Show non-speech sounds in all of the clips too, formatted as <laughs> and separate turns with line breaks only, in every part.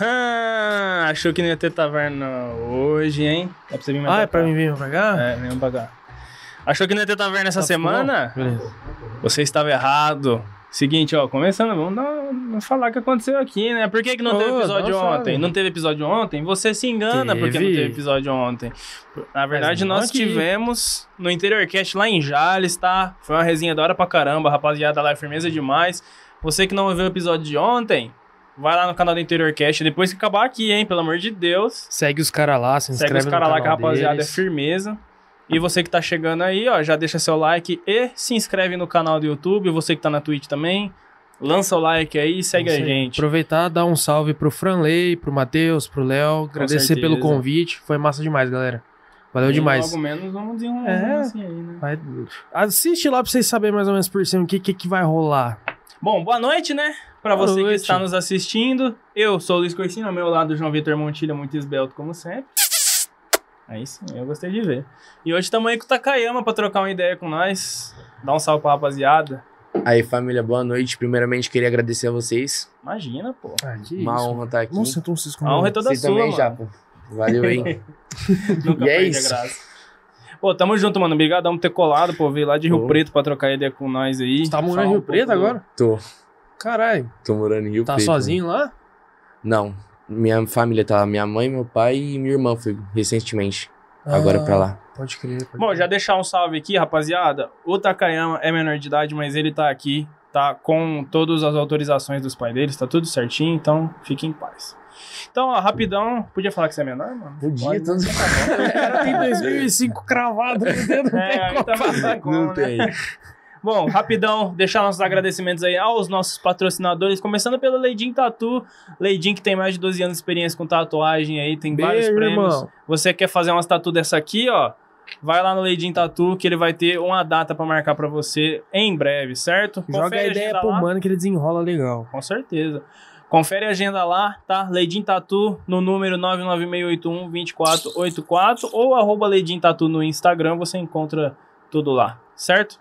Ah, achou que não ia ter taverna hoje, hein? É pra você vir mais
Ah, é
pra
pra
cá.
mim vir pra cá?
É, vem pra cá. Achou que não ia ter taverna essa
Tá
É.
semana?
bom? Beleza.
Você estava errado. Seguinte, ó, começando, vamos, dar- um, vamos falar o que aconteceu aqui, né? Por que, que não teve
Ô,
episódio
não
ontem?
sabe.
Não teve episódio ontem? Você se engana porque não
Teve.
teve episódio ontem. Na verdade,
não
nós
aqui.
tivemos no Interiorcast lá em Jales, tá? Foi uma resenha da hora pra caramba, rapaziada lá, é firmeza demais. Você que não ouviu o episódio de ontem, vai lá no canal do Interiorcast depois que acabar aqui, hein? Pelo amor de Deus.
Segue os caras lá, se
Segue
inscreve
os caras
no
lá que a
canal
rapaziada
deles.
é firmeza. E você que tá chegando aí, ó, já deixa seu like e se inscreve no canal do YouTube. Você que tá na Twitch também, lança o like aí e segue
Isso
a
aí.
gente.
Então, Aproveitar, dar um salve pro Franley, pro Matheus, pro Léo. Agradecer
certeza.
pelo convite. Foi massa demais, galera. Valeu
E
demais.
Logo menos vamos desenrolar
É.
assim aí, né?
Vai- Assiste lá pra vocês saberem mais ou menos por cima o que, que, que vai rolar.
Bom, boa noite, né? Pra
Boa
você que
noite.
está nos assistindo. Eu sou o Luiz Corsino, ao meu lado o João Vitor Montilha, muito esbelto como sempre. Aí sim, eu gostei de ver. E hoje estamos aí com o Takayama pra trocar uma ideia com nós. Dá um salve pra rapaziada.
Aí, família, boa noite. Primeiramente, queria agradecer a vocês.
Imagina, pô.
Ah, que
Uma honra estar aqui.
Nossa, então vocês
A honra é toda
Você
sua,
também,
mano.
Japa.
<laughs>
Valeu, hein?
Nunca
<laughs> E é
perde
isso.
a graça. Pô, tamo junto, mano. Obrigadão por ter colado, pô. Veio lá de Rio
Pô.
Preto pra trocar ideia com nós aí.
Você tá morando
Falar
em
um
Rio
pouco
Preto
do-
agora?
Tô.
Caralho.
Tô morando em Rio
Tá
Preto. né?
sozinho lá?
Não. Minha família tá lá. Minha mãe, meu pai e minha irmã foi recentemente. Agora é
Ah,
pra lá.
Pode crer. pode
Bom,
crer.
já deixar um salve aqui, rapaziada. O Takayama é menor de idade, mas ele tá aqui, tá com todas as autorizações dos pais deles, tá tudo certinho, então fique em paz. Então, ó, rapidão, podia falar que você é menor, mano?
Podia,
Pode.
tanto.
<laughs> O cara tem 2005 cravado no dedo. <laughs>
<laughs>
não
É,
tem
aí
como.
tá mais tá como,
Não
né?
tem.
Bom, rapidão, deixar nossos agradecimentos aí aos nossos patrocinadores, começando pelo Leidim Tatu. Leidim que tem mais de 12 anos de experiência com tatuagem aí, tem vários
Beijo,
prêmios.
irmão.
Você quer fazer umas tatu dessa aqui, ó? Vai lá no Leidim Tatu que ele vai ter uma data pra marcar pra você em breve, certo?
Joga a
Confere
ideia
agenda
pro
lá.
mano que ele desenrola legal.
Com certeza. Confere a agenda lá, tá? Leidim Tatu no número 996812484 ou arroba Leidim Tatu no Instagram, você encontra tudo lá, certo?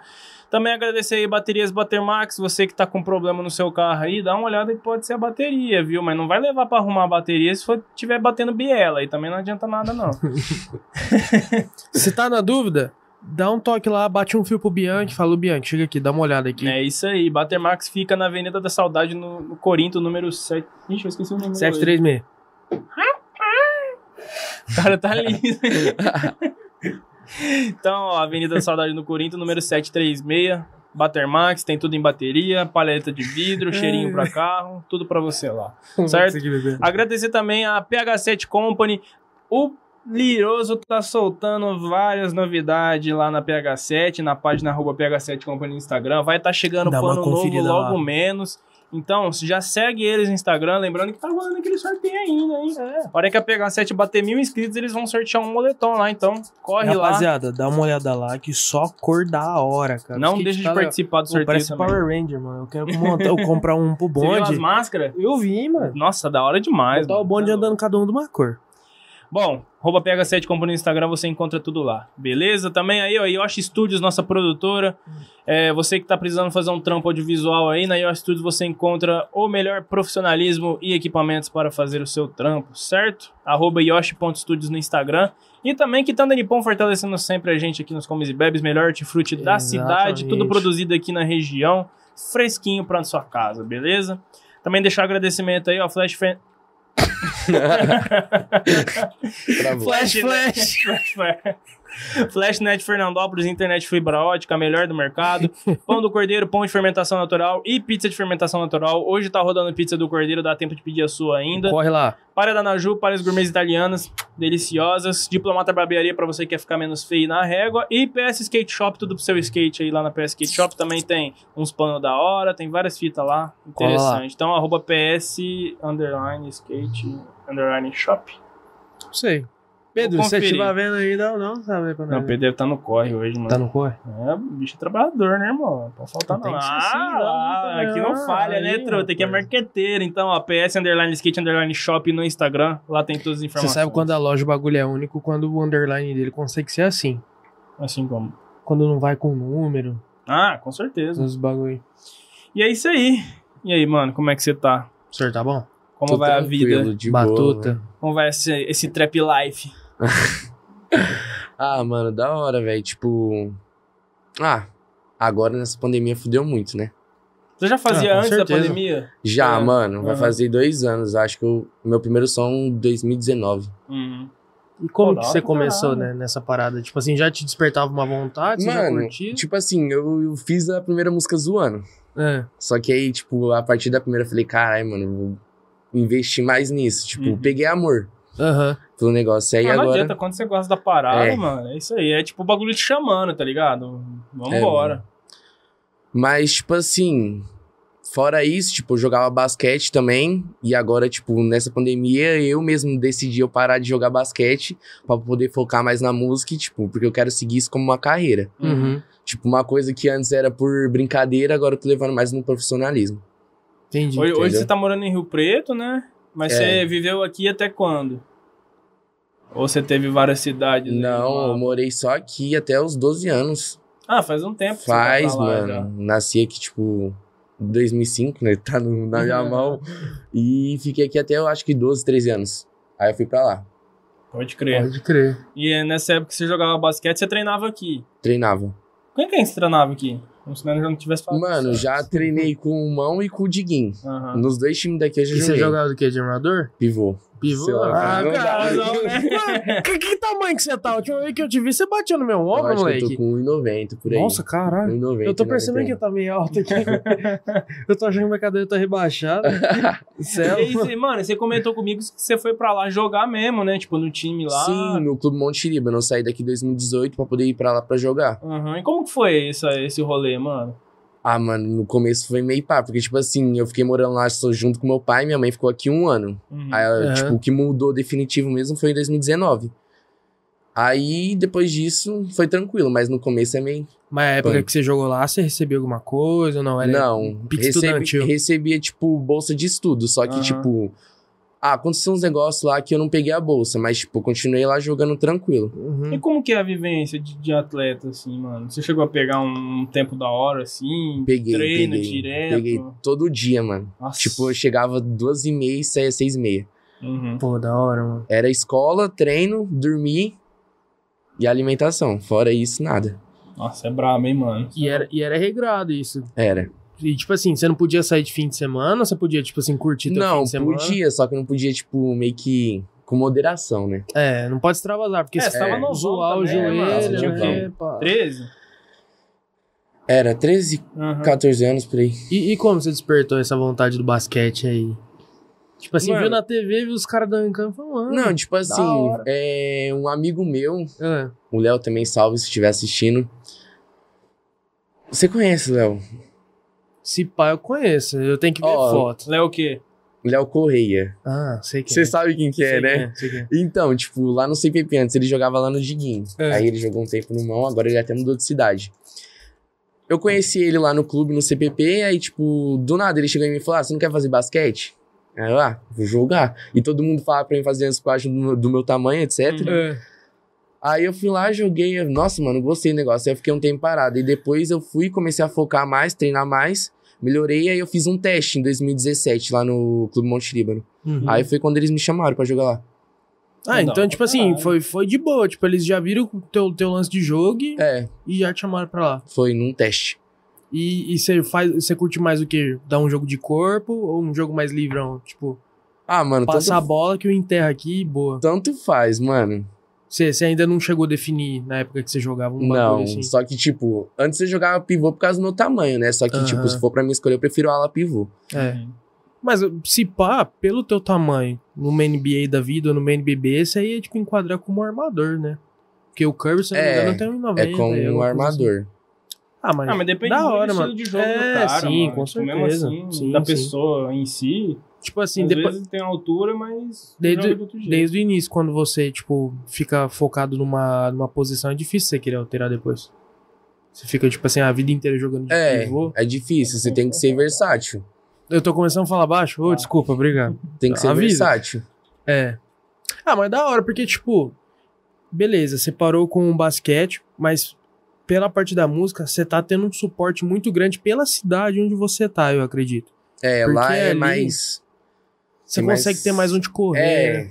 Também agradecer aí Baterias Batermax, você que tá com problema no seu carro aí, dá uma olhada que pode ser a bateria, viu? Mas não vai levar pra arrumar a bateria se for tiver batendo biela, aí também não adianta nada não.
Se tá na dúvida, dá um toque lá, bate um fio pro Bianchi, fala, "Ô, Bianchi, chega aqui, dá uma olhada aqui.
É isso aí, Batermax fica na Avenida da Saudade no, no Corinto, número 7. Ixi, eu esqueci o número.
736.
O cara tá liso. então, ó, Avenida da Saudade no Corinto, número 736. Batermax, tem tudo em bateria, paleta de vidro, cheirinho pra carro, tudo pra você lá. Certo? Agradecer também a PH7 Company. O Liroso tá soltando várias novidades lá na PH7, na página arroba PH7 Company no Instagram. Vai estar chegando
Dá uma
pano novo
conferida
logo
lá.
menos. Então, já segue eles no Instagram, lembrando que tá rolando aquele sorteio ainda, hein?
É.
A hora que a PH7 bater mil inscritos, eles vão sortear um moletom lá, então corre lá.
Rapaziada, dá uma olhada lá, que só cor da hora, cara.
Não
Skate
deixa de
tá legal.
participar do
Pô,
sorteio
Parece
também.
Power Ranger, mano. Eu quero montar, eu comprar um
<laughs>
pro
Você viu as
bonde.
máscaras?
Eu vi, mano.
Nossa, da hora demais.
Botar o
mano. Tá
bonde andando cada um de uma cor.
Bom, arroba PH7 Company no Instagram, você encontra tudo lá. Beleza? Também aí, ó, Yoshi Studios, nossa produtora. É, você que tá precisando fazer um trampo audiovisual aí, na Yoshi Studios você encontra o melhor profissionalismo e equipamentos para fazer o seu trampo, certo? Arroba Yoshi.studios no Instagram. E também Quitanda Nippon fortalecendo sempre a gente aqui nos Comes e Bebes, melhor hortifruti da
Exatamente.
cidade, tudo produzido aqui na região, fresquinho pra sua casa, beleza? Também deixar um agradecimento aí, ó, Flash Fan...
Travou.
Flash,
<laughs> Flash, Flashnet Fernandópolis, internet fibra ótica, a melhor do <laughs> mercado. Pão do Cordeiro, pão de fermentação natural e pizza de fermentação natural. Hoje tá rodando pizza do Cordeiro, dá tempo de pedir a sua ainda.
Corre lá.
Para da Naju, para as gourmets italianas, deliciosas. Diplomata Barbearia, pra você que quer ficar menos feio na régua. E PS Skate Shop, tudo pro seu skate aí lá na PS Skate Shop. Também tem uns panos da hora, tem várias fitas lá.
Cola lá.
Interessante. Então, arroba PS, underline, skate, underline shop.
Não sei. Pedro,
Vou
se você
conferir.
estiver vendo aí, dá não, sabe? Pra
Não, o
nós.
Pedro deve tá no corre hoje, mano.
Tá no corre?
É, o bicho é trabalhador, né, irmão? Não faltar
Não
não.
tem que ser
ah,
assim, não,
lá,
não,
aqui não
não,
falha, né,
aí,
truta? Aqui é
rapaz.
marqueteiro. Então, ó, PS Underline Skate Underline Shop no Instagram. Lá tem todas as
Você
informações.
sabe quando a loja o bagulho é único, quando o underline dele consegue ser assim.
Assim como.
Quando não vai com número,
Ah, com certeza.
os bagulho.
E é isso aí. E aí, mano, como é que você tá?
O senhor tá bom?
Como
Tô
vai a
tranquilo,
vida?
De Boa,
Batuta.
né?
Como vai esse, esse trap life?
ah, mano, da hora, velho. Tipo. Ah, agora nessa pandemia fudeu muito, né?
Você já fazia
Ah, com
antes da
certeza.
pandemia?
Já,
É,
mano, vai
aham.
fazer dois anos. Acho que o meu primeiro som em 2019.
Uhum.
E como
Pô, da
que
hora
você
pra
começou,
caralho.
né, nessa parada? Tipo assim, já te despertava uma vontade, você já
Mano,
curtia?
Tipo assim, eu, eu fiz a primeira música zoando.
É.
Só que aí, tipo, a partir da primeira eu falei, caralho, mano, eu vou investir mais nisso. Tipo,
Uhum.
peguei amor
Aham.
pelo negócio. Aí
Ah, não
agora.
adianta, quando você gosta da parada,
É.
mano, é isso aí. É tipo o bagulho te chamando, tá ligado?
É,
Vambora.
Mas, tipo assim, fora isso, tipo, eu jogava basquete também. E agora, tipo, nessa pandemia, eu mesmo decidi eu parar de jogar basquete pra poder focar mais na música, e, tipo, porque eu quero seguir isso como uma carreira.
Uhum.
Tipo, uma coisa que antes era por brincadeira, agora eu tô levando mais no profissionalismo.
Entendi.
Hoje, hoje
Entendeu?
você tá morando em Rio Preto, né? Mas
É.
você viveu aqui até quando? Ou você teve várias cidades? aí no
Não, eu
mapa?
morei só aqui até os 12 anos.
Ah, faz um tempo. que você tá pra
Faz,
lá
mano.
já.
Nasci aqui, tipo, em 2005, né? <laughs> Tá no- na minha
Uhum.
mão. E fiquei aqui até, eu acho que 12, 13 anos. Aí eu fui pra lá.
Pode crer.
Pode crer.
E é nessa época que você jogava basquete, você treinava aqui.
Treinava.
Quem que é que você treinava aqui? Como se eu já não tivesse falado.
Mano,
isso.
já treinei com o Mão e com o Diguinho.
Aham.
Nos dois times daqui eu já
E você
joguei.
jogava do quê? De armador?
Pivô.
Pivô?
Sei lá,
ah,
não dá.
cara.
Não,
<laughs>
né?
Que, que tamanho que você tá? A última vez que eu te vi, você bateu no meu
eu
ombro,
acho que eu tô
moleque.
com 1,90 por aí.
Nossa, caralho.
1,90.
Eu tô percebendo que tá meio alto aqui. <laughs> eu tô achando que minha cadeira tá rebaixada. Céu.
E você- mano, você comentou comigo que você foi pra lá jogar mesmo, né? Tipo, no time lá.
Sim, no Clube Montiriba. Eu não saí daqui em 2018 pra poder ir pra lá pra jogar.
Aham. E como que foi essa, esse rolê, mano?
Ah, mano, no começo foi meio pá. Porque, tipo assim, eu fiquei morando lá só junto com meu pai. Minha mãe ficou aqui um ano.
Uhum.
Aí,
Uhum.
tipo, o que mudou definitivo mesmo foi em 2019. Aí, depois disso, foi tranquilo. Mas no começo é meio...
Mas a época
Foi.
que você jogou lá, você recebeu alguma coisa ou não? Era
não,
pique
recebi,
estudantil.
recebia, tipo, bolsa de estudo. Só que,
Aham.
tipo, ah, aconteceu uns negócios lá que eu não peguei a bolsa, mas, tipo, eu continuei lá jogando tranquilo.
E
Uhum.
como que é a vivência de, de atleta, assim, mano? Você chegou a pegar um tempo da hora, assim?
Peguei,
treino
peguei,
direto?
peguei todo dia, mano.
Nossa.
Tipo, eu chegava duas e meia e saía seis e meia.
Uhum.
Pô, da hora, mano.
Era escola, treino, dormir e alimentação. Fora isso, nada.
Nossa, é brabo, hein, mano?
E era, e era regrado isso.
Era.
E tipo assim, você não podia sair de fim de semana, você podia, tipo assim, curtir teu
não,
fim de semana.
podia, só que não podia, tipo, meio que com moderação, né?
É, não pode extravasar, porque
É,
se
você
tava
novão
zoar o
também, né,
joelho,
mano?
Você tinha
né, pá.
13?
Era 13,
Aham.
14 anos por aí.
E, e como você despertou essa vontade do basquete aí? Tipo assim,
Mano.
viu na TV, viu os caras dancando, falando.
Não, tipo assim,
Ah, hora.
é, um amigo meu,
Ah,
O Léo também, salve se estiver assistindo. Você conhece o Léo?
se pá, eu conheço, eu tenho que ver
Ó,
foto.
Léo o quê?
Léo Correia.
Ah, sei quem
Você
é.
sabe quem que é,
Sei
né?
quem é, sei quem é.
Então, tipo, lá no CPP antes ele jogava lá no Diguinho.
É.
Aí ele jogou um tempo no Mão, agora ele até mudou de cidade. Eu conheci ele lá no clube, no CPP, aí, tipo, do nada ele chegou em mim e falou: Ah, você não quer fazer basquete? Aí eu, ah, vou jogar. E todo mundo falava pra mim fazer as páginas do, meu- do meu tamanho, etc.
Uhum.
É.
Aí eu fui lá, joguei. eu- Nossa, mano, gostei do negócio. Aí eu fiquei um tempo parado. E depois eu fui, comecei a focar mais, treinar mais. Melhorei, aí eu fiz um teste em 2017 lá no Clube Monte Líbano.
Uhum.
Aí foi quando eles me chamaram pra jogar lá.
Ah,
Não,
então, tipo assim,
caralho.
foi, foi de boa. Tipo, eles já viram o teu, teu lance de jogo e,
É,
e já te chamaram pra lá.
foi num teste.
E e você faz, você curte mais o que? Dar um jogo de corpo ou um jogo mais livrão? Tipo,
Ah, mano, tanto,
passar a bola que eu enterro aqui e boa.
tanto faz, mano.
Você você ainda não chegou a definir na época que você jogava um
Não,
bagulho assim?
só que, tipo, antes eu jogava pivô por causa do meu tamanho, né? Só que, tipo,
Aham.
se for pra mim escolher, eu prefiro ala pivô.
É.
Uhum.
Mas se pá, pelo teu tamanho, numa NBA da vida ou numa NBB, você ia, tipo, enquadrar como um armador, né? Porque o Curry, se eu não me
É,
engano, tem um 90.
é como
aí,
um
alguma coisa
armador.
assim. Ah, mas...
Ah, mas depende
Da
do
hora,
estilo
mano.
de jogo
É,
do cara,
sim,
mano.
com
Tipo, mesmo
certeza.
assim,
Sim,
da
sim.
pessoa em si,
Tipo assim,
às
depois...
vezes tem altura, mas
Desde-
joga de outro jeito.
Desde o início, quando você, tipo, fica focado numa, numa posição, é difícil você querer alterar depois. Você fica, tipo assim, a vida inteira jogando de
É,
pivô.
é difícil, você tem que ser versátil.
Eu tô começando a falar baixo? Ô,
Ah. <laughs>
desculpa, obrigado.
Tem que ser
Avisa.
versátil.
É. Ah, mas da hora, porque, tipo, beleza, você parou com o basquete, mas pela parte da música, você tá tendo um suporte muito grande pela cidade onde você tá, eu acredito.
É,
Porque
lá é
ali-
mais.
Você
Tem mais-
consegue ter mais onde correr.
É,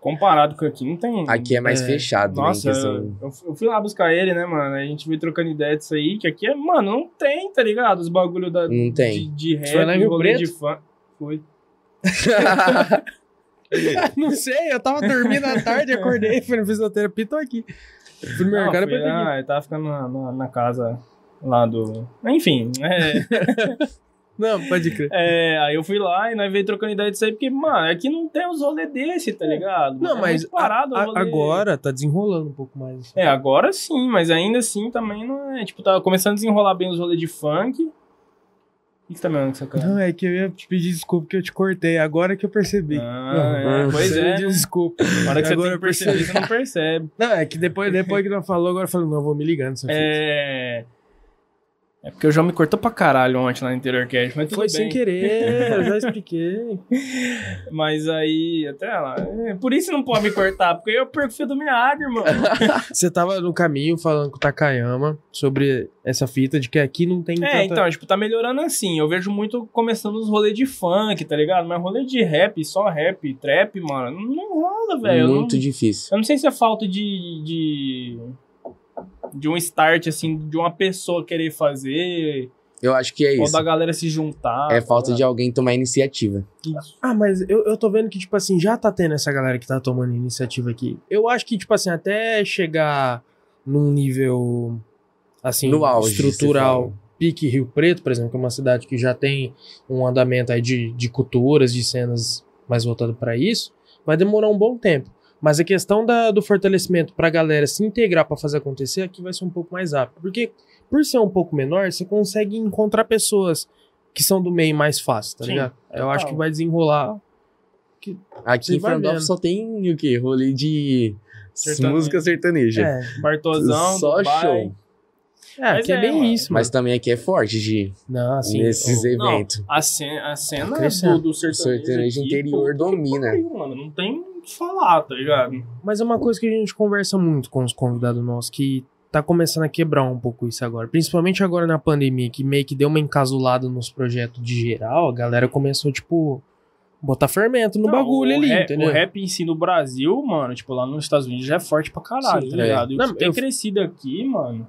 Comparado com aqui, não tem.
aqui é mais
É.
fechado. né, em
Nossa,
<laughs>
questão-
eu, eu fui lá buscar ele, né, mano? A gente veio trocando ideia disso aí, que aqui é, mano, não tem, tá ligado? Os bagulho da,
Não
de,
tem.
de rap,
Foi lá em Rio
rolê
Preto?
de fã. Foi.
Não sei, eu tava dormindo à tarde, acordei, fui na fisioterapia e tô aqui. Fui
Não,
no mercado
Ah, fui
pra pegar.
lá, eu tava ficando na, na, na casa lá do. Enfim, é,
Não, pode crer.
é, aí eu fui lá e nós veio trocando ideia disso aí, porque, mano, aqui não tem os rolê desse, tá ligado?
Não,
É
mas
muito parado o
a-
rolê.
agora tá desenrolando um pouco mais.
É, agora sim, mas ainda assim também não é. Tipo, tava começando a desenrolar bem os rolê de funk. O que tá me olhando com essa cara?
Não, é que eu ia te pedir desculpa que eu te cortei, agora que eu percebi.
Ah, é,
Uhum.
pois é. né?
Desculpa.
Na hora que você
Agora
tem que
eu
perceber, você não
<laughs>
percebe.
Não, é que depois, depois que não falou, agora eu falei, não, eu vou me ligando. nessa fita.
É. É porque o João me cortou pra caralho ontem lá no Interior Cast, mas tudo
Foi
bem.
sem querer, eu já
<laughs>
expliquei.
Mas aí, até lá. é, Por isso não pode me cortar, porque eu perco o fio da meada, irmão.
Você tava no caminho falando com o Takayama sobre essa fita de que aqui não tem
É,
tanta...
então, tipo, tá melhorando assim. Eu vejo muito começando os rolês de funk, tá ligado? Mas rolê de rap, só rap, trap, mano, não rola, velho. Eu não-
Muito difícil.
Eu não sei se é falta de, de. de um start, assim, de uma pessoa querer fazer,
Eu acho que é
ou
isso.
da galera se juntar.
É falta
tá
de alguém tomar iniciativa.
ligado? Isso.
Ah, mas eu, eu tô vendo que, tipo assim, já tá tendo essa galera que tá tomando iniciativa aqui. Eu acho que, tipo assim, até chegar num nível, assim,
No auge, você
estrutural,
fala.
pique Rio Preto, por exemplo, que é uma cidade que já tem um andamento aí de, de culturas, de cenas mais voltado pra isso, vai demorar um bom tempo. Mas a questão da- do fortalecimento pra galera se integrar pra fazer acontecer aqui vai ser um pouco mais rápido. Porque, por ser um pouco menor, você consegue encontrar pessoas que são do meio mais fácil, tá
Sim.
ligado? Eu acho que
Total.
vai desenrolar.
Aqui
Você
em
vai
Frandorf
vendo.
só tem o quê? Rolê de
Sertanejo.
música sertaneja.
É,
Bartosão,
Só
Dubai.
show.
é
Mas
que é,
é,
bem
mano.
isso,
Mas
mas.
também aqui é forte de
Não, assim.
nesses
eu-
Não,
eventos.
a cena, a cena
Tá crescendo.
do, do
O
sertanejo,
sertanejo
aqui,
interior
puta que
domina.
pariu, mano, não tem o que falar, tá ligado?
Mas é uma coisa que a gente conversa muito com os convidados nossos, que tá começando a quebrar um pouco isso agora. Principalmente agora na pandemia, que meio que deu uma encasulada nos projetos de geral, a galera começou, tipo, botar fermento no
Não,
bagulho
Então, o
ali,
rap,
entendeu?
O rap em si no Brasil, mano, tipo, lá nos Estados Unidos já é forte pra caralho, tá
Sim,
é.
ligado? E o que
Não,
tem
eu-
crescido aqui, mano.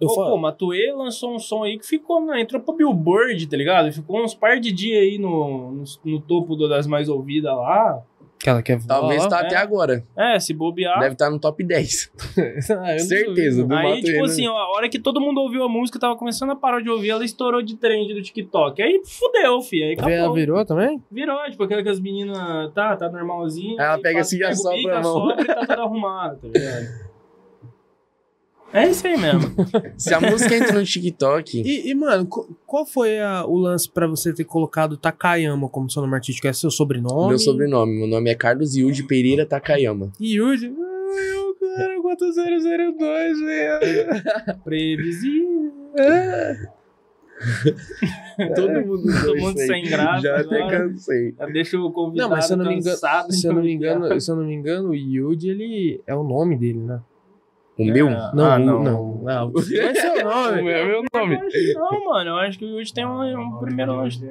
eu
pô,
falo-
pô, Matuê lançou um som aí que ficou, né, entrou pro Billboard, tá ligado? Ficou uns par de dias aí no, no, no topo do- das mais ouvidas lá.
Aquela que é voar
Talvez
lá.
tá
é.
até agora.
É, se bobear.
Deve estar no top 10.
<laughs> Ah, eu não
Certeza,
duvido.
do
Aí,
Matuê,
tipo
né?
assim, ó, a hora que todo mundo ouviu a música, tava começando a parar de ouvir, ela estourou de trend do TikTok. Aí fudeu, fi. Aí
Vê,
acabou.
virou também?
Virou, tipo, aquela que as meninas tá, tá normalzinha.
Ela
aí
pega
passa-
assim e assopra
o bico,
a mão.
assopra e tá
<laughs>
toda arrumada, tá ligado? É isso aí
<laughs>
mesmo.
Se a música entra
<laughs>
no TikTok,
E, e, mano, co- qual foi a- o lance pra você ter colocado Takayama como seu nome artístico? É seu sobrenome?
meu sobrenome. Meu nome é Carlos Yudi Pereira Takayama.
Yuri. Ai, eu cara, quanto 002, velho.
Previsível. É,
Todo mundo,
Todo
É
usou
mundo
isso aí.
sem né? graça
Já até
agora.
cansei.
Deixa o convidado
Não, mas se eu não me engano,
cansado né? de
se eu não me
convidar.
engano, se eu não me engano, o Yudi, ele é o nome dele, né?
O meu?
É.
Não,
Ah, não.
não, não.
<laughs>
não. é seu nome.
meu,
Eu
meu
acho que não, mano. Eu acho que o Yud tem um, um primeiro lanche.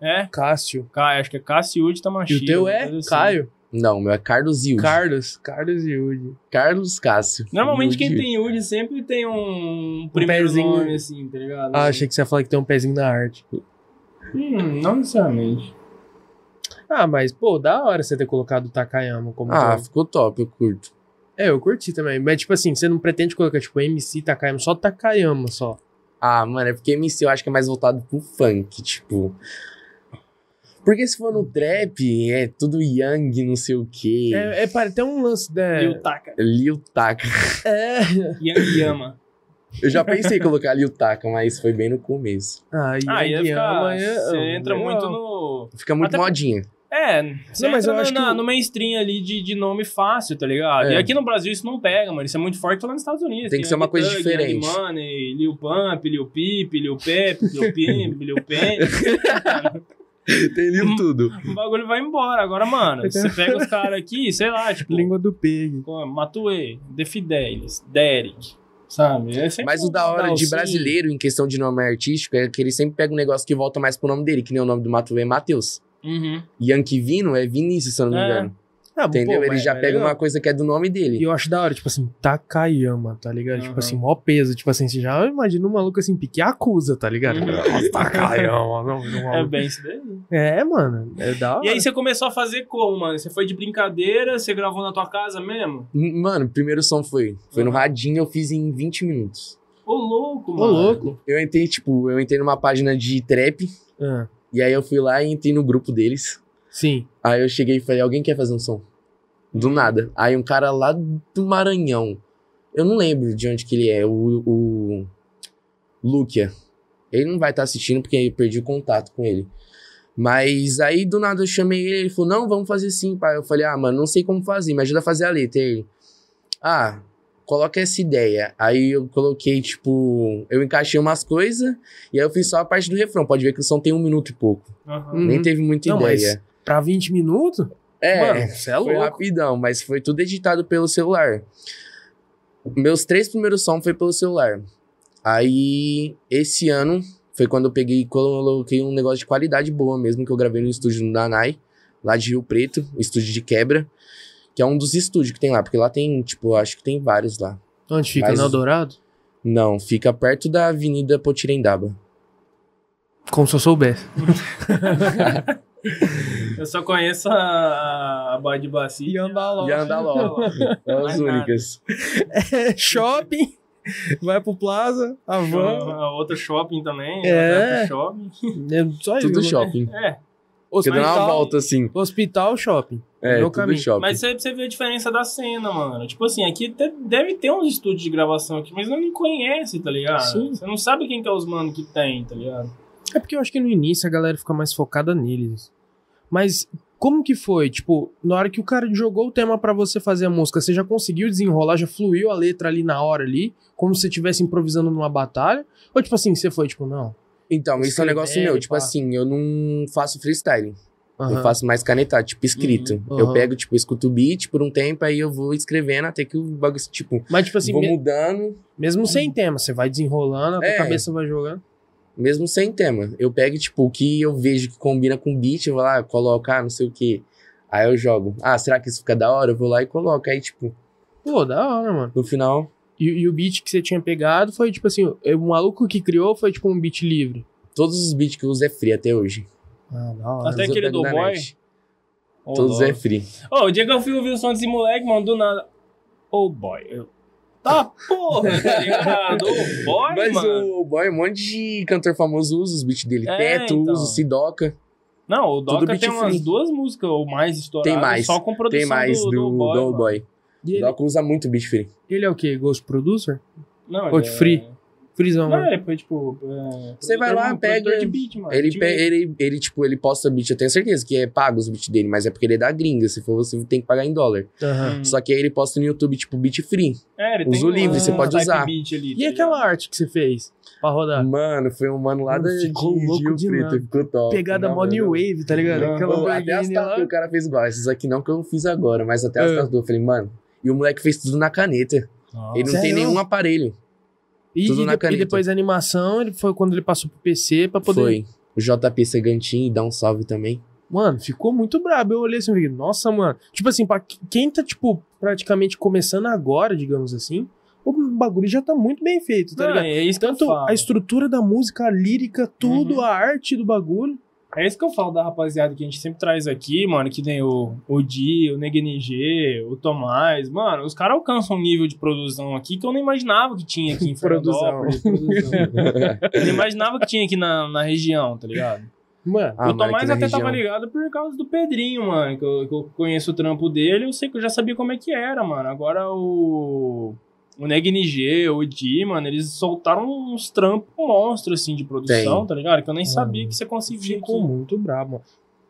É?
Cássio.
Ca- acho que é Cássio e Yud
E
Tamashiro.
o teu é
coisa assim.
Caio.
Não, o meu é Carlos Yudi.
Carlos. Carlos Yudi.
Carlos Cássio.
Normalmente quem
Yudi.
tem Yud sempre tem um primeiro
pezinho.
nome, assim, tá ligado?
Ah, achei que você ia falar que tem um pezinho na arte.
Hum, não necessariamente.
Ah, mas, pô, da hora você ter colocado o Takayama como
Ah,
então.
teu-
ficou top, eu curto.
É, eu curti também. Mas, tipo assim, você não pretende colocar, tipo, MC Takayama, só Takayama só.
Ah, mano, é porque MC eu acho que é mais voltado pro funk, tipo. Porque se for no trap, é tudo Yang, não sei o quê.
É, é para ter um lance da.
E o Taka.
Lil Taka.
É.
Yang Yama.
<laughs>
Eu já pensei em colocar Lil Taka, mas foi bem no começo.
Ah,
Ah, ia
Yang
ficar,
Yama é-
você
é
entra
legal.
muito no.
Fica muito
Até-
modinha.
É, você
Não, mas
entra
eu
na-
acho que
na-
o-
numa stream ali de, de nome fácil, tá ligado?
É.
E aqui no Brasil isso não pega, mano. Isso é muito forte lá nos Estados Unidos.
Tem que ser uma
Young
coisa
Thug,
diferente.
Young Money, Lil Pump, Lil Peep, Lil Pep, Lil
<laughs>
Pimp, Lil Pen.
Tem
Hum,
Lil tudo.
<laughs> o bagulho vai embora. Agora, mano, você pega os caras aqui, sei
<laughs>
lá, tipo,
Língua do Pig.
como, é? Matuê, The Fidelis, Derek, sabe? É sempre
Mas
um-
o da hora
Não,
de
sim.
brasileiro, em questão de nome artístico, é que ele sempre pega um negócio que volta mais pro nome dele, que nem o nome do Matuê é Matheus.
Uhum.
Yanquivino é Vinícius, se eu não me
É.
engano.
Ah,
Entendeu?
pô,
Ele
mas-
já
mas
pega
legal.
uma coisa que é do nome dele.
E eu acho da hora, tipo assim, Takayama, tá ligado?
Aham.
Tipo assim, mó peso. Tipo assim, você já imagina um maluco assim, pique acusa, tá ligado?
Uhum.
Nossa, Takayama, não, não,
É
é,
bem isso daí.
mano, <laughs> é da hora.
E aí você começou a fazer como, mano? Você foi de brincadeira, você gravou na tua casa mesmo?
M- Hum, Mano, o primeiro som foi. Foi no
Uhum.
radinho, eu fiz em 20 minutos.
Ô, louco,
Ô,
mano.
louco.
Eu entrei, tipo, eu entrei numa página de trap,
Ah,
e aí eu fui lá e entrei no grupo deles.
sim.
Aí eu cheguei e falei, alguém quer fazer um som? Do nada. Aí um cara lá do Maranhão. Eu não lembro de onde que ele é, o, o Luquia. Ele não vai estar assistindo porque eu perdi o contato com ele. Mas aí do nada eu chamei ele, ele falou: "Não, vamos fazer sim, pai". Eu falei: "Ah, mano, não sei como fazer, me ajuda a fazer a letra". Aí Ele: "Ah, coloca essa ideia". Aí eu coloquei tipo, eu encaixei umas coisas e aí eu fiz só a parte do refrão. Pode ver que o som tem um minuto e pouco.
Aham.
Hum.
Nem teve muita
Não, mas-
ideia.
Pra 20 minutos?
É,
Mano, você é
foi
louco.
rapidão, mas foi tudo editado pelo celular. Meus três primeiros sons foi pelo celular. Aí, esse ano, foi quando eu peguei e coloquei um negócio de qualidade boa mesmo, que eu gravei no estúdio do Danai, lá de Rio Preto, um estúdio de quebra, que é um dos estúdios que tem lá, porque lá tem, tipo, acho que tem vários lá.
Onde fica?
Mas-
No Eldorado?
Não, fica perto da Avenida Potirendaba.
Como se eu soubesse.
Eu só conheço a, a Bad Bacia.
Yandaló.
E Andaló.
<laughs>
São as
Mais nada.
únicas.
<laughs> É, shopping, vai pro Plaza, Havan.
A outra É shopping também.
É.
Outro shopping.
É só isso.
Tudo
né?
shopping.
É.
Porque dá uma
Hospital-
volta, assim.
Hospital, shopping.
É,
Meu
tudo
caminho.
shopping.
Mas você, você vê a diferença da cena, mano. Tipo assim, aqui te- deve ter uns estúdios de gravação aqui, mas não me conhece, tá ligado?
Sim.
Você não sabe quem que é os mano que tem, tá ligado?
É porque eu acho que no início a galera fica mais focada neles. Mas como que foi? Tipo, na hora que o cara jogou o tema pra você fazer a música, você já conseguiu desenrolar, já fluiu a letra ali na hora ali, como se você estivesse improvisando numa batalha? Ou tipo assim, você foi tipo, não.
Então, isso é um
Escrever,
negócio meu. Tipo
pá.
assim, eu não faço freestyle. Eu
aham,
faço mais canetar, tipo, escrito.
Uhum,
Eu
uhum.
pego, tipo, escuto o beat por um tempo, aí eu vou escrevendo até que o bagulho, tipo,
Mas tipo assim,
vou
me-
mudando,
mesmo sem tema, você vai desenrolando, a tua
É.
cabeça vai jogando.
mesmo sem tema. Eu pego, tipo, o que eu vejo que combina com o beat, eu vou lá, coloco, ah, não sei o quê. Aí eu jogo. Ah, será que isso fica da hora? Eu vou lá e coloco. Aí, tipo,
Pô, da hora, mano.
no final.
E, e o beat que você tinha pegado foi tipo assim, o maluco que criou foi tipo um beat livre.
Todos os beats que eu uso é free até hoje.
Ah, da hora.
Até
Mas eu
aquele
pego
do
da
boy?
net.
Ô,
Todos
louco.
é free.
Ô, o dia que eu fui ouvir o som desse moleque, mano, do nada. Oh boy. Eu... Tá porra, tá ligado? Oh boy,
Mas
mano.
o boy, um monte de cantor famoso usa os beats dele.
É,
Teto
então.
usa, Sidoca.
Não, o
tudo
Doca
beat
tem umas
free.
duas músicas ou mais estouradas.
Tem mais,
Só com produção
Tem mais
do, do boy. mano.
boy.
E ele,
Doc usa muito beat free.
ele é o quê? Ghost producer?
Não,
Code
ele é-
free. Frisão, né?
Não,
mano.
ele foi tipo. é,
Você vai lá,
produtor- produtor
pega-
de beat, mano.
Ele,
De
pe-
um-
beat.
ele, ele, tipo, ele posta beat, eu tenho certeza que é pago os beats dele, mas é porque ele é da gringa, se for você tem que pagar em dólar.
Aham.
Hum.
Só que aí ele posta no YouTube, tipo, beat free.
É, ele
Usa
tem
o livre,
um-
você
um
pode
type
usar.
beat ali,
E
tá
aquela
ligado?
arte que você fez pra rodar?
Mano, foi um mano lá
Ah. Mano,
da,
ficou
de,
louco
de Rio
de
Preto,
nada.
ficou top.
Pegada
Não, tá
mó New
mano.
Wave, tá ligado?
Não,
Aquela
Ô, Até as
Lamborghini lá.
tatuas o cara fez igual, essas aqui não que eu fiz agora, mas até as
É.
tatuas eu falei, mano... E o moleque fez tudo na caneta.
Nossa.
Ele não tem
Sério?
nenhum aparelho.
E, e
tudo na
de- e
caneta.
depois a animação, ele foi quando ele passou pro PC pra poder.
Foi. O JP Segantin, dá um salve também.
Mano, ficou muito brabo. Eu olhei assim e falei, nossa, mano. Tipo assim, pra qu- quem tá, tipo, praticamente começando agora, digamos assim, o bagulho já tá muito bem feito, tá
Não,
ligado?
é isso que eu
Tanto
falo.
a estrutura da música, a lírica, tudo,
Uhum.
a arte do
<laughs>
bagulho.
É isso que eu falo da rapaziada que a gente sempre traz aqui, mano, que tem o, o Di, o NegNG, o Tomás. Mano, os caras alcançam um nível de produção aqui que eu não imaginava que tinha aqui
<laughs>
em Fernandópolis. produção. Eu não imaginava que tinha aqui na, na região, tá ligado?
Mano,
Ah,
o
mano, aqui
Tomás
na
até
região.
tava ligado por causa do Pedrinho, mano. Que eu, que eu conheço o trampo dele, eu sei que eu já sabia como é que era, mano. Agora o. O NegNG, o Di, mano, eles soltaram uns trampos monstros, assim, de produção, tá ligado? Que eu nem sabia que você conseguia.
ficou
aqui.
muito brabo, mano.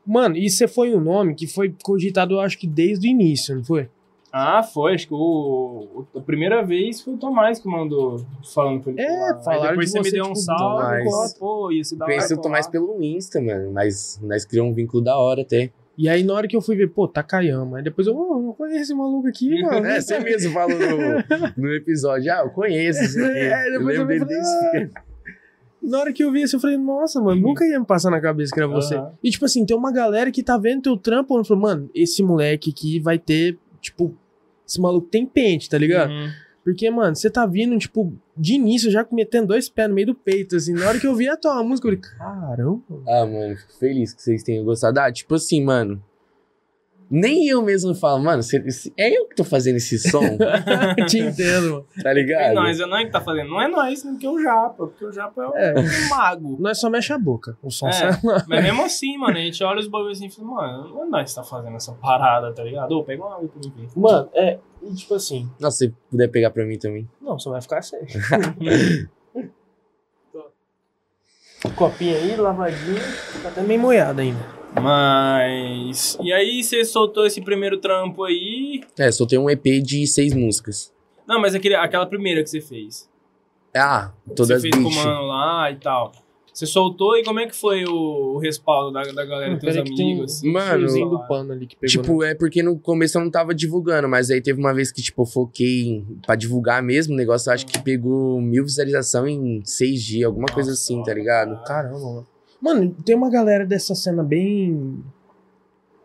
Mano, e você foi um nome que foi cogitado, eu acho que desde o início, não foi?
Ah, foi, acho que o, o- a primeira vez foi o Tomás que mandou falando pra ele.
É,
colar. Aí
falaram
Depois
de
você me
você,
deu um
tipo,
salve,
Tomás.
colar, pô, ia se dar
Conheci o
colar.
Tomás pelo Insta, mano. Mas nós criamos um vínculo da hora até.
E aí, na hora que eu fui ver, pô, Takayama. Aí depois eu, ô, eu não conheço esse maluco aqui, mano.
<laughs> É, você mesmo falou no, no episódio. Ah, eu conheço. isso aqui.
<laughs> É,
eu <laughs>
depois eu
lembro
vi e falei,
dele desse Uhum.
"Ah".
filme.
Na hora que eu vi isso, eu falei, nossa, mano, nunca ia me passar na cabeça que era você.
Aham.
E, tipo assim, tem uma galera que tá vendo teu trampo e falou, mano, esse moleque aqui vai ter, tipo, esse maluco tem pente, tá ligado? <laughs>
Uhum.
Porque, mano, você tá vindo, tipo, de início já metendo dois pés no meio do peito, assim. Na hora que eu vi a tua música, eu falei,
<laughs>
caramba. <laughs>
Ah, mano, fico feliz que vocês tenham gostado. Ah, tipo assim, mano. Nem eu mesmo falo, mano, cê- cê- é eu que tô fazendo esse <laughs> som,
Te entendo, mano.
tá
É
ligado?
nós, é nós que tá fazendo. Não é nós, né? Porque o Japa. Porque o Japa é o
É.
um mago.
Nós só mexe a boca. O som
É.
sai lá.
Mas mesmo assim, mano, a gente olha os bagulhos assim e fala, mano, não é nós que tá fazendo essa parada, tá ligado? Ô, pega uma água pra mim. ver.
Mano, é, e, tipo assim,
Nossa, se puder pegar pra mim também.
não, só vai ficar sem. Copinha aí, lavadinho, tá até meio molhado ainda.
Mas. E aí, você soltou esse primeiro trampo aí.
É, só tem um EP de seis músicas.
Não, mas aquele, aquela primeira que você fez.
Ah, todas
você fez com o
bicho.
mano lá e tal. Você soltou e como é que foi o, o respaldo da, da galera,
Não,
teus
peraí que tem
amigos? Ah,
um
Mano,
fiozinho do pano ali que pegou. né?
Tipo, é porque no começo eu não tava divulgando, mas aí teve uma vez que, tipo, eu foquei em- pra divulgar mesmo o negócio. eu acho que pegou mil visualizações em seis dias, alguma coisa
Nossa,
assim, tá
ó,
ligado?
cara.
Caramba, mano. Mano, tem uma galera dessa cena bem.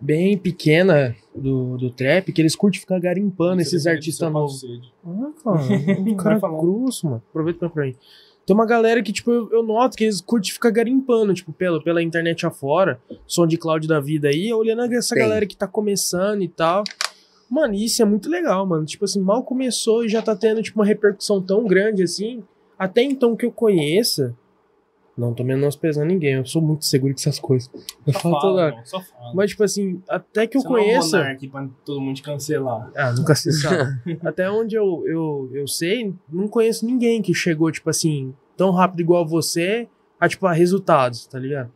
bem pequena do, do trap que eles curtem ficar garimpando esses artistas novos. Ah, cara, <laughs> um cara
Vai falar.
grosso, mano. Aproveita pra- pra mim. Tem uma galera que, tipo, eu, eu noto que eles curtem ficar garimpando, tipo, pela, pela internet afora, som de cloud da vida aí, olhando essa
Tem.
galera que tá começando e tal. Mano, isso é muito legal, mano. Tipo assim, mal começou e já tá tendo, tipo, uma repercussão tão grande assim. Até então que eu conheça. Não tô menosprezando ninguém, eu sou muito seguro com essas coisas. <laughs> Eu
Só
falo toda
fala,
hora.
irmão, só fala.
Mas, tipo assim, até que eu
Você não é um
conheça.
monarca pra todo mundo te cancelar.
Ah, nunca se sabe.
<laughs>
Até onde eu, eu, eu sei, não conheço ninguém que chegou, tipo assim, tão rápido igual você a, tipo, a resultados, tá ligado?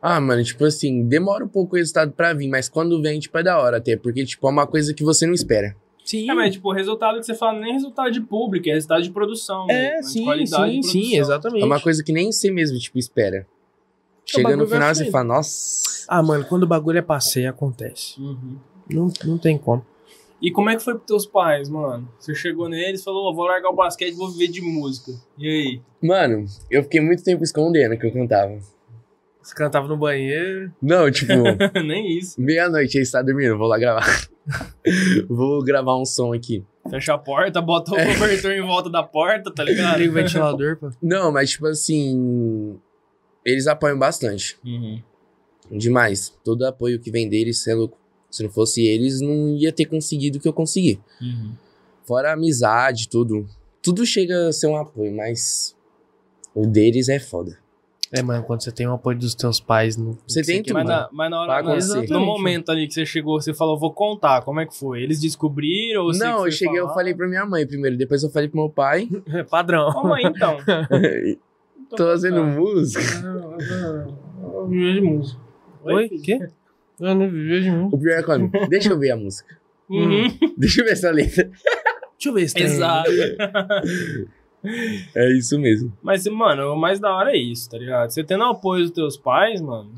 Ah, mano, tipo assim, demora um pouco o resultado pra vir, mas quando vem, tipo, é da hora até, porque, tipo, é uma coisa que você não espera.
Sim.
É, mas tipo, o resultado que você fala nem é resultado de público, é resultado de produção.
tipo,
mesmo, né?
É,
De
sim,
qualidade
sim,
de
sim,
produção.
exatamente. Então,
É uma coisa que nem você mesmo, tipo, espera. Chega no
É um bagulho assim. vai
final, você
fluindo.
fala, nossa.
Ah, mano, quando o bagulho é passeio, acontece.
Uhum.
Não, não tem como.
E como é que foi pros teus pais, mano? Você chegou neles e falou, ó, vou largar o basquete e vou viver de música. E aí?
Mano, eu fiquei muito tempo escondendo que eu cantava.
Você cantava no banheiro.
Não, tipo, <laughs>
<laughs> nem isso.
meia-noite, aí você tá dormindo, eu vou lá gravar. <laughs> vou gravar um som aqui.
Fecha a porta, bota o
É.
cobertor em volta da porta, tá ligado?
<laughs>
Liga o ventilador, pô.
Não, mas, tipo assim, eles apoiam bastante.
Uhum.
Demais. Todo apoio que vem deles, você é louco. Se não fosse eles, não ia ter conseguido o que eu consegui.
Uhum.
Fora a amizade, tudo. Tudo chega a ser um apoio, mas o deles é foda.
É, mano, quando você tem o apoio dos teus pais. No...
Você tem tudo.
Mas, na, mas na
Vai
hora,
acontecer.
na, no momento ali que você chegou, você falou, vou contar, como é que foi? Eles descobriram? Ou você que
Não,
foi
eu cheguei, eu
falar?
falei pra minha mãe primeiro, depois eu falei pro meu pai.
É padrão.
Ô mãe, então.
<laughs>
tá.
Tô fazendo música.
Viver de música.
Oi,
Oi?
filho?
Quê? Eu não viver de música.
O pior é quando. Deixa eu ver a música. <laughs>
Uhum.
Deixa eu ver essa letra.
Deixa eu ver se tem.
<laughs> Exato.
É isso mesmo.
Mas, mano, o mais da hora é isso, tá ligado? Você tendo o apoio dos teus pais, mano,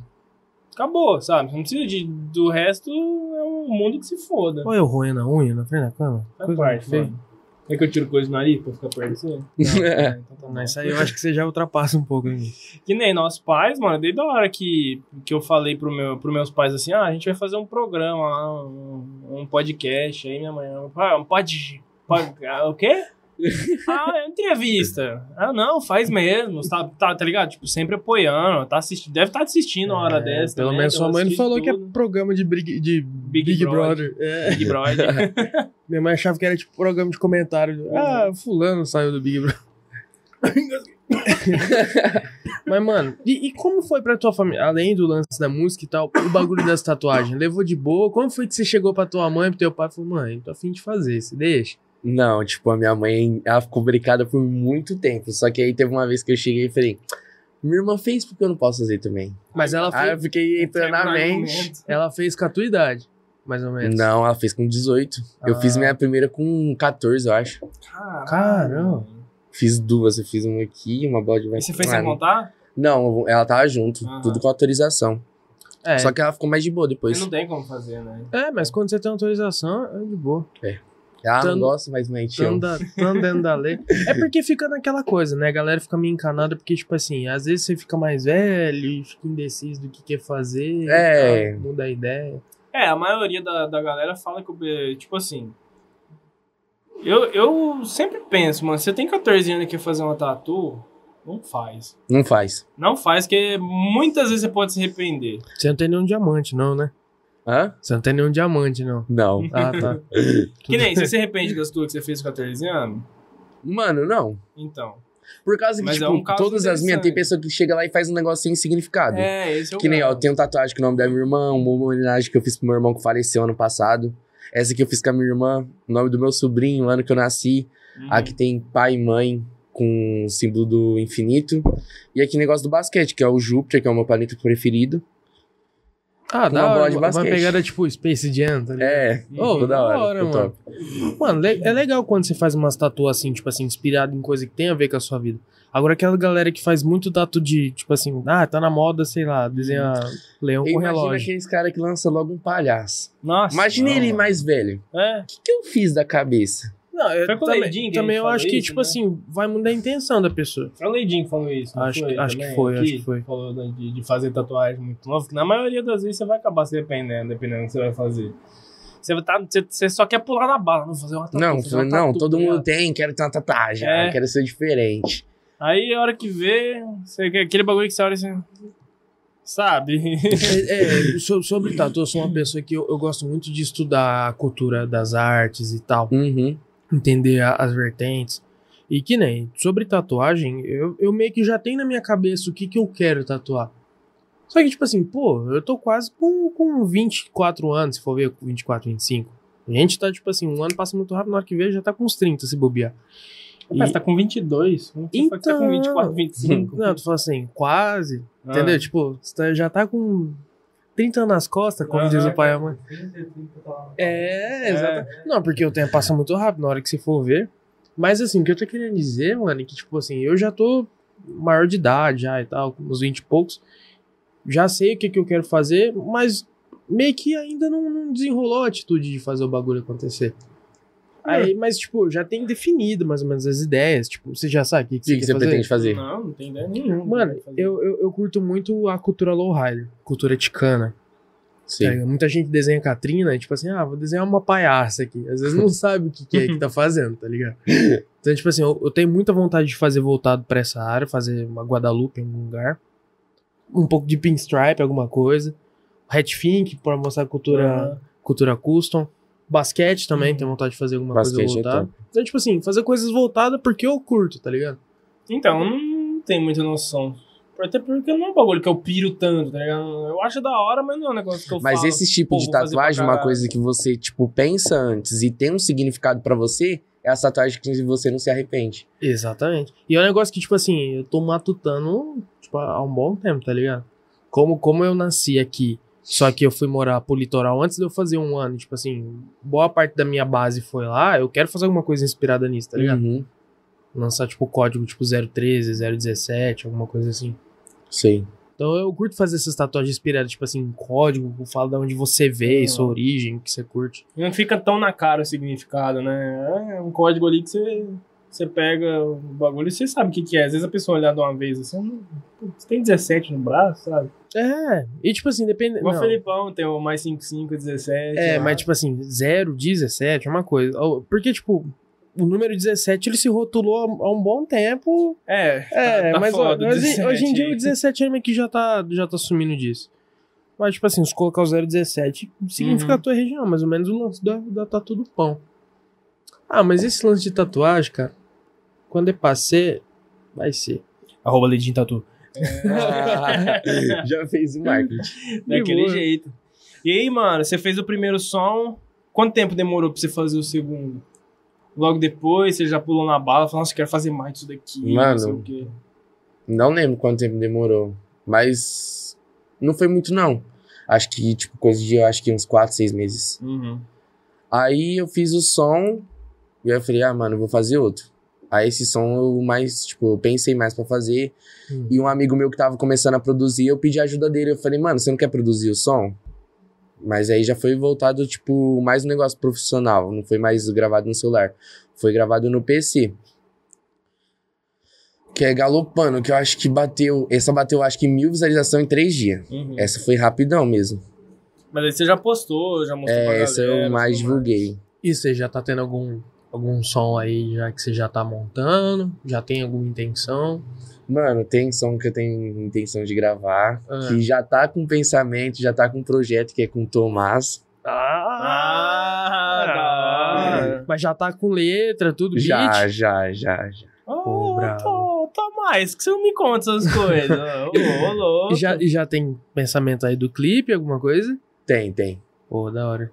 acabou, sabe? Você não precisa de, do resto, é um mundo que se foda.
Olha eu roendo a unha na frente da cama.
Faz parte, mano. É que eu tiro coisa do nariz pra ficar perto de você? <laughs> Não, tá bom, então tá bom.
Mas isso aí eu acho que você já ultrapassa um pouco. Hein?
Que nem nossos pais, mano, desde a hora que, que eu falei pro meu, pros meus pais assim, ah, a gente vai fazer um programa lá, um, um podcast, aí minha mãe, ah, um pod... pod- ah, o <laughs> quê? Ah, é entrevista. Ah, não, faz mesmo, tá, tá, tá ligado? Tipo, sempre apoiando, tá assistindo, deve estar assistindo uma hora
É,
dessa
Pelo
também,
menos
então
sua mãe não
assiste
falou que é
tudo.
programa de Big, de Big, Brother. É.
Big
<laughs>
Brother.
Minha mãe achava que era tipo programa de comentário. Ah, fulano saiu do Big Brother. <laughs> Mas, mano, e, e como foi pra tua família? Além do lance da música e tal, o bagulho das tatuagens, levou de boa? Como foi que você chegou pra tua mãe, pro teu pai e falou, mãe, tô afim de fazer, você deixa?
Não, tipo, a minha mãe, ela ficou brincada por muito tempo. Só que aí teve uma vez que eu cheguei e falei: Minha irmã fez porque eu não posso fazer também.
Mas ela,
Aí
fez,
eu fiquei entrando na mente.
Argumento.
ela fez com a tua idade, mais ou menos.
Não, ela fez com 18. Eu
Ah.
fiz minha primeira com 14, eu acho.
Caramba.
Fiz duas, eu fiz uma aqui e uma bola de
E você fez
Ah,
sem Ah. contar?
Não, ela tava junto,
Aham.
tudo com autorização.
É,
Só que ela ficou mais de boa
Porque
depois.
não tem como fazer, né?
É, mas quando você tem autorização, é de boa.
É. Ah,
Tan-
não gosto, mas mente eu.
Tanda, tanda
<laughs>
lei. É porque fica naquela coisa, né? A galera fica meio encanada, porque, tipo assim, às vezes você fica mais velho e fica indeciso do que quer fazer. e
É.
tal, muda a ideia.
É, a maioria da, da galera fala que, o be- tipo assim. Eu, eu sempre penso, mano, você tem 14 anos e quer fazer uma tatu? Não faz.
Não faz.
Não faz, que muitas vezes você pode se arrepender.
Você não tem nenhum diamante, não, né?
Hã?
Você não tem nenhum diamante, não.
<laughs>
Não.
Ah, tá.
<laughs>
Que nem, você se arrepende das tuas que você fez com 14 anos?
Mano, não.
Então.
Por causa que,
Mas é
tipo,
um caso
todas as minhas, tem
interessante.
pessoa que chega lá e faz um negócio sem significado.
É, esse é o
Que nem, ó,
caso.
eu tenho tatuagem com o nome da minha irmã, uma homenagem que eu fiz pro meu irmão que faleceu ano passado. Essa que eu fiz com a minha irmã, o nome do meu sobrinho, o ano que eu nasci.
Uhum.
A que tem pai e mãe com o símbolo do infinito. E aqui negócio do basquete, que é o Júpiter, que é o meu planeta preferido.
Ah,
Uma
da
bola
hora.
de
Uma
basquete.
pegada tipo Space Jam, tá ligado?
É,
Ô,
ficou da hora,
da hora,
ficou
mano.
top.
Mano, le- é legal quando você faz umas tatu assim, tipo assim, inspirado em coisa que tem a ver com a sua vida. Agora, aquela galera que faz muito tatu de, tipo assim, ah, tá na moda, sei lá, desenha leão com
Imagina
relógio.
aqueles caras que lançam logo um palhaço.
Nossa.
Imagina
não,
ele
mano.
mais velho.
É,
O que, que eu fiz da cabeça?
Não, eu
Foi com o
também,
Leidinho que a
também
gente
eu acho
falou
que,
isso,
tipo
né?
assim, vai mudar a intenção da pessoa.
foi o Leidinho que falou isso. não
Acho
foi
que- acho que
também?
foi, acho que foi.
Falou da- de, de fazer tatuagem muito nova, que na maioria das vezes você vai acabar se arrependendo, dependendo do que você vai fazer. Você, tá, você, você só quer pular na bala, não fazer uma tatu.
não,
fazer uma
não,
tatu,
todo
tá ligado?
mundo tem, quero ter uma tatuagem,
É.
ah, quero ser diferente.
Aí a hora que vê, você, aquele bagulho que você olha assim. Sabe?
É, é, so- sobre tatu, eu sou uma pessoa que eu, eu gosto muito de estudar a cultura das artes e tal.
Uhum.
entender a- as vertentes. E que nem, sobre tatuagem, eu, eu meio que já tenho na minha cabeça o que, que eu quero tatuar. Só que, tipo assim, pô, eu tô quase com, com 24 anos, se for ver, com 24, 25. A gente tá, tipo assim, um ano passa muito rápido, na hora que vê já tá com uns 30, se bobear.
Rapaz, você tá com 22. Como que você fala que você tá com
Então.
24,
E,
25?
não, tu fala assim, quase,
Ah.
entendeu? Tipo, você tá- já tá com 30 anos nas
Ah,
costas, como diz o pai e a mãe. É, exato. Não, porque o tempo passa muito rápido na hora que você for ver. Mas assim, o que eu tô querendo dizer, mano, é que, tipo assim, eu já tô maior de idade já e tal, com uns 20 e poucos. Já sei o que, que eu quero fazer, mas meio que ainda não, não desenrolou a atitude de fazer o bagulho acontecer.
É.
Aí, mas, tipo, já tem definido mais ou menos as ideias. Tipo, você já sabe o que, que
O que,
você,
que
quer
você
fazer?
pretende fazer?
Não, não tem ideia nenhuma.
Mano, eu, eu, eu curto muito a cultura lowrider, cultura ticana.
Sim.
Tá ligado? muita gente desenha Katrina e tipo assim, ah, vou desenhar uma palhaça aqui. Às vezes não
<laughs>
sabe o que, que é que tá fazendo, tá ligado? Então, tipo assim, eu, eu tenho muita vontade de fazer voltado pra essa área, fazer uma Guadalupe em algum lugar. Um pouco de pinstripe, alguma coisa. Hatfink, pra mostrar
Ah.
cultura, cultura custom. Basquete também, tenho vontade de fazer alguma
Uhum. Basquete
coisa
é
voltada. então, tipo assim, fazer coisas voltadas porque eu curto, tá ligado?
Então, eu não tenho muita noção. Até porque não é um bagulho que eu piro tanto, tá ligado? Eu acho da hora, mas não é um negócio que eu
Mas
falo.
esse tipo
pô,
de
vou fazer pra
tatuagem, uma
caralho.
coisa que você, tipo, pensa antes e tem um significado pra você, é a tatuagem que você não se arrepende.
Exatamente. E é um negócio que, tipo assim, eu tô matutando tipo, há um bom tempo, tá ligado? Como, como eu nasci aqui, só que eu fui morar pro litoral antes de eu fazer um ano, tipo assim, boa parte da minha base foi lá, eu quero fazer alguma coisa inspirada nisso, tá ligado?
Uhum.
Lançar, tipo, código tipo 013, 017, alguma coisa assim.
Sim.
Então eu curto fazer essas tatuagens inspiradas, tipo assim, em código, eu falo de onde você veio,
Hum.
sua origem, o que você curte.
Não fica tão na cara o significado, né? É um código ali que você, você pega o bagulho e você sabe o que, que é. Às vezes a pessoa olhar de uma vez assim, "Hum, pô, você tem 17 no braço, sabe?
É, e tipo assim, depende.
Igual o
não.
Felipão tem o mais 55, 17.
É,
lá.
mas tipo assim, 0, 17 é uma coisa. Ou- Porque, tipo, o número 17 ele se rotulou há- há um bom tempo.
É,
É,
tá
mas, ó,
foda,
mas hoje-
17.
hoje em dia o 17 é meio que já tá, já tá sumindo disso. Mas, tipo assim, se colocar o 017, significa
Uhum.
a tua região, mais ou menos o lance da, da tatu do pão. Ah, mas esse lance de tatuagem, cara, quando é pra ser, vai ser. Arroba Ledinho Tatu.
<laughs> já fez o marketing.
<laughs> Daquele
boa.
jeito. E aí, mano, você fez o primeiro som. Quanto tempo demorou pra você fazer o segundo? Logo depois, você já pulou na bala, falou, nossa, eu quero fazer mais disso daqui.
Mano.
não sei o quê.
Não lembro quanto tempo demorou, mas não foi muito, não. Acho que, tipo, coisa de, eu acho que uns 4, 6 meses.
Uhum.
Aí eu fiz o som e aí eu falei, ah, mano, eu vou fazer outro. Aí esse som eu mais, tipo, eu pensei mais pra fazer.
Hum.
E um amigo meu que tava começando a produzir, eu pedi a ajuda dele. Eu falei, mano, você não quer produzir o som? Mas aí já foi voltado, tipo, mais um negócio profissional. Não foi mais gravado no celular. Foi gravado no PC. Que é galopando, que eu acho que bateu. Essa bateu, acho que mil visualizações em três dias.
É,
Uhum.
Essa foi rapidão mesmo.
Mas aí você já postou, já mostrou pra
É,
galera.
essa eu mais
tudo mais.
divulguei.
E você já tá tendo algum, algum som aí, já que você já tá montando? Já tem alguma intenção?
Mano, tem som que eu tenho intenção de gravar.
Ah.
Que já tá com pensamento, já tá com projeto, que é com o Tomás.
Ah, da hora.
Mas já tá com letra, tudo beat?
Ah, Já, já, já, já.
Pô,
Ô,
bravo.
Tó- Tomás, que você não me conta essas coisas.
<laughs>
Ô, ô, louco.
E já, e já tem pensamento aí do clipe, alguma coisa?
Tem, tem.
Pô, da hora.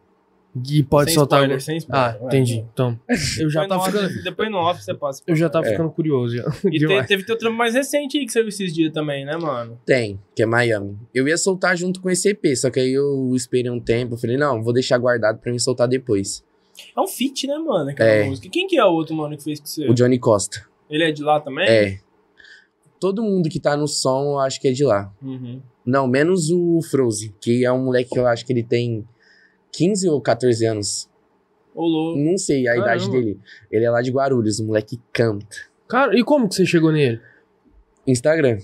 E pode
Sem
soltar
spoiler,
algum-
sem spoiler.
Ah,
vai.
entendi. Então, eu
Depois
já
no
tava
off-
ficando,
Depois no off você passa.
eu já tava
É.
ficando curioso. já.
E te-
demais.
teve teu trampo mais recente aí que você viu esses dias também, né, mano?
Tem, que é Miami. Eu ia soltar junto com esse EP, só que aí eu esperei um tempo. eu Falei, não, vou deixar guardado pra mim soltar depois.
É um feat, né, mano? Aquela
É.
música. Quem que é o outro, mano, que fez com você?
O Johnny Costa.
Ele é de lá também?
É. Todo mundo que tá no som, eu acho que é de lá.
Uhum.
Não, menos o Frozen, que é um moleque que eu acho que ele tem 15 ou 14 anos.
Ô, louco.
Não sei a idade
Caramba.
dele. Ele é lá de Guarulhos, o moleque canta.
Cara, e como que você chegou nele?
Instagram.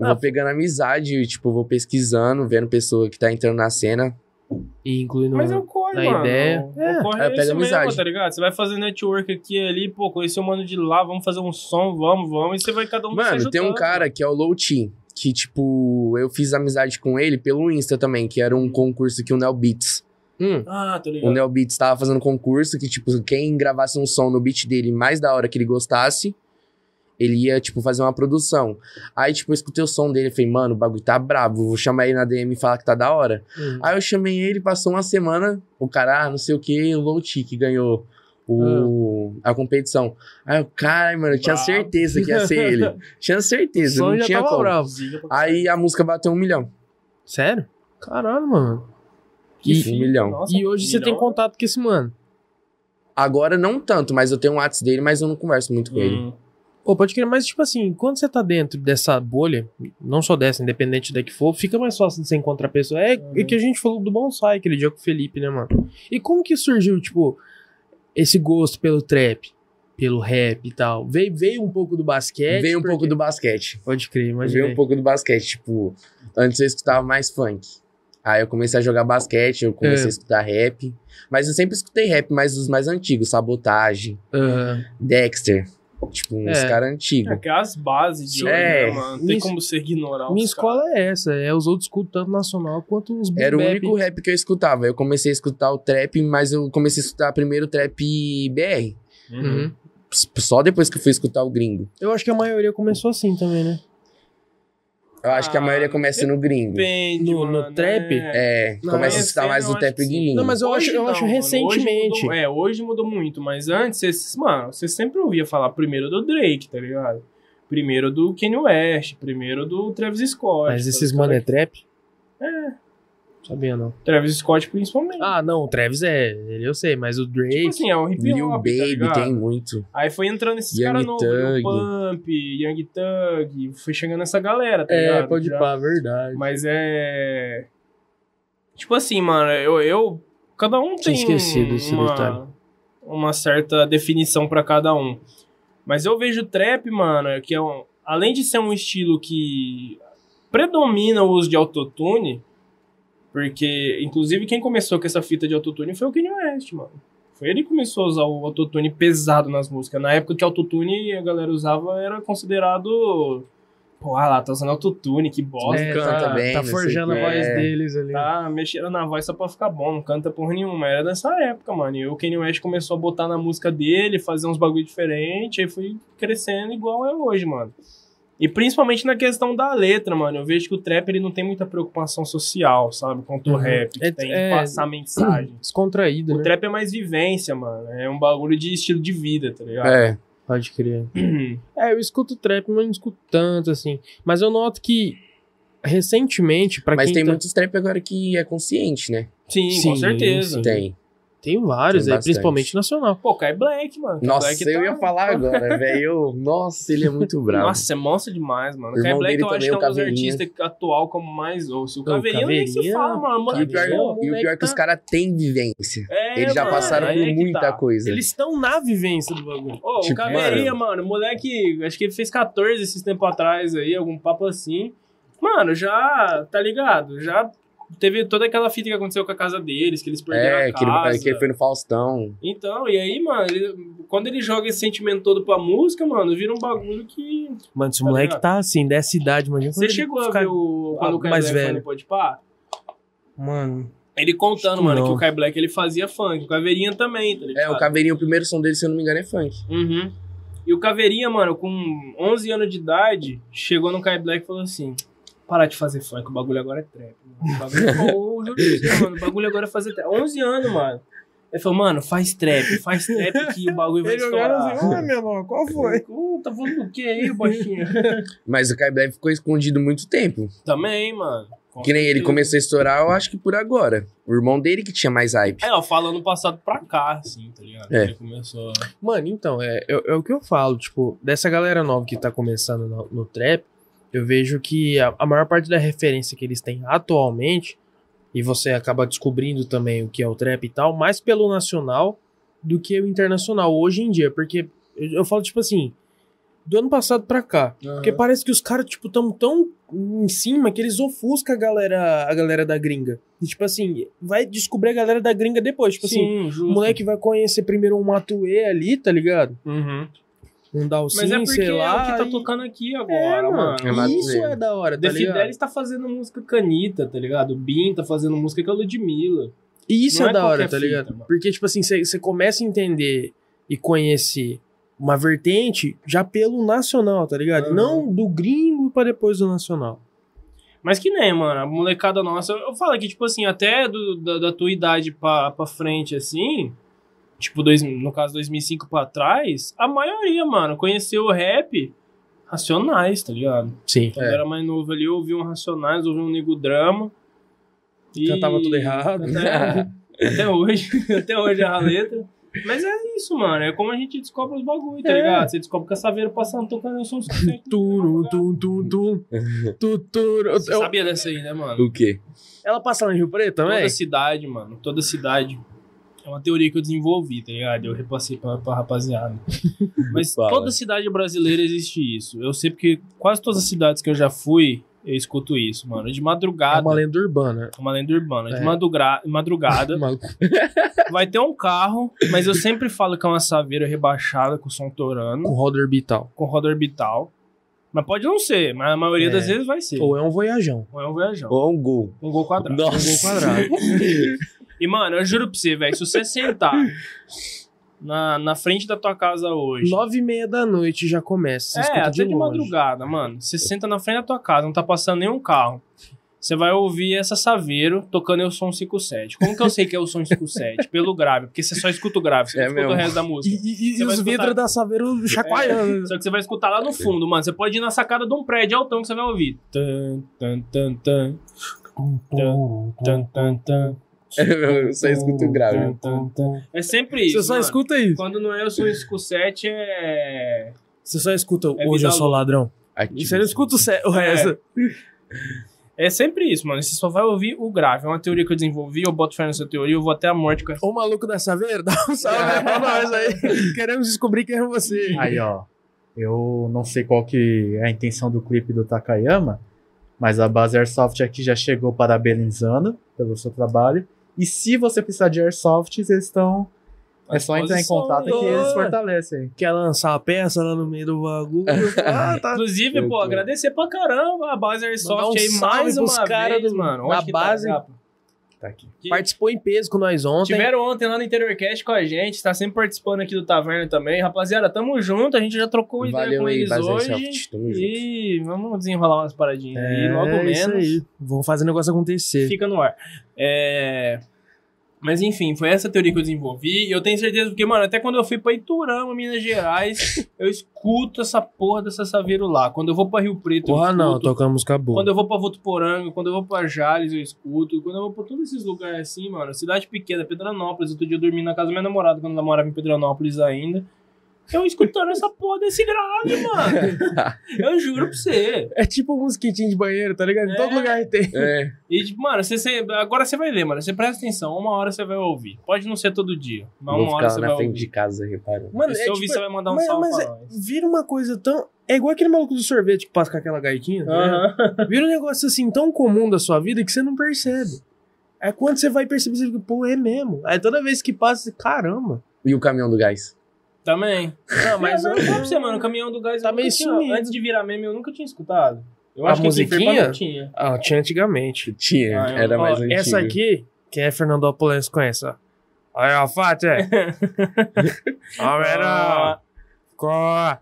Ah.
Vou pegando amizade, e, tipo, vou pesquisando, vendo pessoa que tá entrando na cena.
E incluindo um-
Mas é o corre,
na
mano.
ideia. É.
O corre
Aí
é,
pega
isso mesmo,
amizade.
tá ligado? Você vai fazer network aqui e ali, pô, conhecer o mano de lá, vamos fazer um som, vamos, vamos. E você vai cada um se
Mano, tem um
ajudando.
cara que é o Loutin, que, tipo, eu fiz amizade com ele pelo Insta também, que era um concurso que o Neo Beats.
Hum,
Ah, tô ligado.
O Neo Beats tava fazendo concurso que, tipo, quem gravasse um som no beat dele mais da hora que ele gostasse, ele ia, tipo, fazer uma produção. Aí, tipo, eu escutei o som dele e falei, mano, o bagulho tá brabo, vou chamar ele na DM e falar que tá da hora.
hum.
Aí eu chamei ele, passou uma semana, o cara, ah, não sei o que, o Louti que ganhou o,
Ah.
a competição. Aí eu, caralho, mano, eu tinha
Bravo.
certeza que ia ser
<laughs>
ele. Tinha certeza,
Sonho
não
já
tinha
tava
como.
bravo.
Ziga pra caralho.
Aí a música bateu um milhão.
Sério? Caralho, mano.
um
E,
milhão.
Nossa, um
e hoje você
milhão.
tem contato com esse mano.
Agora não tanto, mas eu tenho um WhatsApp dele, mas eu não converso muito com ele.
Hum.
Pô, pode crer, mas tipo assim, quando você tá dentro dessa bolha, não só dessa, independente da que for, fica mais fácil de você encontrar a pessoa. É,
Uhum.
é que a gente falou do bonsai aquele dia com o Felipe, né, mano? E como que surgiu, tipo, esse gosto pelo trap, pelo rap e tal? Veio, veio um pouco do basquete?
Veio um
porque-
pouco do basquete.
Pode crer, imagina.
Veio um pouco do basquete. Tipo, antes eu escutava mais funk. Aí eu comecei a jogar basquete, eu comecei
É.
a escutar rap. Mas eu sempre escutei rap, mas os mais antigos, Sabotagem, Dexter. Tipo, uns
É.
caras antigos.
É que as bases de
Sim.
hoje, né,
É.
mano? Não tem
Minha
como você ignorar
Minha
os
escola é essa, é os outros cultos, tanto nacional quanto
É,
os boom
Era o
bap.
único rap que eu escutava. Eu comecei a escutar o trap, mas eu comecei a escutar primeiro o trap BR.
caras. Uhum.
Uhum.
S- Só depois que eu fui escutar o gringo.
Eu acho que a maioria começou assim também, né?
Eu acho que a
Ah,
maioria começa no gringo.
Depende,
No- no
mano,
trap?
é.
É,
Não,
começa a
esse
escutar mais
eu
o
acho
trap
que sim.
gringo.
Não, mas eu
Hoje
acho, eu
não,
acho
mano.
recentemente.
Hoje mudou, é, hoje mudou muito, mas antes, esses, mano, você sempre ouvia falar primeiro do Drake, tá ligado? Primeiro do Kanye West, primeiro do Travis Scott.
Mas
tá
esses
ligado?
mano é trap?
É.
Sabia não.
Travis Scott principalmente.
Ah, não, o Travis é, ele eu sei, mas o Drake.
tipo assim, é um hip
Lil
hop, tá
Baby
ligado?
tem muito.
Aí foi entrando esses
Young
caras novos,
Thug.
Lil Pump, Young Thug, foi chegando essa galera, tá
é,
ligado?
pode
Já-
pá, verdade.
Mas é. Tipo assim, mano, eu. eu cada um tem.
Tinha esquecido esse detalhe.
uma, uma certa definição pra cada um. Mas eu vejo trap, mano, que é um. Além de ser um estilo que predomina o uso de autotune, porque, inclusive, quem começou com essa fita de autotune foi o Kanye West, mano. Foi ele que começou a usar o autotune pesado nas músicas. Na época que autotune a galera usava, era considerado. Pô, ah lá, tá usando autotune, que bosta.
É, canta
tá,
bem,
tá
não sei
forjando a
o quê.
voz
É.
deles ali.
Tá mexendo na voz só pra ficar bom, não canta porra nenhuma. Era dessa época, mano. E o Kanye West começou a botar na música dele, fazer uns bagulho diferente, aí foi crescendo igual é hoje, mano. E principalmente na questão da letra, mano. Eu vejo que o trap ele não tem muita preocupação social, sabe? Quanto o
Uhum.
rap, que
É,
tem
é-
de passar
<clears throat>
mensagem.
Descontraído,
O
né?
trap é mais vivência, mano. É um bagulho de estilo de vida, tá ligado?
É.
Pode
<clears throat>
crer. É, eu escuto trap, mas não escuto tanto assim. Mas eu noto que recentemente, pra
Mas
quem
tem
tá-
muitos trap agora que é consciente, né?
Sim,
Sim,
com certeza.
sim.
Tem.
Tem vários
Tem
aí,
bastante.
principalmente nacional.
Pô, Kai Black, mano. Kai
Nossa,
Black
eu
tá-
ia falar
<laughs>
agora, velho. Nossa, ele é muito bravo.
Nossa, é monstro demais, mano.
O
Kai
irmão
Black
dele
eu acho que
também,
é
o
um dos
Caveirinha.
artistas atual como mais ouço. O
Não, o
Caveirinha nem se
Caveirinha-
fala, mano.
e o
Mano,
pior,
Caveirinha,
e o pior é que os caras têm vivência.
tá- É,
Eles já
mano,
passaram
aí
por
é que
muita
tá.
coisa.
Eles estão na vivência do bagulho.
Ô, o
Tipo,
Caveirinha, mano, moleque, acho que ele fez 14 esses tempos atrás aí, algum papo assim. Mano, já, tá ligado? Já teve toda aquela fita que aconteceu com a casa deles, que eles perderam
É,
a
que ele,
casa.
que ele foi no Faustão.
Então, e aí, mano, ele- quando ele joga esse sentimento todo pra música, mano, vira um bagulho que...
Mano, esse
Tá
moleque
ligado?
tá assim, dessa idade, imagina. quando
Você
ele
chegou a
ficar-
ver o, quando o Kai
mais
Black foi
velho.
no Podpah?
Mano,
Ele
Acho
contando,
que
mano,
não.
que o Kai Black ele fazia funk. O Caveirinha também, tá
É,
ligado?
o Caveirinho, o primeiro som dele, se eu não me engano, é funk.
Uhum. E o Caveirinha, mano, com 11 anos de idade, chegou no Kai Black e falou assim: Parar de fazer funk, o bagulho agora é trap. Mano. O
<laughs>
bagulho, Pô, eu juro pra você, mano, o bagulho agora é fazer trap. 11 anos, mano. Ele falou, mano, faz trap, faz trap que o bagulho vai estourar.
assim,
assim, "Ah,
meu irmão, qual
Uh, tá falando do que aí, baixinho?
<laughs> Mas o Kai Black ficou escondido muito tempo.
Também, mano. Com
que nem ele
certeza.
começou a estourar, eu acho que por agora. O irmão dele que tinha mais hype.
É, ó, falando passado pra cá, assim, tá ligado?
É.
Ele começou.
Mano, então, é, é, é o que eu falo, tipo, dessa galera nova que tá começando no, no trap, eu vejo que a, a maior parte da referência que eles têm atualmente, e você acaba descobrindo também o que é o trap e tal, mais pelo nacional do que o internacional hoje em dia, porque eu, eu falo, tipo assim, do ano passado pra cá, Porque parece que os caras, tipo, tão tão em cima que eles ofuscam a galera, a galera da gringa. E, tipo assim, vai descobrir a galera da gringa depois. Tipo assim,
Sim,
o
justo.
moleque vai conhecer primeiro um Matuê ali, tá ligado?
Uhum.
Um
Mas é
Dalcin,
porque
sei lá.
é o que tá
e-
tocando aqui
É,
agora,
mano.
mano.
É Matuê.
Isso é da hora, tá
The
ligado?
Fidelis tá fazendo música canita, tá ligado? O Bin tá fazendo música com a Ludmilla.
E isso
Não
é,
é
da hora,
qualquer
tá ligado?
fita, mano.
Porque, tipo assim, você começa a entender e conhecer uma vertente já pelo nacional, tá ligado?
Aham.
Não do gringo pra depois do nacional.
Mas que nem, mano, a molecada nossa. Eu falo que, tipo assim, até do- da, da tua idade pra, pra frente, assim. Tipo, dois, no caso, 2005 pra trás. A maioria, mano, conheceu o rap Racionais, tá ligado?
Sim.
Quando eu era mais novo ali, eu ouvi um Racionais, ouvi um Nego Drama. E...
Cantava
<laughs>
tudo errado.
Até, até hoje. <laughs> Até hoje é a letra. Mas é isso, mano. É como a gente descobre os bagulho, tá
É.
ligado? Você descobre o Cassaveiro passando, tocando
<laughs>
um som suspeito.
Turu, tum, tum, tum. Tu, turu.
Você
Eu-
sabia dessa aí, né, mano?
<laughs> O quê?
Ela passa lá em Rio Preto também?
Toda cidade, mano. Toda cidade. É uma teoria que eu desenvolvi, tá ligado? Eu repassei pra, pra
<laughs>
rapaziada. Mas
Fala.
toda cidade brasileira existe isso. Eu sei porque quase todas as cidades que eu já fui, eu escuto isso, mano. De
É
madrugada.
uma lenda urbana.
uma lenda urbana. De
É.
madrugra- madrugada.
Maluco.
Vai ter um carro, mas eu sempre falo que é uma saveira rebaixada com som torando,
Com roda orbital.
com roda orbital. Mas pode não ser, mas a maioria
É.
das vezes vai ser.
Ou é um voyajão.
Ou é um viajão.
Ou um gol.
Um gol quadrado.
Nossa.
quadrado.
E, mano, eu juro pra você, velho, se você sentar na, na frente da tua casa hoje.
Nove e meia da noite já começa. Você
é,
escuta
até
de
de,
longe.
madrugada, mano. Você senta na frente da tua casa, não tá passando nenhum carro. Você vai ouvir essa Saveiro tocando Eu Som 57. Como que eu sei que é o Som 57? Pelo grave, porque você só escuta o grave, você
É
não escuta o
mesmo.
resto da música.
E, e- e
Você vai
os
escutar. É.
vidros da Saveiro chacoalhando.
Só que você vai escutar lá no fundo, mano. Você pode ir na sacada de um prédio altão que você vai ouvir. Tan, tan, tan, tan, tan, tan, tan,
<laughs> Eu só escuto o grave.
É sempre isso.
Você só
mano.
escuta isso.
Quando não é eu sou o 7, é.
Você só escuta
É
Hoje
vida
eu sou ladrão.
Aqui.
Você não escuta o ce- o resto.
É sempre isso, mano. Você só vai ouvir o grave. É uma teoria que eu desenvolvi, eu boto fé nessa teoria, eu vou até a morte com essa.
Ô maluco da Saveiro, dá um salve aí pra
É.
nós aí.
<laughs>
Queremos descobrir quem é você.
Aí, ó. Eu não sei qual que é a intenção do clipe do Takayama, mas a base Airsoft aqui já chegou parabenizando pelo seu trabalho. E se você precisar de Airsoft, eles estão. É só entrar em
disposição,
contato que
hein?
eles fortalecem.
<laughs> Quer lançar a peça lá no meio do bagulho?
É.
Ah, tá
Inclusive,
Eu
pô,
tô-
agradecer pra caramba a Base
Mandar um
Airsoft aí
salve
mais
pros
uma
cara
vez,
do-
mano.
da
Onde que tá a
base.
capa?
Tá aqui.
Que-
Participou em peso com nós ontem.
Tiveram ontem lá no Interiorcast com a gente, tá sempre participando aqui do Taverna também. Rapaziada, tamo junto, a gente já trocou uma ideia
Valeu
com
aí,
eles
Basil
hoje.
Shaft. Tamo junto.
E vamos desenrolar umas paradinhas aí, logo
É, isso
menos.
aí. Vamos fazer o negócio acontecer.
Fica no ar. É, Mas enfim, foi essa teoria que eu desenvolvi. E eu tenho certeza, porque, mano, até quando eu fui pra Iturama, Minas Gerais, <laughs> eu escuto essa porra dessa Saveiro lá. Quando eu vou pra Rio Preto, eu
Porra,
escuto.
não, tocando música boa.
Quando eu vou pra Votuporanga, quando eu vou pra Jales, eu escuto. Quando eu vou pra todos esses lugares assim, mano, cidade pequena, Pedranópolis. Outro dia eu dormi na casa da minha namorada, quando ela morava em Pedranópolis ainda. Eu escutando essa porra desse grave, mano.
<laughs>
Eu juro pra você.
É tipo mosquitinho de banheiro, tá ligado? Em
É.
todo lugar tem.
É.
E, tipo, mano, você, você- agora você vai ler, mano. Você presta atenção, uma hora você vai ouvir. Pode não ser todo dia, mas
Vou
uma hora
ficar
você
lá
vai
na frente
ouvir.
de casa reparando.
Mano,
E se
é
eu ouvir,
tipo-
você vai mandar um
mas-
salve
mas
pra
é-
nós.
Vira uma coisa tão. É igual aquele maluco do sorvete que passa com aquela gaitinha. tá ligado?
Aham. <laughs>
Vira um negócio assim tão comum da sua vida que você não percebe. Aí quando você vai perceber, você fica, pô, é mesmo. Aí toda vez que passa, você, caramba.
E o caminhão do gás?
Também.
Não, mas
é,
eu-
não, pra você, mano, o caminhão do gás eu
Tá
nunca
meio
tinha-
sumido.
Antes de virar meme, eu nunca tinha escutado. Eu
A
acho que aqui em Firpa
musiquinha?
não tinha.
Ah, tinha antigamente.
Tinha,
Ah, eu-
era mais
Ó,
antigo.
Essa aqui, que é Fernando Apolense conhece, ó. Aí, ó, Fátio. Homem, Có.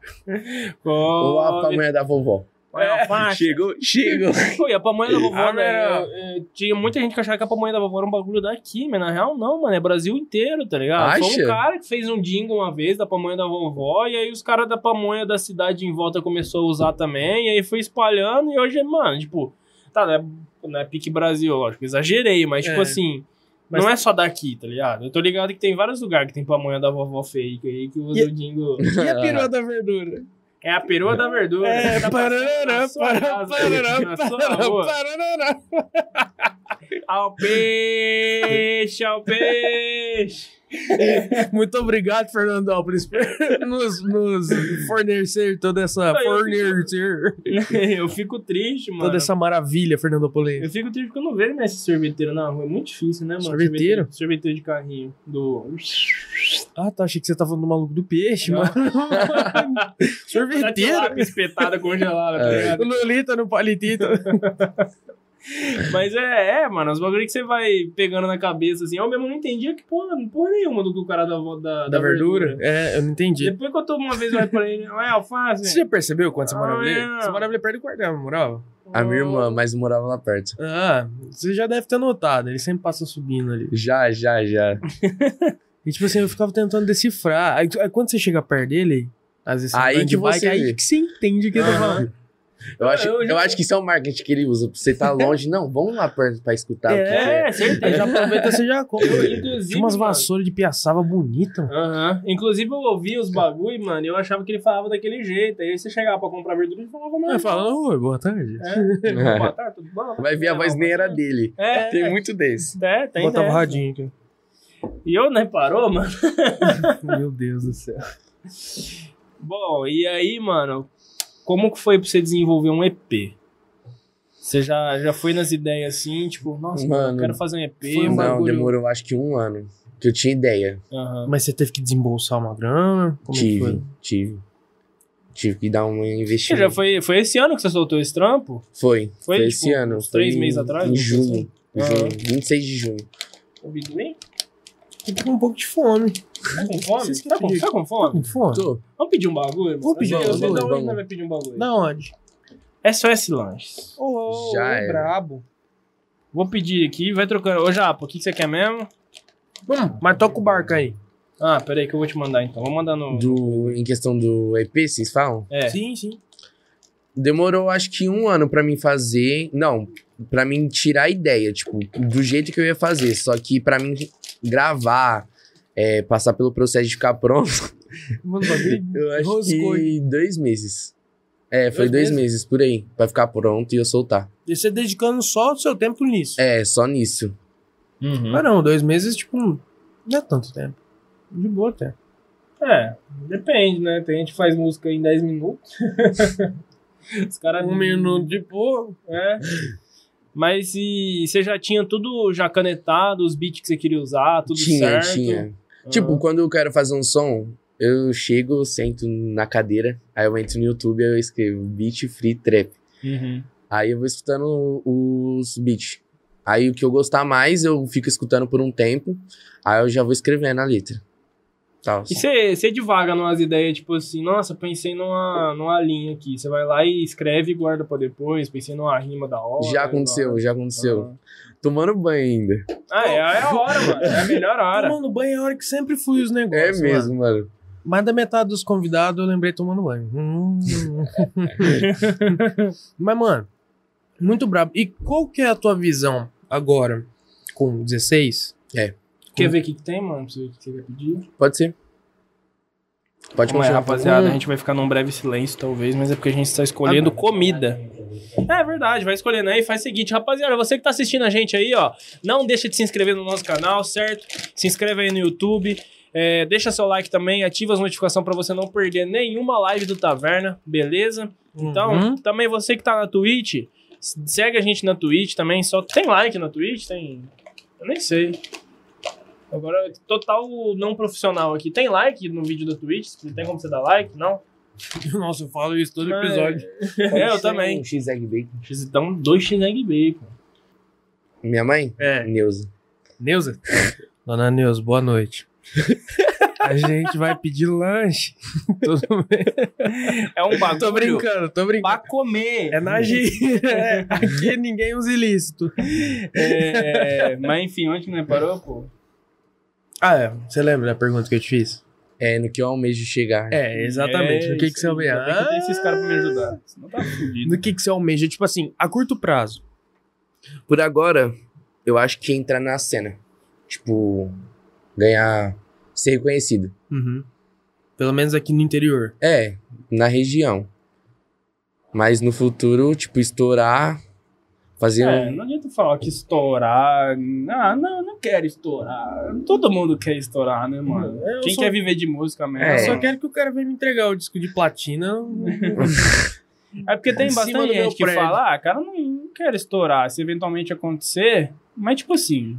Ou a
Ó,
pamonha da vovó.
Olha,
<laughs>
Fátio.
Chegou, chegou.
Pô, e a pamonha da vovó,
<laughs> Ah,
né?
não.
Eu- eu- Tinha muita gente que achava que a pamonha da vovó era um bagulho daqui, mas na real não, mano. É Brasil inteiro, tá ligado? Foi
Acha?
um cara que fez um jingle uma vez da pamonha da vovó, e aí os caras da pamonha da cidade em volta começou a usar também, e aí foi espalhando, e hoje, é, mano, tipo, tá, não é, não é pique Brasil, lógico, exagerei, mas tipo
É.
assim.
Mas-
Não é só daqui, tá ligado? Eu tô ligado que tem vários lugares que tem pamonha da vovó fake aí que usa
E-
o jingle.
E a peruca da verdura?
É a perua da verdura.
É,
Tá
parará,
passando na sua
parará,
casa, na
parará,
sua
parará,
rua.
parará.
Ao peixe, ao peixe. <laughs>
Muito obrigado, Fernando Alves, por nos, nos fornecer toda essa.
Não, eu-
Fornecer.
Eu fico triste, mano.
Toda essa maravilha, Fernando Apolense.
Eu fico triste porque eu não vejo mais esse sorveteiro na rua. É muito difícil, né, mano?
Sorveteiro?
Sorveteiro, sorveteiro de carrinho. Do.
Ah, tá. Achei que você tava falando do maluco do peixe,
Não. <laughs>
mano.
Da tilápia
Sorveteiro?
Tá espetada congelada, tá
É.
ligado?
O Lolita no palitito.
Mas é, é, mano, os bagulho que você vai pegando na cabeça, assim. Eu mesmo não entendia que porra, porra nenhuma do que o cara da, vo- da,
Da verdura? É, eu não entendi.
Depois que eu tomo uma vez mais pra ele, é alface.
Você já percebeu quando você
Ah,
morava ali?
é.
Você morava ali perto do quartel, não morava?
A minha irmã, mas morava lá perto.
Ah, você já deve ter notado. Ele sempre passa subindo ali.
Já, já, já.
E tipo assim, eu ficava tentando decifrar. Aí, aí quando você chega perto dele, às vezes você
Aí
anda de
que você vê.
aí que você entende o que ele tá
Aham.
falando.
Eu acho,
eu
eu,
já-
acho que isso é o marketing que ele usa. pra Você tá longe, não, vamos lá perto pra escutar o que que é.
É,
Aí
certeza.
já aproveita você já compra.
Inclusive,
Tinha umas
mano,
vassouras de piaçava bonita, mano.
Aham. Inclusive, eu ouvia os bagulho, mano, e eu achava que ele falava daquele jeito. Aí você chegava pra comprar verdura e falava, não.
Aí É, fala, oi, boa tarde.
<laughs>
É, boa tarde, tudo bom?
Vai ver a voz nem era dele.
É,
Tem muito desse.
é, tem
um- Botava o
dessa.
radinho aqui.
E eu não parou, mano.
<laughs> Meu Deus do céu.
Bom, e aí, mano, como que foi pra você desenvolver um EP? Você já, já foi nas ideias assim, tipo, nossa, mano,
Mano,
eu quero fazer um EP,
foi um
um
não,
bagulho.
demorou acho que um ano. Que eu tinha ideia.
Aham.
Mas você teve que desembolsar uma grana? Como é que
tive,
foi?
tive. Tive que dar uma
Você Já
investimento.
foi, foi esse ano que você soltou esse trampo?
Foi, foi,
tipo,
esse ano.
uns
foi
três
em-
meses atrás,
Em
alguma coisa
junho.
assim?
junho 26 de junho.
O Biduim?
Tô com um pouco de fome.
Tá com fome?
Vocês que
Tá com,
pedir.
tá com fome?
Com fome?
Tô.
Vamos pedir um bagulho?
Vou pedir
um
um
bagulho. Eu sei de
bagulho,
onde
vamos.
nós vai pedir um bagulho.
Da onde?
SOS Lanches.
Ô,
Já
ô,
era.
brabo.
Vou pedir aqui, vai trocando. Ô, Japa, o que, que você quer mesmo?
Vamos, mas toca o barco aí.
Ah, peraí que eu vou te mandar então. Vou mandar no...
Do, em questão do EP, vocês falam?
É.
Sim, sim.
Demorou acho que um ano pra mim fazer. Não, pra mim tirar a ideia, tipo, do jeito que eu ia fazer. Só que pra mim gravar, é, passar pelo processo de ficar pronto, <laughs>
Mano, o bagulho
eu acho
roscou.
que dois meses. É, foi
Dois
dois, meses? por aí, pra ficar pronto e eu soltar.
E você dedicando só o seu tempo nisso.
É, só nisso.
Uhum.
Mas não, dois meses, tipo, não é tanto tempo. De boa até.
É, depende, né? Tem gente que faz música em 10 minutos. <laughs> Os caras...
de boa.
É. Mas e você já tinha tudo já canetado, os beats que você queria usar, tudo
tinha,
certo?
tinha.
Ah,
Tipo, quando eu quero fazer um som, eu chego, sento na cadeira, aí eu entro no YouTube e eu escrevo Beat Free Trap.
uhum.
Aí eu vou escutando os beats. Aí o que eu gostar mais, eu fico escutando por um tempo. Aí eu já vou escrevendo a letra. Tal.
E você você divaga numas ideias, tipo assim, nossa, pensei numa, numa linha aqui. Você vai lá e escreve e guarda pra depois, pensei numa rima da hora. né,
Já aconteceu, já aconteceu. Tomando banho ainda.
Ah, é, é a hora, mano. É a melhor hora.
Tomando banho é a hora que sempre fui os
É
negócios. mano.
mesmo, mano.
Mais da metade dos convidados eu lembrei tomando banho. Hum. <laughs> Mas, mano, muito brabo. E qual que é a tua visão agora, com 16?
Quer ver o que, que tem, mano? Pra você ver o que você quer pedir.
Pode ser. Pode
Como é,
continuar.
rapaziada, a gente vai ficar num breve silêncio, talvez, mas é porque a gente tá escolhendo comida. É verdade, vai escolhendo aí. Faz o seguinte, rapaziada, você que tá assistindo a gente aí, ó, não deixa de se inscrever no nosso canal, certo? Se inscreve aí no YouTube. é, deixa seu like também, ativa as notificações pra você não perder nenhuma live do Taverna, beleza? Então,
Uhum.
também você que tá na Twitch, s- segue a gente na Twitch também. Só tem like na Twitch, tem. Eu nem sei. Agora, total não profissional aqui. Tem like no vídeo da Twitch? Tem como você dar like? Não? <laughs>
Nossa, eu falo isso todo
Ah,
episódio.
É, eu também.
Um X-Egg Bacon.
Então, dois X-Egg Bacon.
Minha mãe?
É.
Neuza.
Neuza? Dona Neuza, boa <laughs> noite. A gente vai pedir <laughs> lanche. Tudo bem?
<laughs> É um bagulho.
Tô brincando, tô brincando.
Pra comer.
É na gíria. É, Aqui ninguém usa ilícito.
É, mas enfim, onde que não parou, pô?
Ah, é. Você lembra da pergunta que eu te fiz?
É, no que eu almejo chegar.
É, exatamente.
<laughs> É
no que,
isso
que você
aí,
almeja?
ainda bem que tem esses caras pra me ajudar. Senão tá fudido.
No que, que você almeja? Tipo assim, a curto prazo.
Por agora, eu acho que entrar na cena. Tipo, ganhar. ser reconhecido.
Uhum. Pelo menos aqui no interior.
É, na região. Mas no futuro, tipo, estourar. Fazer
É,
um.
não adianta falar que estourar. Ah, não, não quero estourar. Todo mundo quer estourar, né, mano?
Uhum. É, Eu
Quem
sou-
quer viver de música mesmo?
É.
Eu só quero que o cara venha me entregar o disco de platina.
É porque tem
Em cima
bastante
do meu
gente que
prédio.
fala, ah, cara, não, não quero estourar. Se eventualmente acontecer, mas tipo assim,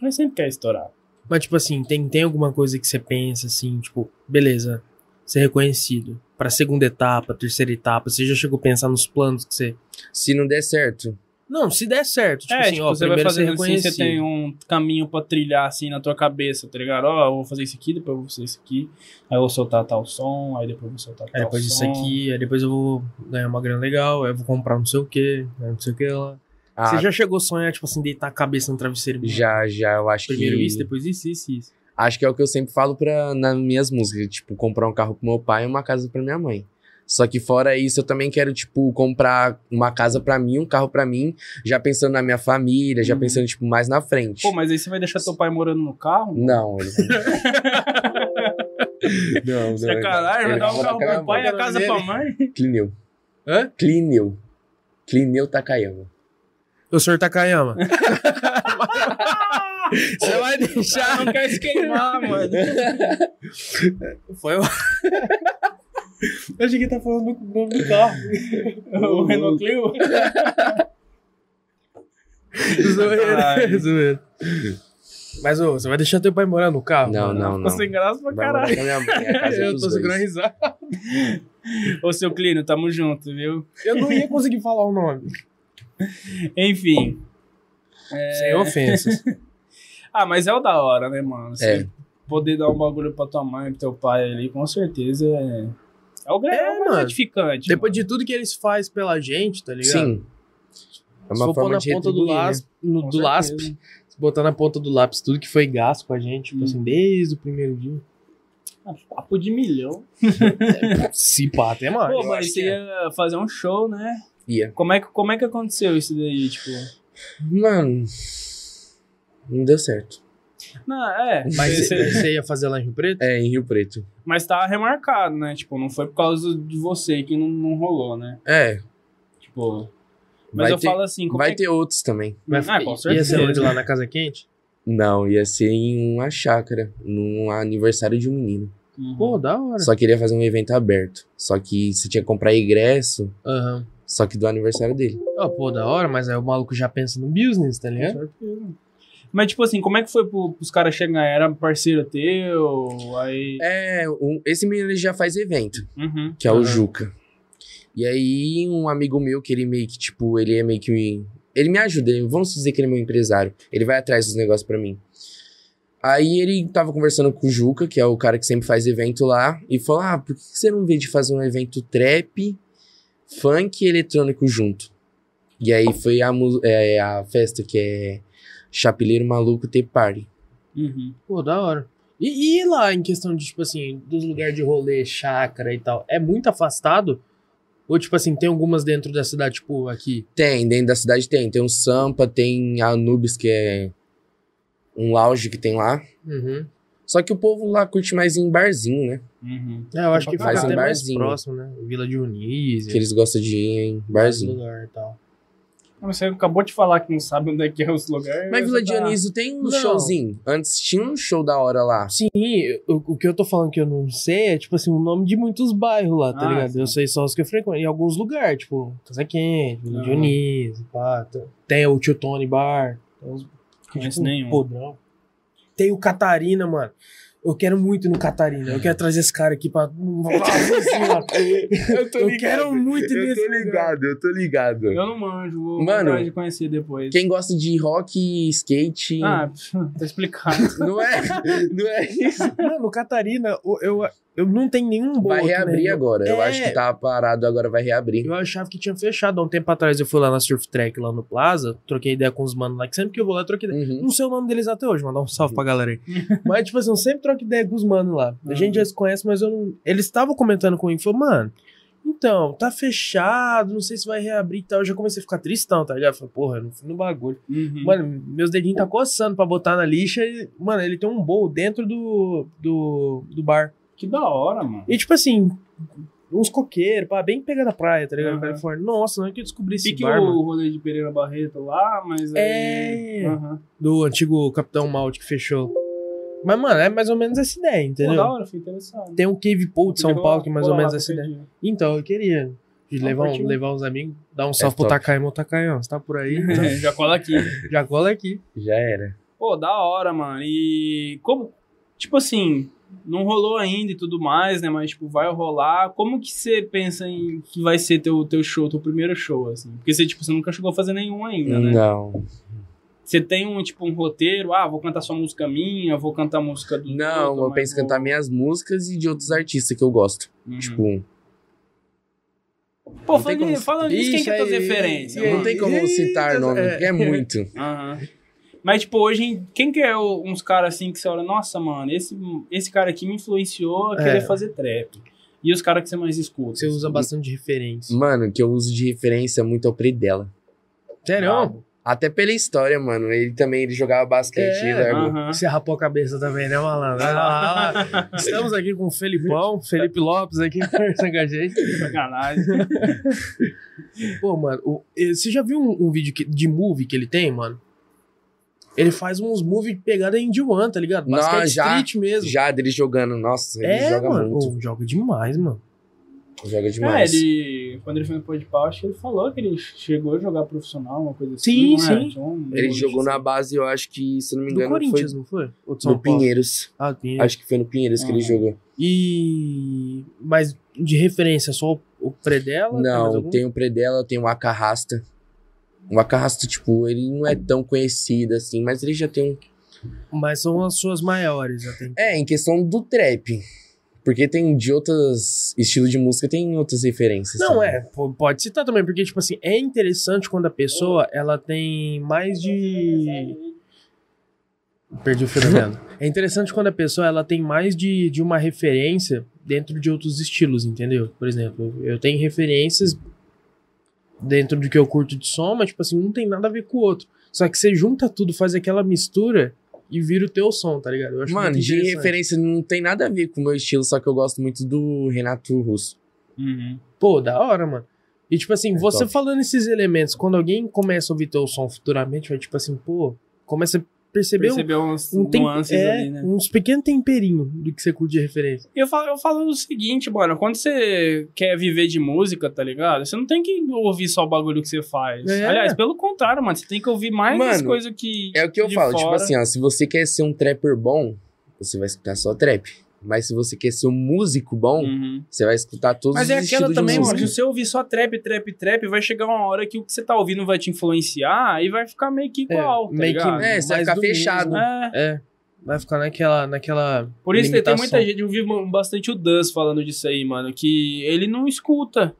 mas sempre quer estourar.
<laughs> Mas, tipo assim, tem, tem alguma coisa que você pensa assim, tipo, beleza, ser reconhecido. Pra segunda etapa, terceira etapa, você já chegou a pensar nos planos que você.
Se não der certo.
Não, se der certo. Tipo
é,
assim,
tipo,
ó,
você vai
primeiro ser
fazendo assim,
reconhecido.
você tem um caminho pra trilhar assim na tua cabeça, tá ligado? Ó, eu vou fazer isso aqui, depois eu vou fazer isso aqui, aí eu vou soltar tal som, aí depois eu vou soltar
Aí
tal
É, depois disso
som.
aqui, aí depois eu vou ganhar uma grana legal, aí eu vou comprar não sei o que, não sei o que lá.
Ah,
Você já chegou a sonhar, tipo assim, deitar a cabeça no travesseiro? e, mano,
já, já, eu acho
Primeiro
que.
isso, depois isso, isso, isso.
Acho que é o que eu sempre falo pra, nas minhas músicas, tipo, comprar um carro pro meu pai e uma casa pra minha mãe. Só que fora isso, eu também quero, tipo, comprar uma casa pra mim, um carro pra mim, já pensando na minha família, já
Uhum.
pensando, tipo, mais na frente.
Pô, mas aí você vai deixar teu pai morando no carro?
Não,
<laughs>
ele... não,
Você é caralho, vai
Eu
dar um
vou
carro
naquela
pro pai e a
mão.
casa pra mãe?
Clineu.
Hã?
Clineu. Clineu Takayama.
Ô, senhor Takayama. <laughs> Você vai deixar.
Não quer se queimar, mano.
Foi eu. Eu achei que tá falando do nome do carro.
<laughs> o Renault Clio? Caralho.
Zoeira. <laughs> Zoeira. Mas, ô, você vai deixar teu pai morar no carro?
Não,
mano?
não, não.
Ficou sem graça pra
Vai morar
caralho.
com a minha mãe, é
É, <laughs>
a casa
Eu
dos
tô
dois.
segurando a risada.
Ô, seu Clínio, tamo junto, viu?
Eu não ia conseguir falar o nome.
Enfim. É.
Sem
<laughs>
ofensas.
Ah, mas é o da hora, né, mano? Você
É.
poder dar um bagulho pra tua mãe, pro teu pai ali, com certeza é. É o grande,
É,
é, o mais
mano.
gratificante.
Depois
mano.
de tudo que eles fazem pela gente, tá ligado?
Sim. É
Se for
uma
pôr
forma
na
de
ponta do,
retribuir, né?
lápis, no,
Com
do lápis,
certeza.
botar na ponta do lápis tudo que foi gasto com a gente, tipo
Hum.
assim, desde o primeiro dia.
Ah, papo de milhão.
Se pá, até mais.
Pô,
eu
mas
acho
você
que
ia fazer um show, né?
Ia.
Como é, que, como é que aconteceu isso daí, tipo.
Mano, não deu certo.
Não, é.
Mas
você-
você
você-
você ia fazer lá em Rio Preto?
É, em Rio Preto.
mas tava remarcado, né? Tipo, não foi por causa de você que não, não rolou, né?
É,
Tipo. Mas
vai
eu
ter,
falo assim, como
vai
é que.
ter outros também.
Vai- Ah, com
Ia ser
certeza.
onde lá na Casa Quente?
Não, ia ser em uma chácara, num aniversário de um menino.
Uhum.
Pô, da hora.
Só queria fazer um evento aberto. Só que você tinha que comprar ingresso,
Aham.
só que do aniversário dele.
Ó, Ah, pô, da hora, mas aí o maluco já pensa no business, tá
Com
É.
ligado?
certeza. Mas, tipo assim, como é que foi pro, pros caras chegarem? Era parceiro teu? Aí.
É, um- esse menino ele já faz evento,
Uhum.
que é
Aham.
o Juca. E aí, um amigo meu, que ele meio que, tipo, ele é meio que. me- Ele me ajuda, ele- vamos dizer que ele é meu empresário. Ele vai atrás dos negócios pra mim. Aí ele tava conversando com o Juca, que é o cara que sempre faz evento lá, e falou: Ah, por que você não vê de fazer um evento trap, funk e eletrônico junto? E aí foi a, mu- é, a festa que é Chapeleiro Maluco Tape Party.
Uhum.
Pô, da hora. E, e lá, em questão de, tipo assim, dos lugares de rolê, chácara e tal, é muito afastado? Ou, tipo assim, tem algumas dentro da cidade, tipo, aqui?
Tem, dentro da cidade tem. Tem um Sampa, tem a Anubis, que é um lounge que tem lá.
Uhum.
Só que o povo lá curte mais em barzinho, né?
Uhum.
É, eu acho que
Faz
fica até
um
mais
barzinho.
próximo, né? Vila de Unis,
Que eles gostam de ir em barzinho.
lugar e tal.
Você acabou de falar que não sabe onde é que é os lugares.
Mas Vila
você tá-
Dionísio tem um
Não.
showzinho. Antes tinha um show da hora lá.
Sim, o, o que eu tô falando que eu não sei é, tipo assim, o nome de muitos bairros lá, tá
Ah,
ligado?
sim.
Eu sei só os que eu frequento. Em alguns lugares, tipo, Casa Quente, Vila
Aham.
Dionísio, pá. tá- Tem o Tio Tony Bar. Tem uns
Conheço
tipo,
nenhum.
podrão. Tem o Catarina, mano. Eu quero muito ir no Catarina. Eu quero trazer esse cara aqui pra.
<laughs> <laughs> eu
Eu quero muito ir
Eu
nesse
tô
lugar.
ligado, eu tô ligado.
Eu não manjo, vou
Mano,
Mano, de conhecer depois.
Quem gosta de rock e skate.
Ah, <laughs> tá
<laughs>
explicado.
Não é, não é isso.
Mano, o Catarina, eu, eu, eu não tenho nenhum bom.
Vai
aqui, né?
reabrir agora. Eu
É.
acho que tava parado, agora vai reabrir.
Eu achava que tinha fechado. Há um tempo atrás eu fui lá na Surf Track, lá no Plaza, troquei ideia com os manos lá, que sempre que eu vou lá, eu troquei ideia.
Uhum.
Não sei o nome deles até hoje, mandar um salve pra galera aí. mas, tipo assim, eu sempre troco ideia com os manos lá. A gente já se conhece, mas eu não... Eles estavam comentando comigo, falou, mano, então, tá fechado, não sei se vai reabrir e tal. Eu já comecei a ficar tristão, tá ligado? Eu Falei, porra, eu não fui no bagulho.
Uhum.
Mano, meus dedinhos tá coçando pra botar na lixa. E, mano, ele tem um bowl dentro do, do, do bar.
que da hora, mano.
E tipo assim, uns coqueiros, pá, bem pega da praia, tá ligado?
Aham.
Califórnia. Nossa, não é que eu descobri esse
Pique
bar,
o
mano.
rolê de Pereira Barreto lá, mas aí...
É.
Aham.
Do antigo Capitão Malte que fechou. Mas, mano, é mais ou menos essa
Pô,
ideia,
da
entendeu?
hora, fui interessado.
Tem um Cave Pool de São
Vou-
Paulo que é mais
vou
ou
lá Tá
menos essa
qualquer
ideia.
dia.
Então, eu queria de
Vamos
levar, um,
curtir.
levar uns amigos, dar um salve pro
top.
Takayama, ô Takayama, você tá por aí?
<laughs> Já cola aqui.
Já cola aqui.
Já era.
Pô, da hora, mano. E como, tipo assim, não rolou ainda e tudo mais, né? Mas, tipo, vai rolar. Como que você pensa em que vai ser teu, teu show, teu primeiro show, assim? Porque você, tipo, você nunca chegou a fazer nenhum ainda, né?
Não.
Você tem um, tipo, um roteiro, ah, vou cantar só música minha, vou cantar música do
Não,
outro,
eu
mas
penso em
vou-
cantar minhas músicas e de outros artistas que eu gosto.
Uhum.
Tipo,
Pô,
não tem
falando,
como-
falando nisso, quem que é tuas
Ixi, aí-
referências?
e aí?
mano?
não tem como
Ih,
citar
Deus,
nome,
é.
porque é muito.
Aham. Mas, tipo, hoje, quem que é o- uns caras assim que você olha, nossa, mano, esse, esse cara aqui me influenciou a
É.
querer fazer trap. E os caras que você mais escuta?
Você usa bastante de referência.
Mano, que eu uso de referência muito ao Pri dela.
É,
Sério?
Tá.
Até pela história, mano. Ele também ele jogava basquete né,
É,
e largou.
Aham.
Você rapou a cabeça também, né,
<laughs>
malandro? Olha lá, olha lá. Estamos aqui com o Felipão, Felipe Lopes aqui <laughs> conversando com a gente.
<laughs> Sacanagem.
Pô, mano, o- eh, você já viu um, um vídeo que- de movie que ele tem, mano? Ele faz uns movie de pegada em D1, tá ligado?
Não,
Basquete
já-
street mesmo.
Já dele jogando, nossa, ele
é,
joga
mano. Ah,
muito.
Pô, joga demais, mano.
Joga
é,
demais.
ele, quando ele foi no Pode Pau, acho que ele falou que ele chegou a jogar profissional, uma coisa
Sim,
assim. não é?
sim.
Tinha um-
Ele
um-
jogou na base, eu acho que, se não me
Do
engano, foi
Corinthians, não foi? Ou de São
no
Paulo?
Pinheiros.
Ah, do Pinheiro.
Acho que foi no Pinheiros que ele
Uhum.
jogou.
E. Mas de referência, só o, o Predella? Tem mais
Não,
algum?
tem o Predella, tem o Acarrasta. O Acarrasta, tipo, ele não
Ah.
é tão conhecido assim, mas ele já tem um.
Mas são as suas maiores, até.
É, em questão do trap. Porque tem de outros estilos de música, tem outras referências.
Não,
também.
é, po- pode citar também, porque, tipo assim, é interessante quando a pessoa, ela tem mais de... Perdi o fio da
<laughs>
meada. É interessante quando a pessoa, ela tem mais de, de uma referência dentro de outros estilos, entendeu? Por exemplo, eu tenho referências dentro do que eu curto de som, mas, tipo assim, um tem nada a ver com o outro. Só que você junta tudo, faz aquela mistura e vira o teu som, tá ligado? Eu acho
Mano,
muito
de
interessante.
referência não tem nada a ver com o meu estilo, só que eu gosto muito do Renato Russo.
Uhum.
Pô, da hora, mano. E tipo assim,
É
você
top.
falando esses elementos, quando alguém começa a ouvir teu som futuramente, vai tipo assim, pô, começa a perceber um,
Percebeu uns
um tem-
nuances
é,
ali, né?
uns pequenos temperinhos do que você curte de referência.
Eu falo, eu falo o seguinte, mano, quando você quer viver de música, tá ligado? Você não tem que ouvir só o bagulho que você faz.
É.
Aliás, pelo contrário, mano, você tem que ouvir mais as
Mano,
coisas que.
É o que eu
de
falo, tipo
fora.
assim, ó, se você quer ser um trapper bom, você vai escutar só trap. Mas se você quer ser um músico bom,
Uhum.
você vai escutar todos
Mas
os
é aquela
estilos
também,
de
mano.
música.
Se você ouvir só trap, trap, trap, vai chegar uma hora que o que você tá ouvindo vai te influenciar e vai ficar meio que igual, tá
meio que-
ligado?
É, você vai
Mais
ficar
do mesmo,
fechado.
né?
É.
É, vai ficar naquela, naquela
Por isso que tem
limitação.
muita gente, eu vi bastante o Dance falando disso aí, mano, que ele não escuta.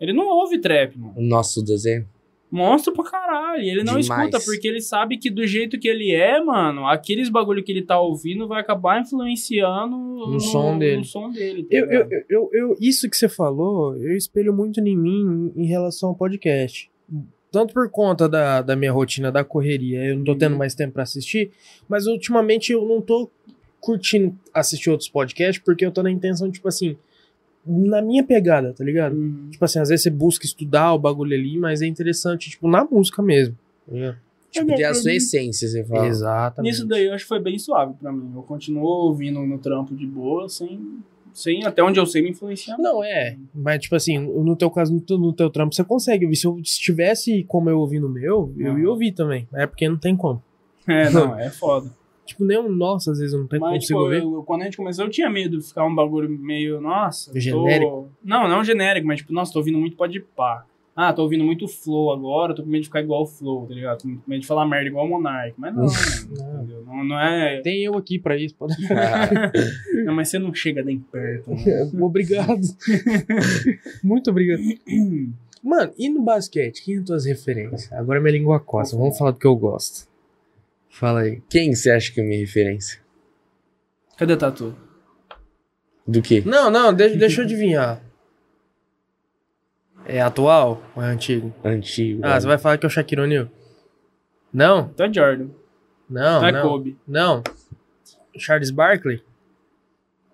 Ele não ouve trap, mano.
O nosso é, tipo, desenho.
monstro pra caralho. E ele não
Demais.
escuta, porque ele sabe que do jeito que ele é, mano, aqueles bagulho que ele tá ouvindo vai acabar influenciando no,
som dele.
no som dele, tá
Eu, eu,
ligado?
eu, eu- isso que você falou, eu espelho muito em mim em relação ao podcast. Tanto por conta da, da minha rotina, da correria, eu não tô tendo mais tempo pra assistir, mas ultimamente eu não tô curtindo assistir outros podcasts porque eu tô na intenção, tipo assim, na minha pegada, tá ligado?
Uhum.
Tipo assim, às vezes você busca estudar o bagulho ali, mas é interessante, tipo, na música mesmo. tá ligado?
Tipo, tem a
pra
sua
mim-
essência, você fala.
Exatamente.
Nisso daí eu acho que foi bem suave pra mim. Eu continuo ouvindo no trampo de boa, sem, sem até onde eu sei me
<laughs>
influenciar.
Não, é. Mas, tipo assim, no teu caso, no teu, no teu trampo, você consegue ouvir. Se eu estivesse como eu ouvi no meu, eu
Não.
ia ouvir também. É porque não tem como.
É, não, é foda.
Tipo, nem um nossa, às vezes eu não tenho
Mas,
consigo
tipo,
ouvir.
eu- quando a gente começou, eu tinha medo de ficar um bagulho meio, nossa. Tô...
Genérico?
Não, não genérico, mas tipo, nossa, tô ouvindo muito pode pá. Ah, tô ouvindo muito flow agora, tô com medo de ficar igual o flow, tá ligado? Tô com medo de falar merda igual o Monark. Mas
<laughs>
não, mano, entendeu? Não, não é.
Tem eu aqui pra isso. Pode...
Não, mas você não chega nem perto, né?
<laughs> <laughs> obrigado. Muito <clears throat> obrigado. Mano, e no basquete? Quem são tuas referências? Agora minha língua coça. Vamos falar do que eu gosto. Fala aí.
Quem você acha que é minha referência?
Cadê a Tatu?
Do quê?
Não, não, deixa, deixa eu adivinhar. É atual ou é antigo?
Antigo.
Ah, você vai falar que é o Shaquille O'Neal? Não?
Então é Jordan.
Não,
Então é
não.
Kobe.
Não. Charles Barkley?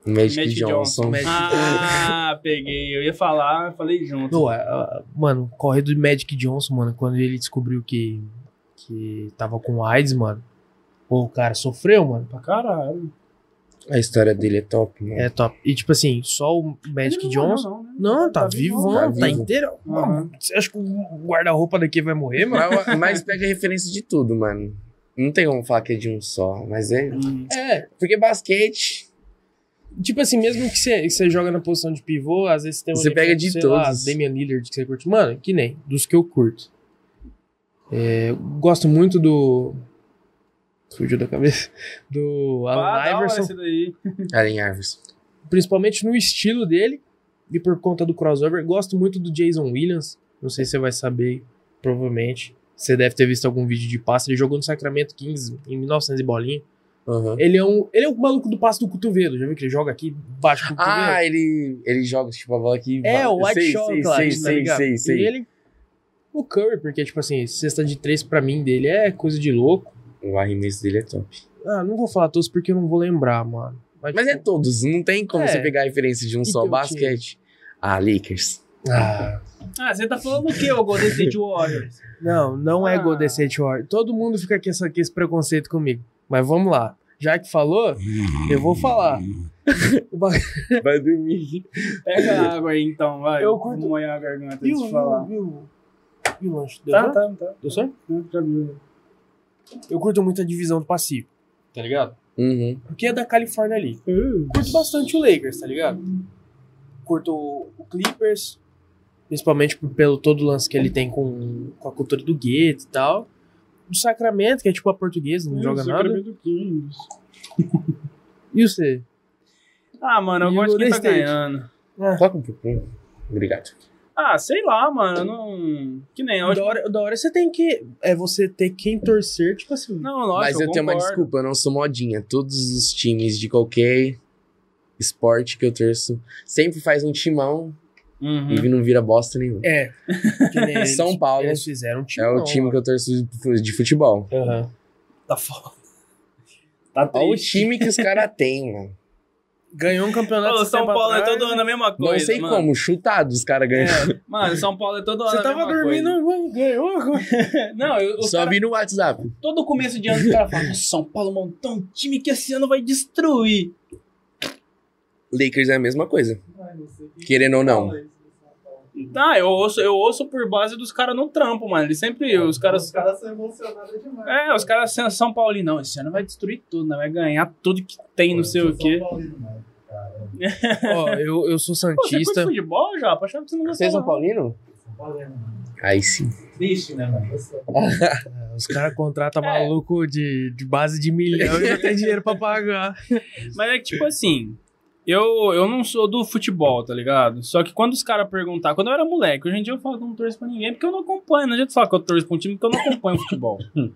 Magic,
Magic
Johnson.
Johnson.
Ah, peguei. Eu ia falar, falei junto.
Não, é, é, mano, corre do Magic Johnson, mano, quando ele descobriu que, que tava com AIDS, mano. Pô, o cara sofreu, mano.
Pra Ah, caralho.
A história dele é top, mano.
É top. E tipo assim, só o Magic
Ele não morreu,
Johnson.
não, né?
Não, tá, vivão, tá,
tá vivo.
inteiro. Mano, você acha que o guarda-roupa daqui vai morrer, mano?
Mas, mas pega referência de tudo, mano. Não tem como falar que é de um só, mas é.
Hum.
É,
Porque basquete.
tipo assim, mesmo que você, que você joga na posição de pivô, às vezes tem um.
Você pega de
sei
todos.
Lá, Damian Lillard que você curte. Mano, que nem, dos que eu curto. É, eu gosto muito do. Fugiu da cabeça. Do
Ah,
Allen
da hora
Iverson.
esse daí.
Allen Iverson.
Principalmente no estilo dele e por conta do crossover. Gosto muito do Jason Williams. Não sei se você vai saber, provavelmente. Você deve ter visto algum vídeo de passe. Ele jogou no Sacramento Kings em 1900 e bolinha.
Aham.
Ele é um, ele é o maluco do passe do cotovelo. Já viu que ele joga aqui baixo do cotovelo?
Ah, ele, ele joga tipo a bola aqui.
É, o White
sei,
Chocolate,
sei,
sei,
sei, sei, sei, sei.
E ele, o Curry, porque, tipo assim, cesta de três pra mim dele é coisa de louco.
O arremesso dele é top.
Ah, não vou falar todos porque eu não vou lembrar, mano.
Mas é
tipo,
todos, não tem como
É.
você pegar a referência de um
E teu
só.
time?
Basquete. Ah,
<laughs>
Lakers.
Ah,
Ah, você tá falando o que, ô Golden State Warriors?
não, não é
Ah.
Golden State Warriors. Todo mundo fica com essa- com esse preconceito comigo. Mas vamos lá. Já que falou, eu vou falar. O ba-
Vai dormir.
Pega a água aí então, vai.
Eu curto-
Vou molhar a garganta
e, um
antes
o,
de falar.
e o- e o lanche? Deu
Tá,
certo?
tá, tá.
Deu certo?
Já viu.
Eu curto muito a divisão do Pacífico, tá ligado?
Uhum.
Porque é da Califórnia ali. curto bastante o Lakers, tá ligado? Curto o Clippers, principalmente por- pelo todo o lance que ele tem com, com a cultura do gueto e tal. O Sacramento, que é tipo a portuguesa, não joga nada. E você?
Ah, mano, eu
E o
gosto de quem tá
Golden State?
ganhando.
Toca um pouquinho. Obrigado.
Ah, sei lá, mano. eu Não... Que nem hoje.
Da hora, da hora você tem que. É você ter quem torcer, tipo assim.
Não, lógico.
Mas eu, tenho uma
concordo.
desculpa, eu não sou modinha. Todos os times de qualquer esporte que eu torço sempre faz um timão
Uhum.
e não vira bosta nenhuma.
<laughs>
É. que nem eles-
São Paulo
Eles fizeram um time.
é o time que eu torço de fu- de futebol.
Tá foda. Tá
Olha o
triste.
time que os caras têm,
<laughs>
mano.
Ganhou um campeonato.
Ô, São
tempo
Paulo é
atrás. né?
todo ano a mesma
Não
coisa.
sei
mano.
como, chutado os caras ganham. <laughs>
É, mano, São Paulo é todo ano.
Você
a
tava
mesma
dormindo,
coisa.
mano, ganhou agora.
Não, eu, os
Só
cara-
vi no WhatsApp.
todo começo de ano os caras falam: "Nossa, São Paulo montou um time que esse ano vai destruir.
Lakers é a mesma coisa, querendo ou não.
Tá, eu ouço, eu ouço por base dos caras no trampo, mano. Eles sempre. Os caras.
Os caras são emocionados demais.
É, os caras são São Paulino, não. Esse ano vai destruir tudo, né? Vai ganhar tudo que tem, não sei o quê.
né?
Ó, eu, eu sou
Pô, você curte
Santista.
futebol, Japa? Achava que você não
Você é
gostava.
São Paulino? Aí sim.
Triste, né, mano?
Os caras contratam
É.
maluco de, de base de milhão e não tem dinheiro pra pagar.
Mas é que, tipo assim, Eu, eu não sou do futebol, tá ligado? Só que quando os caras perguntar, quando eu era moleque, hoje em dia eu falo que eu não torço pra ninguém, porque eu não acompanho. Não adianta falar que eu torço pra um time, porque eu não acompanho futebol.
<laughs>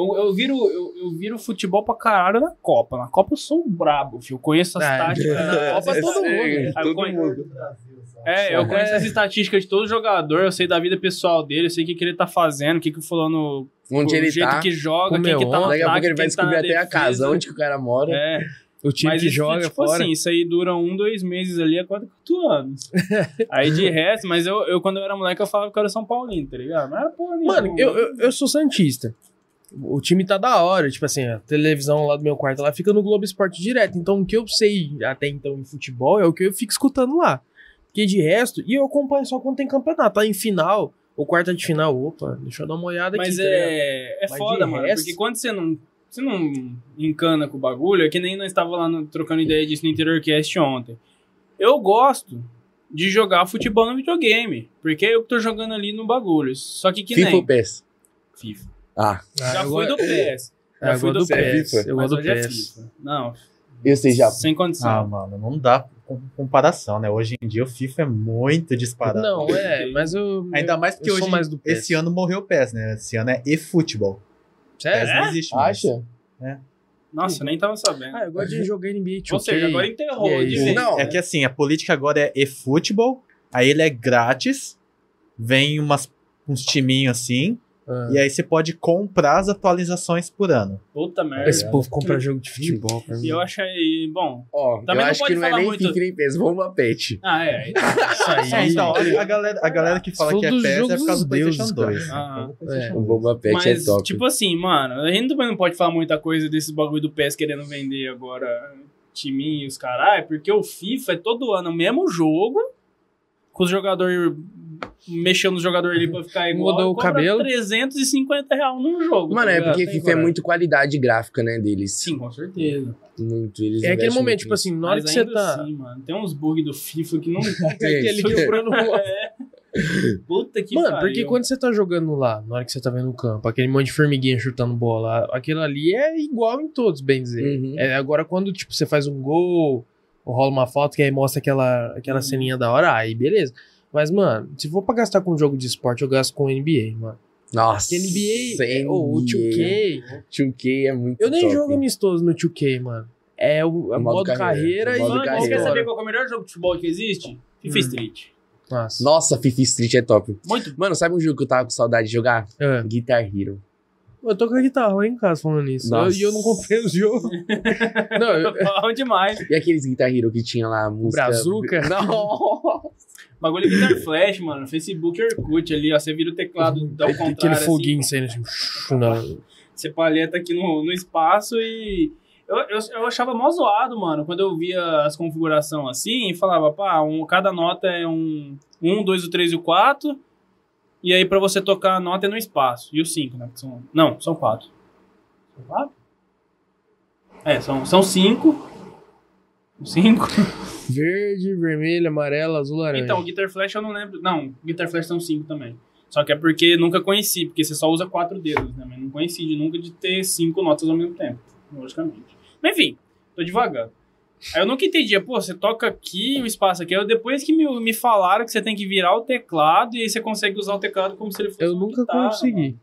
Eu, eu, viro, eu, eu viro futebol pra caralho na Copa. Na Copa eu sou brabo, filho. Eu conheço as
Ah,
táticas. Na Copa
<laughs> é
todo mundo.
sério,
Aí eu
todo
conhe-
mundo.
É, eu
É.
conheço as estatísticas de todo jogador, eu sei da vida pessoal dele, eu sei o que, que ele tá fazendo, o que, que o fulano.
Onde
o
ele
jeito
tá.
que joga,
Como
quem
é
que tá no
Daqui a pouco
ataque, quem
ele vai
tá na
descobrir até a
defesa.
casa, onde que o cara mora.
É.
O time
Mas
que
isso,
joga é
tipo
fora.
assim, isso aí dura um, dois meses ali, é quatro, quatro
<laughs>
anos. aí de resto, mas eu, eu quando eu era moleque, eu falava que eu era São Paulino, tá ligado? Não era porra nenhuma.
Mano, eu, eu, eu sou Santista. O time tá da hora, tipo assim, a televisão lá do meu quarto lá fica no Globo Esporte direto. Então o que eu sei até então em futebol é o que eu fico escutando lá. Porque de resto, e eu acompanho só quando tem campeonato, tá em final, ou quarta de final, opa, deixa eu dar uma olhada
Mas
aqui. tá ligado?
é, é
Mas
foda,
de
mano,
resto-
porque quando você não, você não encana com o bagulho, é que nem nós estávamos lá no- trocando ideia disso no InteriorCast ontem. Eu gosto de jogar futebol no videogame, porque eu que tô jogando ali no bagulho. Só que que
FIFA
nem...
ou PES?
FIFA.
Ah,
Ah,
Já
eu
fui
go-
do PS,
ah, eu
fui
gosto
do
do
PES,
PES. Eu
mas
gosto do
hoje é
PES.
FIFA. Não,
eu sei já.
sem condição.
Ah, mano, não dá com- comparação, né? Hoje em dia o FIFA é muito disparado.
Não, é, mas eu.
Ainda mais porque
eu sou
hoje,
mais do PES.
esse ano morreu o PES, né? Esse ano é eFootball. PES
Sério?
não existe mais.
Acha?
Nossa, eu nem tava sabendo.
Ah, eu gosto de jogar NBA 2K.
Ou seja, agora enterrou
E aí?
de vez.
Não,
É que assim, a política agora é eFootball, aí ele é grátis, vem umas, uns timinhos assim,
Ah,
e aí você pode comprar as atualizações por ano.
Puta merda.
esse povo compra jogo de futebol pra
E
mim.
eu achei. Bom.
Ó,
Também
eu
não
acho
pode
que não é
falar
nem
muito.
FIFA nem PES, vamos pra PET.
Ah,
<laughs>
é. Isso aí.
É, então, a galera, a galera que fala
Isso
que é
foi um dos
PES é
jogos
por causa
dos
do
deuses,
PlayStation 2.
cara.
é.
né? PlayStation
O
2.
Bomba Pet
Mas,
é top.
tipo assim, mano, a gente também não pode falar muita coisa desses bagulho do PES querendo vender agora timinho e os caralho, porque o FIFA é todo ano o mesmo jogo, com os jogadores mexendo os jogadores
<laughs>
ali pra ficar igual.
Mudou
e
o
cobra
cabelo.
350 reais num jogo.
Mano,
tá
é
ligado?
porque
Tem
FIFA é
coragem.
muito qualidade gráfica, né, deles.
Sim, com certeza.
Muito, eles
É aquele
investem
momento,
muito
tipo assim, na hora
Mas
que você
ainda
tá. É
assim, mano, tem uns bugs do FIFA
<laughs>
que não.
assim, Aquele <laughs>
<laughs>
quebrando o
É. Puta que
Mano,
pariu.
porque quando você tá jogando lá, na hora que você tá vendo o campo, aquele monte de formiguinha chutando bola, aquilo ali é igual em todos, bem dizer.
nisso. Uhum.
É, agora, quando, tipo, você faz um gol, ou rola uma falta, que aí mostra aquela,
Uhum.
aquela ceninha da hora, aí beleza. Mas, mano, se for pra gastar com um jogo de esporte, eu gasto com NBA, mano.
Nossa.
Porque NBA, é- ou o 2K...
2K é muito
Eu nem
top.
jogo amistoso no 2K, mano. É o, é
O
modo,
modo
carreira,
carreira,
e
o modo
Mano,
carreira.
quer
história.
saber qual que é o melhor jogo de futebol que existe? FIFA
Hum.
Street.
Nossa.
Nossa, FIFA Street é top.
Muito <laughs>
Mano, sabe um jogo que eu tava com saudade de jogar?
É.
Guitar Hero.
Eu tô com a guitarra lá em casa falando nisso. Eu-
Nossa.
E eu, não comprei o
<laughs>
jogo. não, <laughs> eu,
bom demais.
E aqueles Guitar Hero que tinha lá a música...
Brazuca?
<laughs> Não!
Bagulho Guitar Flash, mano. Facebook e Orkut ali, ó. Você vira o teclado ao contrário.
Aquele
assim,
foguinho saindo assim. shh, não.
Você palheta aqui no, no espaço e. Eu, eu, eu achava mó zoado, mano, quando eu via as configurações assim e falava, pá, um, cada nota é um 1, 2, o 3 e o 4. E aí pra você tocar a nota é no espaço. E o 5, né? que são- não, são 4. São 4? É, são 5. São 5.
Verde, vermelho, amarelo, azul, laranja.
Então, Guitar Flash eu não lembro. Não, Guitar Flash são cinco também. Só que é porque nunca conheci, porque você só usa quatro dedos, né? Mas não conheci de nunca de ter cinco notas ao mesmo tempo, logicamente. Mas enfim, tô devagar. Aí eu nunca entendia, pô, você toca aqui, o espaço aqui. Aí depois que me, me falaram que você tem que virar o teclado e aí você consegue usar o teclado como se ele fosse
eu
uma
nunca
guitarra, tá, mano.
consegui.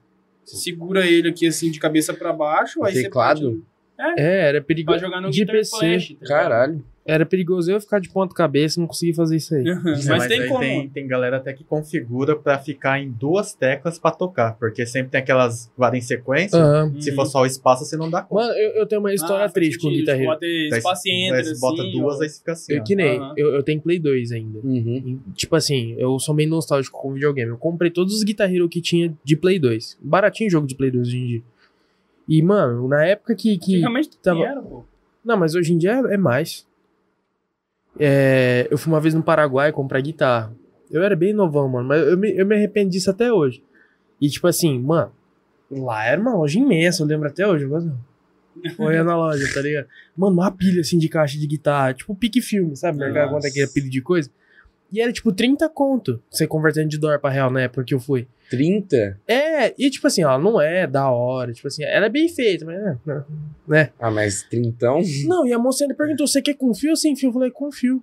Você segura ele aqui assim de cabeça pra baixo,
O
aí você
teclado?
pode,
É, era
pode
perigoso.
jogar no
de
Guitar
PC.
Flash. tá ligado?
Caralho.
Era perigoso eu ficar de ponta cabeça e não conseguir fazer isso aí.
Uhum. Mas,
É,
tem
aí
como.
Tem, tem galera até que configura pra ficar em duas teclas pra tocar, porque sempre tem aquelas várias em sequência.
Aham.
Uhum.
Se for só o espaço, você não dá conta.
Mano, eu, eu tenho uma história
Ah, faz
triste com o
sentido,
Guitar Hero.
Bota
Daí você-
espaço
daí
entre,
você
assim,
bota duas,
ó.
aí fica assim.
Eu,
ó.
que nem,
Aham.
eu, eu tenho Play 2 ainda.
Uhum.
Tipo assim, eu sou meio nostálgico com videogame. Eu comprei todos os Guitar Hero que tinha de Play 2. Baratinho jogo de Play 2 hoje em dia. E, mano, na época que. que...
Realmente
tava-
era, pô. <laughs>
Não, mas hoje em dia é, é mais. É, eu fui uma vez no Paraguai comprar guitarra. Eu era bem novão, mano, mas eu me, eu me arrependo disso até hoje. E tipo assim, mano, lá era uma loja imensa, eu lembro até hoje. Mas... Olhando a loja, tá ligado? Mano, uma pilha assim de caixa de guitarra, tipo pique filme, sabe? Mercado
Nossa.
quanto aquele pilha de coisa. E era tipo 30 conto, você convertendo de dólar pra real na época que eu fui.
30?
É, e tipo assim, ó, não é da hora, tipo assim, ela é bem feita, mas é, né?
Ah, mas trintão?
Não, e a moça ainda perguntou, você quer com fio ou sem fio? Eu falei, com fio.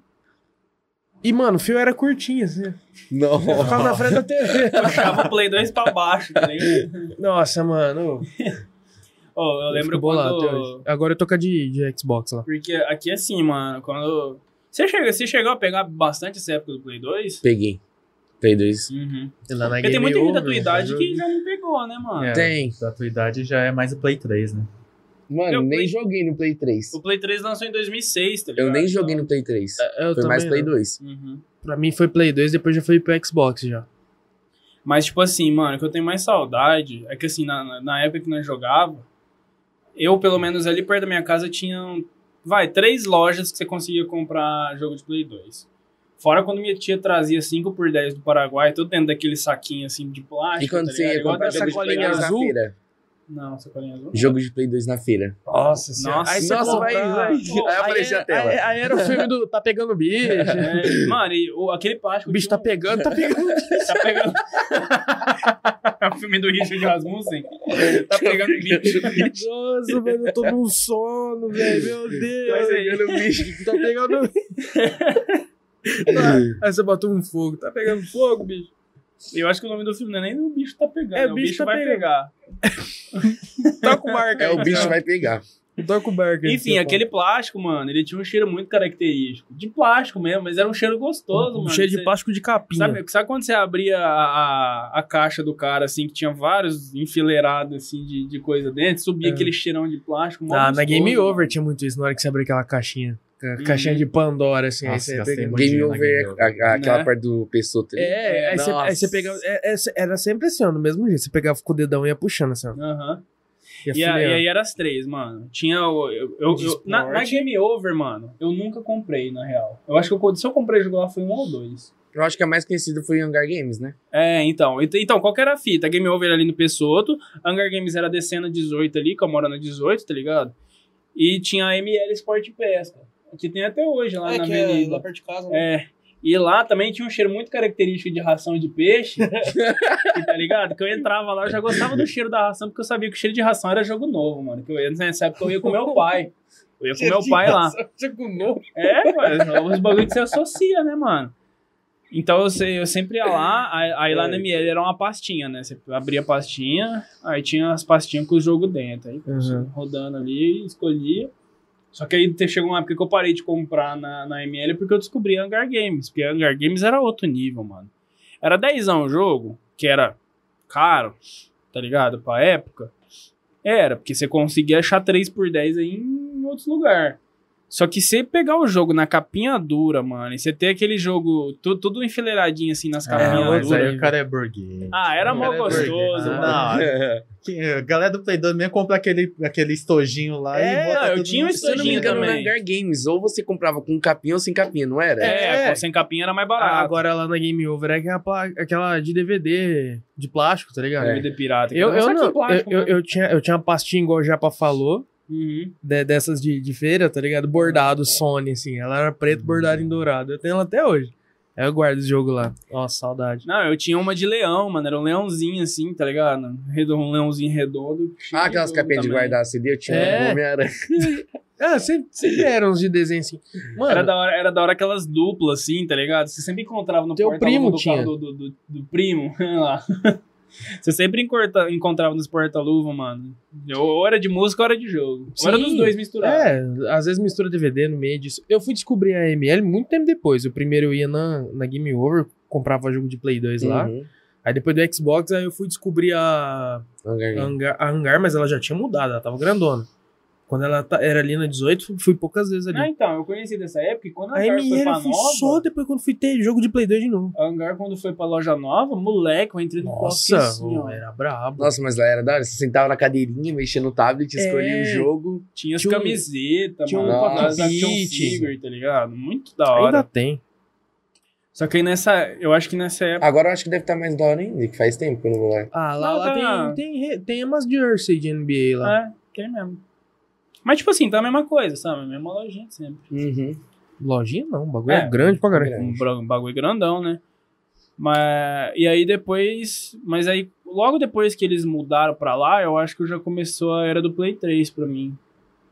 E, mano, o fio era curtinho, assim. <laughs>
Não.
Eu ficava na frente da TV. <laughs>
Puxava o Play 2 pra baixo, tá ligado?
Nossa, mano.
Ó, eu lembro
fico bolado até
quando...
hoje. Agora eu tô com a de, de Xbox lá.
Porque aqui assim, mano, quando. Você chega, você chegou a pegar bastante essa época do Play 2?
Peguei. Play 2.
Uhum.
Lá na
Porque tem
Game
muita gente da
Over,
tua idade
né?
que já não pegou, né, mano?
É.
Tem.
Da tua idade já é mais o Play 3, né?
Mano,
Eu
nem
Play-
joguei no Play 3.
O Play 3 lançou em 2006, tá ligado?
Eu nem joguei no Play 3.
É, Eu
Foi mais
também
Play
não.
2.
Uhum.
Pra mim foi Play 2, depois já foi pro Xbox já.
Mas, tipo assim, mano, o que eu tenho mais saudade é que, assim, na- na, na época que nós jogava, eu, pelo menos, ali perto da minha casa, tinha, vai, três lojas que você conseguia comprar jogo de Play 2. Fora quando minha tia trazia 5 por 10 do Paraguai, tudo dentro daquele saquinho, assim, de plástico,
E quando
tá
você
ligado?
ia
Igual
comprar
da
jogo de Play
sacolinha
2 na
azul.
feira?
Não, sacolinha azul. não.
Jogo de Play 2 na feira.
Nossa
senhora.
Aí você
Nossa, vai,
compra-
vai. Aí
Pô,
aparecia a tela.
Aí, aí era o filme do Tá Pegando Bicho. <laughs>
É, mano, e o, aquele plástico...
O bicho
tinha
tá
um-
pegando, tá pegando.
Tá pegando. <laughs> é o filme do Richard
<laughs>
Rasmussen. Tá pegando bicho.
Nossa, velho, eu tô num sono, velho. Meu
é
Mas é
Deus.
aí-
Tá <laughs> pegando. Aí você botou um fogo. Tá pegando fogo, bicho.
Eu acho que o nome do filme não é nem o bicho tá pegando,
É,
é, o bicho,
bicho tá
vai
pegando.
pegar.
Toca o barco.
<laughs> É, o bicho vai pegar.
Toca o barco. aí,
Enfim,
seu
aquele plástico, mano, ele tinha um cheiro muito característico. De plástico mesmo, mas era um cheiro gostoso,
pau.
mano.
Cheio de
Você-
plástico de capinha.
Sabe, sabe quando você abria a, a, a caixa do cara, assim, que tinha vários enfileirados, assim, de, de coisa dentro, subia
É.
aquele cheirão de plástico. mó
Na, na
gostoso,
Ah, Game
mano. Uhum.
Over tinha muito isso, na hora que você abre aquela caixinha. ca- Caixinha de Pandora, assim.
Nossa,
aí você
gastei
pega...
muito.
Game
Imagina,
Over,
Game
a-
Over.
a- aquela
Né?
parte do pessoa. tá ligado?
É, aí você, aí você
Nossa.
pegava. é- é- era sempre assim, ó, no mesmo jeito. Você pegava com o dedão e ia puxando, assim, ó.
Aham.
Ia
E, a- e
fileando.
aí era as três, mano. Tinha o. Eu, eu-
De
eu- na, na
esporte.
Game Over, mano, eu nunca comprei, na real. Eu acho que eu, co- se eu comprei jogo lá foi um ou dois.
Eu acho que a mais conhecida foi Hunger Games, né?
É, então. ent- Então, qual que era a fita? Game Over era ali no Pessoto, Hunger Games era descendo a 18 ali, que eu moro na 18, tá ligado? E tinha a ML Sport Pesca, que tem até hoje
É
Ah, É
lá na avenida.
perto de casa. né?
É. E lá também tinha um cheiro muito característico de ração de peixe. que, tá ligado? Que eu entrava lá, eu já gostava do cheiro da ração, porque eu sabia que o cheiro de ração era jogo novo, mano. Que eu ia nessa época eu ia com meu pai. Eu ia com meu pai lá. É, mano, os bagulhos que você associa, né, mano? Então eu, sei- eu sempre ia lá, aí, aí lá na ML era uma pastinha, né? Você abria a pastinha, aí tinha as pastinhas com o jogo dentro. Aí você
Uhum.
rodando ali, escolhia. Só que aí te- chegou uma época que eu parei de comprar na, na ML porque eu descobri Hangar Games. Porque Hangar Games era outro nível, mano. Era 10 o jogo, que era caro, tá ligado? Pra época. Era, porque você conseguia achar 3 por 10 aí em outros lugares. Só que você pegar o jogo na capinha dura, mano, e você ter aquele jogo tu- tudo enfileiradinho assim nas
Ah,
capinhas
mas
outro
duras.
aí
É, aí.
o cara é burguês.
Ah, era
O
mó
cara é
gostoso,
Ah.
burguês.
mano.
Não, é que- a galera do Play 2 mesmo compra aquele, aquele estojinho lá
É,
e bota
não, eu
tudo
tinha
no-
um
Se eu não me
Estojinho
engano, na
também.
Hunger Games, ou você comprava com capinha ou sem capinha, não era?
É,
É.
pô, sem capinha era mais
Ah,
barato.
agora lá na Game Over é aquela, pla- aquela de DVD de plástico, tá ligado?
É.
DVD pirata.
Eu,
Era um
eu,
saquinho
não, eu,
plástico,
eu,
né?
eu tinha, eu tinha uma pastinha igual o Japa falou,
Uhum.
de- dessas de, de feira, tá ligado? Bordado, Sony, assim. Ela era
Uhum.
preto, bordado em dourado. Eu tenho ela até hoje. Aí eu guardo esse jogo lá. Nossa, saudade.
Não, eu tinha uma de leão, mano. Era um leãozinho assim, tá ligado? Redondo, um leãozinho redondo. Tipo,
Ah, aquelas
Também.
capinhas de guardar CD, eu tinha
É.
um Homem-Aranha.
Ah, sempre, sempre eram uns de desenho assim.
Era
Mano,
da, hora, era da hora aquelas duplas, assim, tá ligado? Você sempre encontrava no
Teu
porta-luva
primo
do,
tinha.
carro do, do, do- do primo. <laughs> lá. Você sempre encorta- encontrava nos porta-luva, mano. Ou era de música, ou era de jogo. Ou era
Sim.
dos dois misturados.
é, às vezes mistura DVD no meio disso. Eu fui descobrir a ML muito tempo depois. O primeiro eu ia na, na Game Over, comprava jogo de Play 2 lá.
Uhum.
Aí depois do Xbox, aí eu fui descobrir a
Hunger Games.
hangar, a hangar, mas ela já tinha mudado, ela tava grandona. Quando ela ta- era ali na 18, fui poucas vezes ali.
Ah, então, eu conheci dessa época e quando a
a
Hangar foi pra
ML
nova,
foi só depois quando fui ter jogo de Play 2 de novo.
a Hangar quando foi pra loja nova, moleque, eu entrei no
Nossa,
palco assim, ó.
ô, é. era brabo.
Nossa, mas lá era da hora. Você sentava na cadeirinha, mexia no tablet, escolhia
É.
o jogo.
Tinha as
Tinha um-
camisetas,
tinha um
mano,
Pocket
as action
Beat.
figure, tá ligado? Muito da hora.
Ainda tem.
Só que aí nessa, eu acho que nessa época
Agora eu acho que deve estar mais da hora ainda, que faz tempo que eu não vou lá.
Ah, lá,
Não,
lá
tá.
tem, tem, re- tem umas jersey de NBA lá.
então É, tem mesmo. Mas, tipo assim, tá a mesma coisa, sabe? A mesma lojinha de sempre.
Uhum.
Lojinha não, o bagulho é,
É.
grande pra caralho.
Um bra- um bagulho grandão, né? Mas, e aí depois. Mas aí, logo depois que eles mudaram pra lá, eu acho que já começou a era do Play 3 pra mim.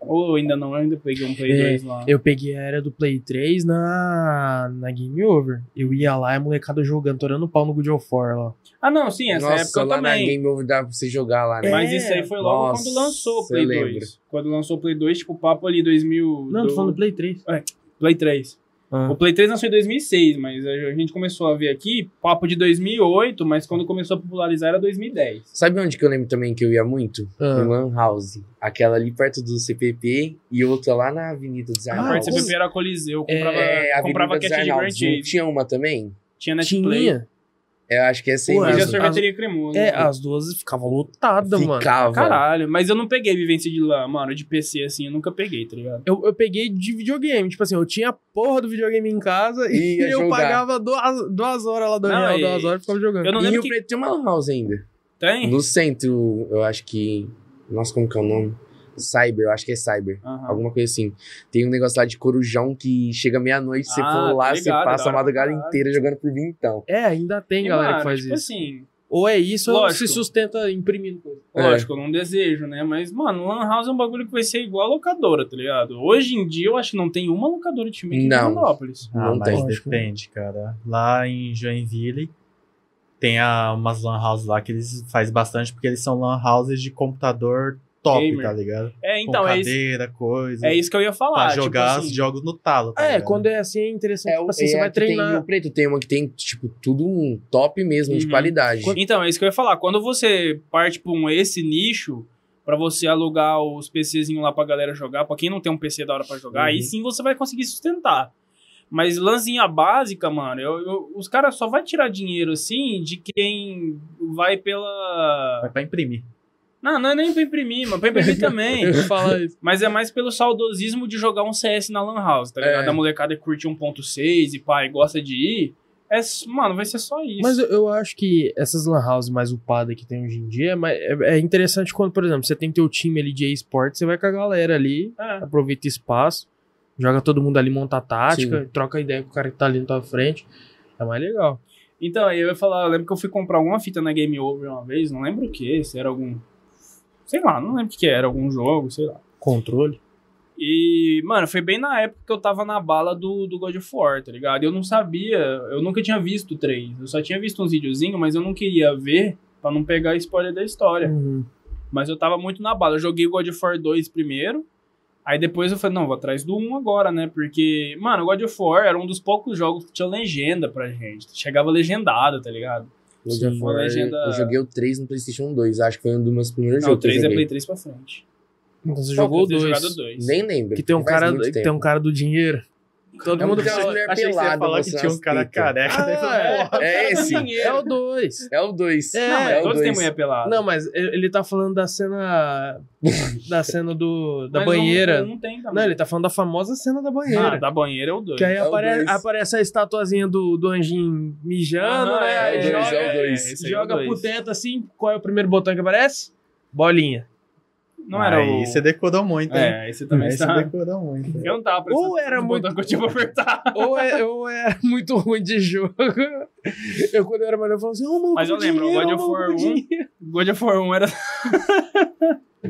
Ou ainda não, eu ainda peguei um Play
É,
2 lá.
Eu peguei a era do Play 3 na, na Game Over. Eu ia lá e a molecada jogando, torando pau no God of War lá.
Ah, não, sim, essa
Nossa,
época eu
lá na
também.
Game Over dá pra você jogar lá, né?
Mas
É.
isso aí foi logo
Nossa,
quando lançou o
eu
Play
lembro.
2. Quando lançou o Play 2, tipo, o papo ali 2000.
Não, tô
do-
falando do Play 3.
Play 3.
Ah.
O Play 3 nasceu em 2006, mas a gente começou a ver aqui papo de 2008, mas quando começou a popularizar era 2010.
Sabe onde que eu lembro também que eu ia muito? Em
Ah,
Lan House. Aquela ali perto do CPP e outra lá na Avenida dos
A
Ah,
parte
Arnaldos.
do CPP era Coliseu,
É,
comprava,
é, a
comprava
Avenida dos
quietinha de Grand
Arnaldos. Não
Chase,
tinha uma também? É,
tinha Netplay,
né? tinha.
Eu acho que essa aí
Pô,
mas a
As-
mesmo.
sorveteria cremosa.
É, as duas ficavam lotadas, mano.
Ficava.
Caralho, mas eu não peguei vivência de lá, mano, de PC assim, eu nunca peguei, tá ligado?
Eu, eu peguei de videogame. Tipo assim, eu tinha a porra do videogame em casa e
<laughs>
Ia
eu
jogar.
pagava duas, duas horas lá do
Não,
real,
e-
duas horas e ficava jogando.
Eu não
E
lembro
o
que
Preto tem uma Lan House ainda.
tem.
No centro, eu acho que. Nossa, como que é o nome? Cyber, eu acho que é Cyber.
Aham.
Alguma coisa assim. Tem um negócio lá de corujão que chega meia-noite, você
Ah,
for lá,
tô
você
ligado,
passa
da
a
hora pra
madrugada
caralho.
inteira jogando por vintão.
É, ainda tem
E,
galera
mano,
que faz
tipo
isso.
assim,
Ou é isso ou
Lógico.
se sustenta imprimindo coisa.
É.
Lógico, eu não desejo, né? Mas, mano, Lan House é um bagulho que vai ser igual a locadora, tá ligado? Hoje em dia eu acho que não tem uma locadora de time aqui
Não.
em Minópolis.
Ah,
Não
mas
tem.
depende, cara. Lá em Joinville tem a, umas lan houses lá que eles fazem bastante, porque eles são lan houses de computador top,
Gamer.
tá ligado?
É, então,
Com
é isso,
cadeira, coisa.
é isso que eu ia falar.
Pra
tipo
jogar
assim,
os jogos no talo, tá
É,
ligado?
quando é assim é interessante. tipo assim,
é
você vai
a que tem-
treinar. <laughs>
o Preto tem uma que tem, tipo, tudo um top mesmo, de
Uhum.
qualidade.
Então, é isso que eu ia falar. Quando você parte pra um, esse nicho, pra você alugar os PCzinhos lá pra galera jogar, pra quem não tem um PC da hora pra jogar,
Uhum.
aí sim você vai conseguir sustentar. Mas lanzinha básica, mano, eu- eu- os caras só vai tirar dinheiro, assim, de quem vai pela...
Vai pra imprimir.
Não, não é nem pra imprimir, mano. Pra imprimir também.
<laughs> Eu falo isso.
Mas é mais pelo saudosismo de jogar um CS na Lan House, tá ligado?
É.
A molecada que curte 1.6 e pai gosta de ir. É, s- mano, vai ser só isso.
Mas eu, eu acho que essas lan houses mais upadas que tem hoje em dia, mas é, é interessante quando, por exemplo, você tem teu time ali de esporte, você vai com a galera ali,
É.
aproveita espaço, joga todo mundo ali, monta a tática,
Sim.
troca ideia com o cara que tá ali na tua frente. É mais legal.
Então, aí eu ia falar, eu lembro que eu fui comprar alguma fita na Game Over uma vez, não lembro o que, se era algum. Sei lá, não lembro o que que era, algum jogo, sei lá.
Controle.
E, mano, foi bem na época que eu tava na bala do, do God of War, tá ligado? Eu não sabia, eu nunca tinha visto o 3. Eu só tinha visto uns videozinhos, mas eu não queria ver pra não pegar spoiler da história.
Uhum.
Mas eu tava muito na bala. Eu joguei o God of War 2 primeiro. Aí depois eu falei, não, vou atrás do 1 agora, né? Porque, mano, o God of War era um dos poucos jogos que tinha legenda pra gente. Chegava legendado, tá ligado?
God
Sim,
of War,
uma legenda-
Eu joguei o 3 no PlayStation 2, acho que foi um dos meus primeiros
Não, o
jogos. que eu
3 é
joguei.
Play 3 pra frente.
Então você
Qual
jogou o
Eu tenho
dois.
jogado dois.
Nem lembro.
Que tem um,
faz
cara,
muito
que
tempo.
tem um cara do dinheiro. Todo
É um
mundo
cara-
fala.
mulher
Achei que você ia
pelada
falar que
mostrando
tinha um
as
cara
tetas.
É, <laughs>
careca. daí eu falei,
Ah,
porra.
É esse?
É o 2.
É o 2.
É,
não, mas
é o
todos têm
2.
mulher pelada.
Não, mas ele ele tá falando da cena. <laughs> da cena do. da
Mas um-
banheira.
um Não, tem também.
Não, ele tá falando da famosa cena da
Ah,
banheira.
da banheira é o 2.
Que aí
É o
aparece,
dois.
aparece a estatuazinha do, do anjinho mijando, né?
é,
Aí
o dois,
joga,
é o dois.
esse aí é o
joga
dois.
pro teto assim. Qual é o primeiro botão que aparece? Bolinha.
Não era
Aí
o...
você decorou muito, hein?
É, aí você também
Aí você
está...
decorou muito.
Eu não tava
Ou era
nos
muito-
botões que eu tinha pra apertar.
ou, é, ou é <laughs> muito ruim de jogo. Eu, quando eu era mais novo, eu falava assim: Ô, maluco,
Mas eu
com
lembro,
dinheiro,
God
ô,
of
maluco,
War
com
um,
dinheiro.
God of War 1 era. <laughs>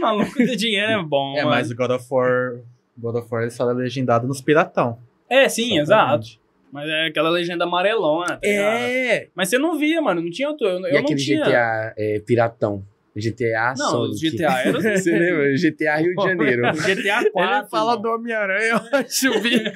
Maluco de dinheiro é bom,
É,
mano.
mas o God of War. God of War ele só é legendado nos piratão.
É, sim, exato.
Exatamente.
Mas é aquela legenda amarelona, tá ligado?
É,
Mas você não via, mano. Não tinha outro. Eu,
E
eu não
aquele
tinha.
GTA é, piratão. GTA
não, os
Sonic.
GTA
<laughs>
era.
<laughs> Você lembra? GTA Rio de Janeiro.
<laughs> GTA 4.
ele fala
mano.
do Homem-Aranha, eu acho o bico.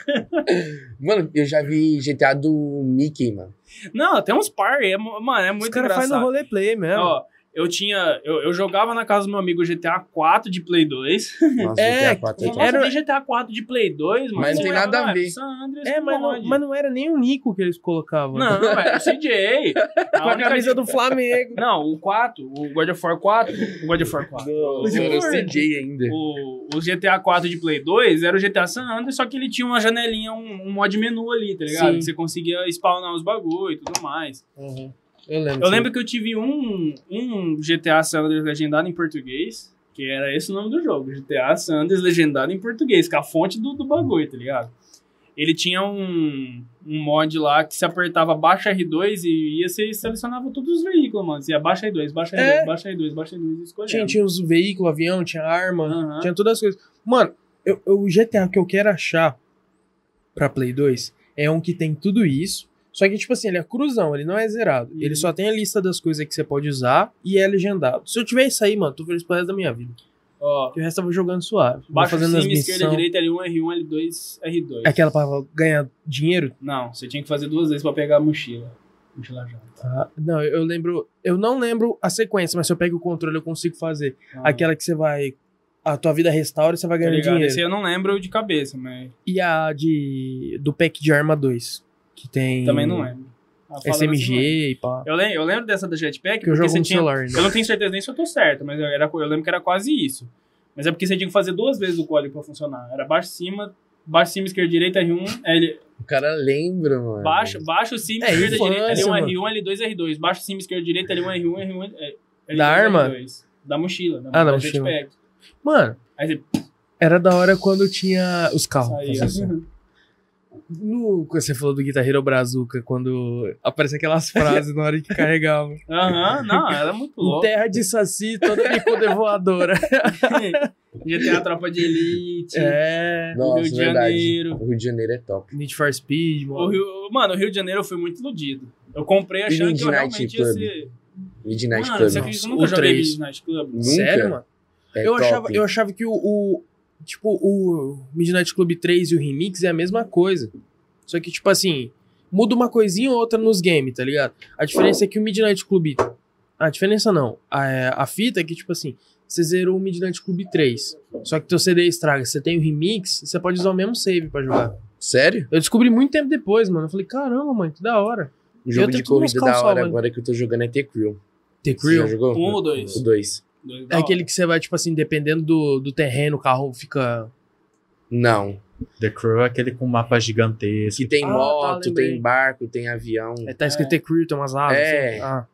Mano, eu já vi GTA do Mickey, mano.
<laughs> Não, tem uns par. É, mo- mano, é
Os
muito
caras fazem no
engraçado.
roleplay mesmo.
Ó, eu tinha. Eu, eu jogava na casa do meu amigo GTA 4 de Play
<laughs>
2.
Nossa,
É,
GTA 4
Nossa,
é
Era-
era... GTA 4 de Play 2, mano.
Mas não tem nada a
Ah,
ver.
San Andreas
é, mas não,
pode.
mas não era nem o Nico que eles colocavam. né?
Não, era o CJ.
<laughs> Com a camisa
tá?
do Flamengo.
Não, o 4, o God of War 4, o God of War 4.
do-
o,
do CJ ainda.
o- o GTA 4 de Play 2 era o GTA San Andreas, só que ele tinha uma janelinha, um, um mod menu ali, tá ligado?
Sim.
Que você conseguia spawnar os bagulho e tudo mais.
Uhum. Eu lembro.
Eu lembro que eu tive um, um GTA San Andreas legendado em português, Que era esse o nome do jogo, GTA San Andreas legendado em português, que é a fonte do, do bagulho, tá ligado? Ele tinha um, um mod lá que se apertava baixa R2 e ia, você selecionava todos os veículos, mano. Você ia baixa R2, baixa R2,
É.
baixa R2, baixa R2 e escolhia.
Tinha, tinha os veículos, avião, tinha arma,
Aham.
tinha todas as coisas. Mano, eu, eu- o GTA que eu quero achar pra Play 2 é um que tem tudo isso. Só que, tipo assim, ele é cruzão, ele não é zerado.
Uhum.
Ele só tem a lista das coisas que você pode usar e é legendado. Se eu tiver isso aí, mano, tô feliz pro resto da minha vida.
Ó,
Porque o resto eu vou jogando suave. Vou
baixa
fazendo as
cima, esquerda,
missões.
direita, L1, R1, L2, R2.
Aquela pra ganhar dinheiro?
Não, você tinha que fazer duas vezes pra pegar a mochila. Mochila já.
Ah, não, eu lembro. Eu não lembro a sequência, mas se eu pego o controle, eu consigo fazer. Aquela que você vai. A tua vida restaura e você vai
tá
é ganhando
Ah. ligado?
dinheiro.
Esse eu não lembro de cabeça, mas
E a de. Do pack de arma 2. Que tem.
também não lembro. Ah, falando assim,
SMG
não lembro.
e pá.
Eu lembro, eu lembro dessa da Jetpack
Que eu
porque
jogo
você
no
tinha.
celular né? ainda.
Eu não tenho certeza nem se eu tô certo, mas eu, era, eu lembro que era quase isso. Mas é porque você tinha que fazer duas vezes o código pra funcionar. Era baixo, cima, baixo, cima, esquerda, direita, R1, L.
O cara lembra, mano.
Baixo, baixo, cima,
É
esquerda,
infância,
direita, L1,
mano.
R1, L2, R2. Baixo, cima, esquerda, direita, L1, R1, R1, L2, R2.
Da arma?
Da mochila. Da,
Ah, da
Jetpack.
Mano,
Aí você
era da hora quando tinha os carros.
saía.
Assim, No, quando você falou do Guitar Hero Brazuca, quando
<laughs>
aparece aquelas frases na hora que carregava.
Aham, não, ela é
<laughs>
muito louca.
Terra de Saci, toda
<laughs>
bicuda voadora.
GTA Tropa de Elite.
é.
Nossa,
Rio de
verdade.
Janeiro.
O Rio de Janeiro é top.
Need for Speed,
O
mano.
Rio, mano, o Rio de Janeiro eu fui muito iludido. Eu comprei achando que eu
Midnight
realmente ia
Club.
ser.
Midnight
Mano,
Club.
você acredita que eu
Nossa,
nunca
o
joguei
três.
Midnight Club?
Nunca?
Sério, mano?
É
eu,
top.
achava, eu achava que o, o- Tipo, o Midnight Club 3 e o Remix é a mesma coisa. Só que, tipo assim, muda uma coisinha ou outra nos games, tá ligado? A diferença é que o Midnight Club. A diferença não. A, a fita é que, tipo assim, você zerou o Midnight Club 3. Só que teu CD estraga. Você tem o remix, você pode usar o mesmo save pra jogar.
Sério?
Eu descobri muito tempo depois, mano. Eu falei, caramba, mano, que da hora.
O jogo
tô
de
com umas
corrida da
calças,
hora
mano.
agora que eu tô jogando é The Crew.
The
Você já
Crew.
jogou?
Um ou dois?
O dois.
Dois
É aquele que você vai, tipo assim, dependendo do, do terreno, o carro fica.
Não.
The Crew é aquele com mapa gigantesco.
Que tem
Ah, tá,
moto,
lembrei.
tem barco, tem avião.
É, tá escrito The Crew, tem umas asas.
É.
assim. Ah.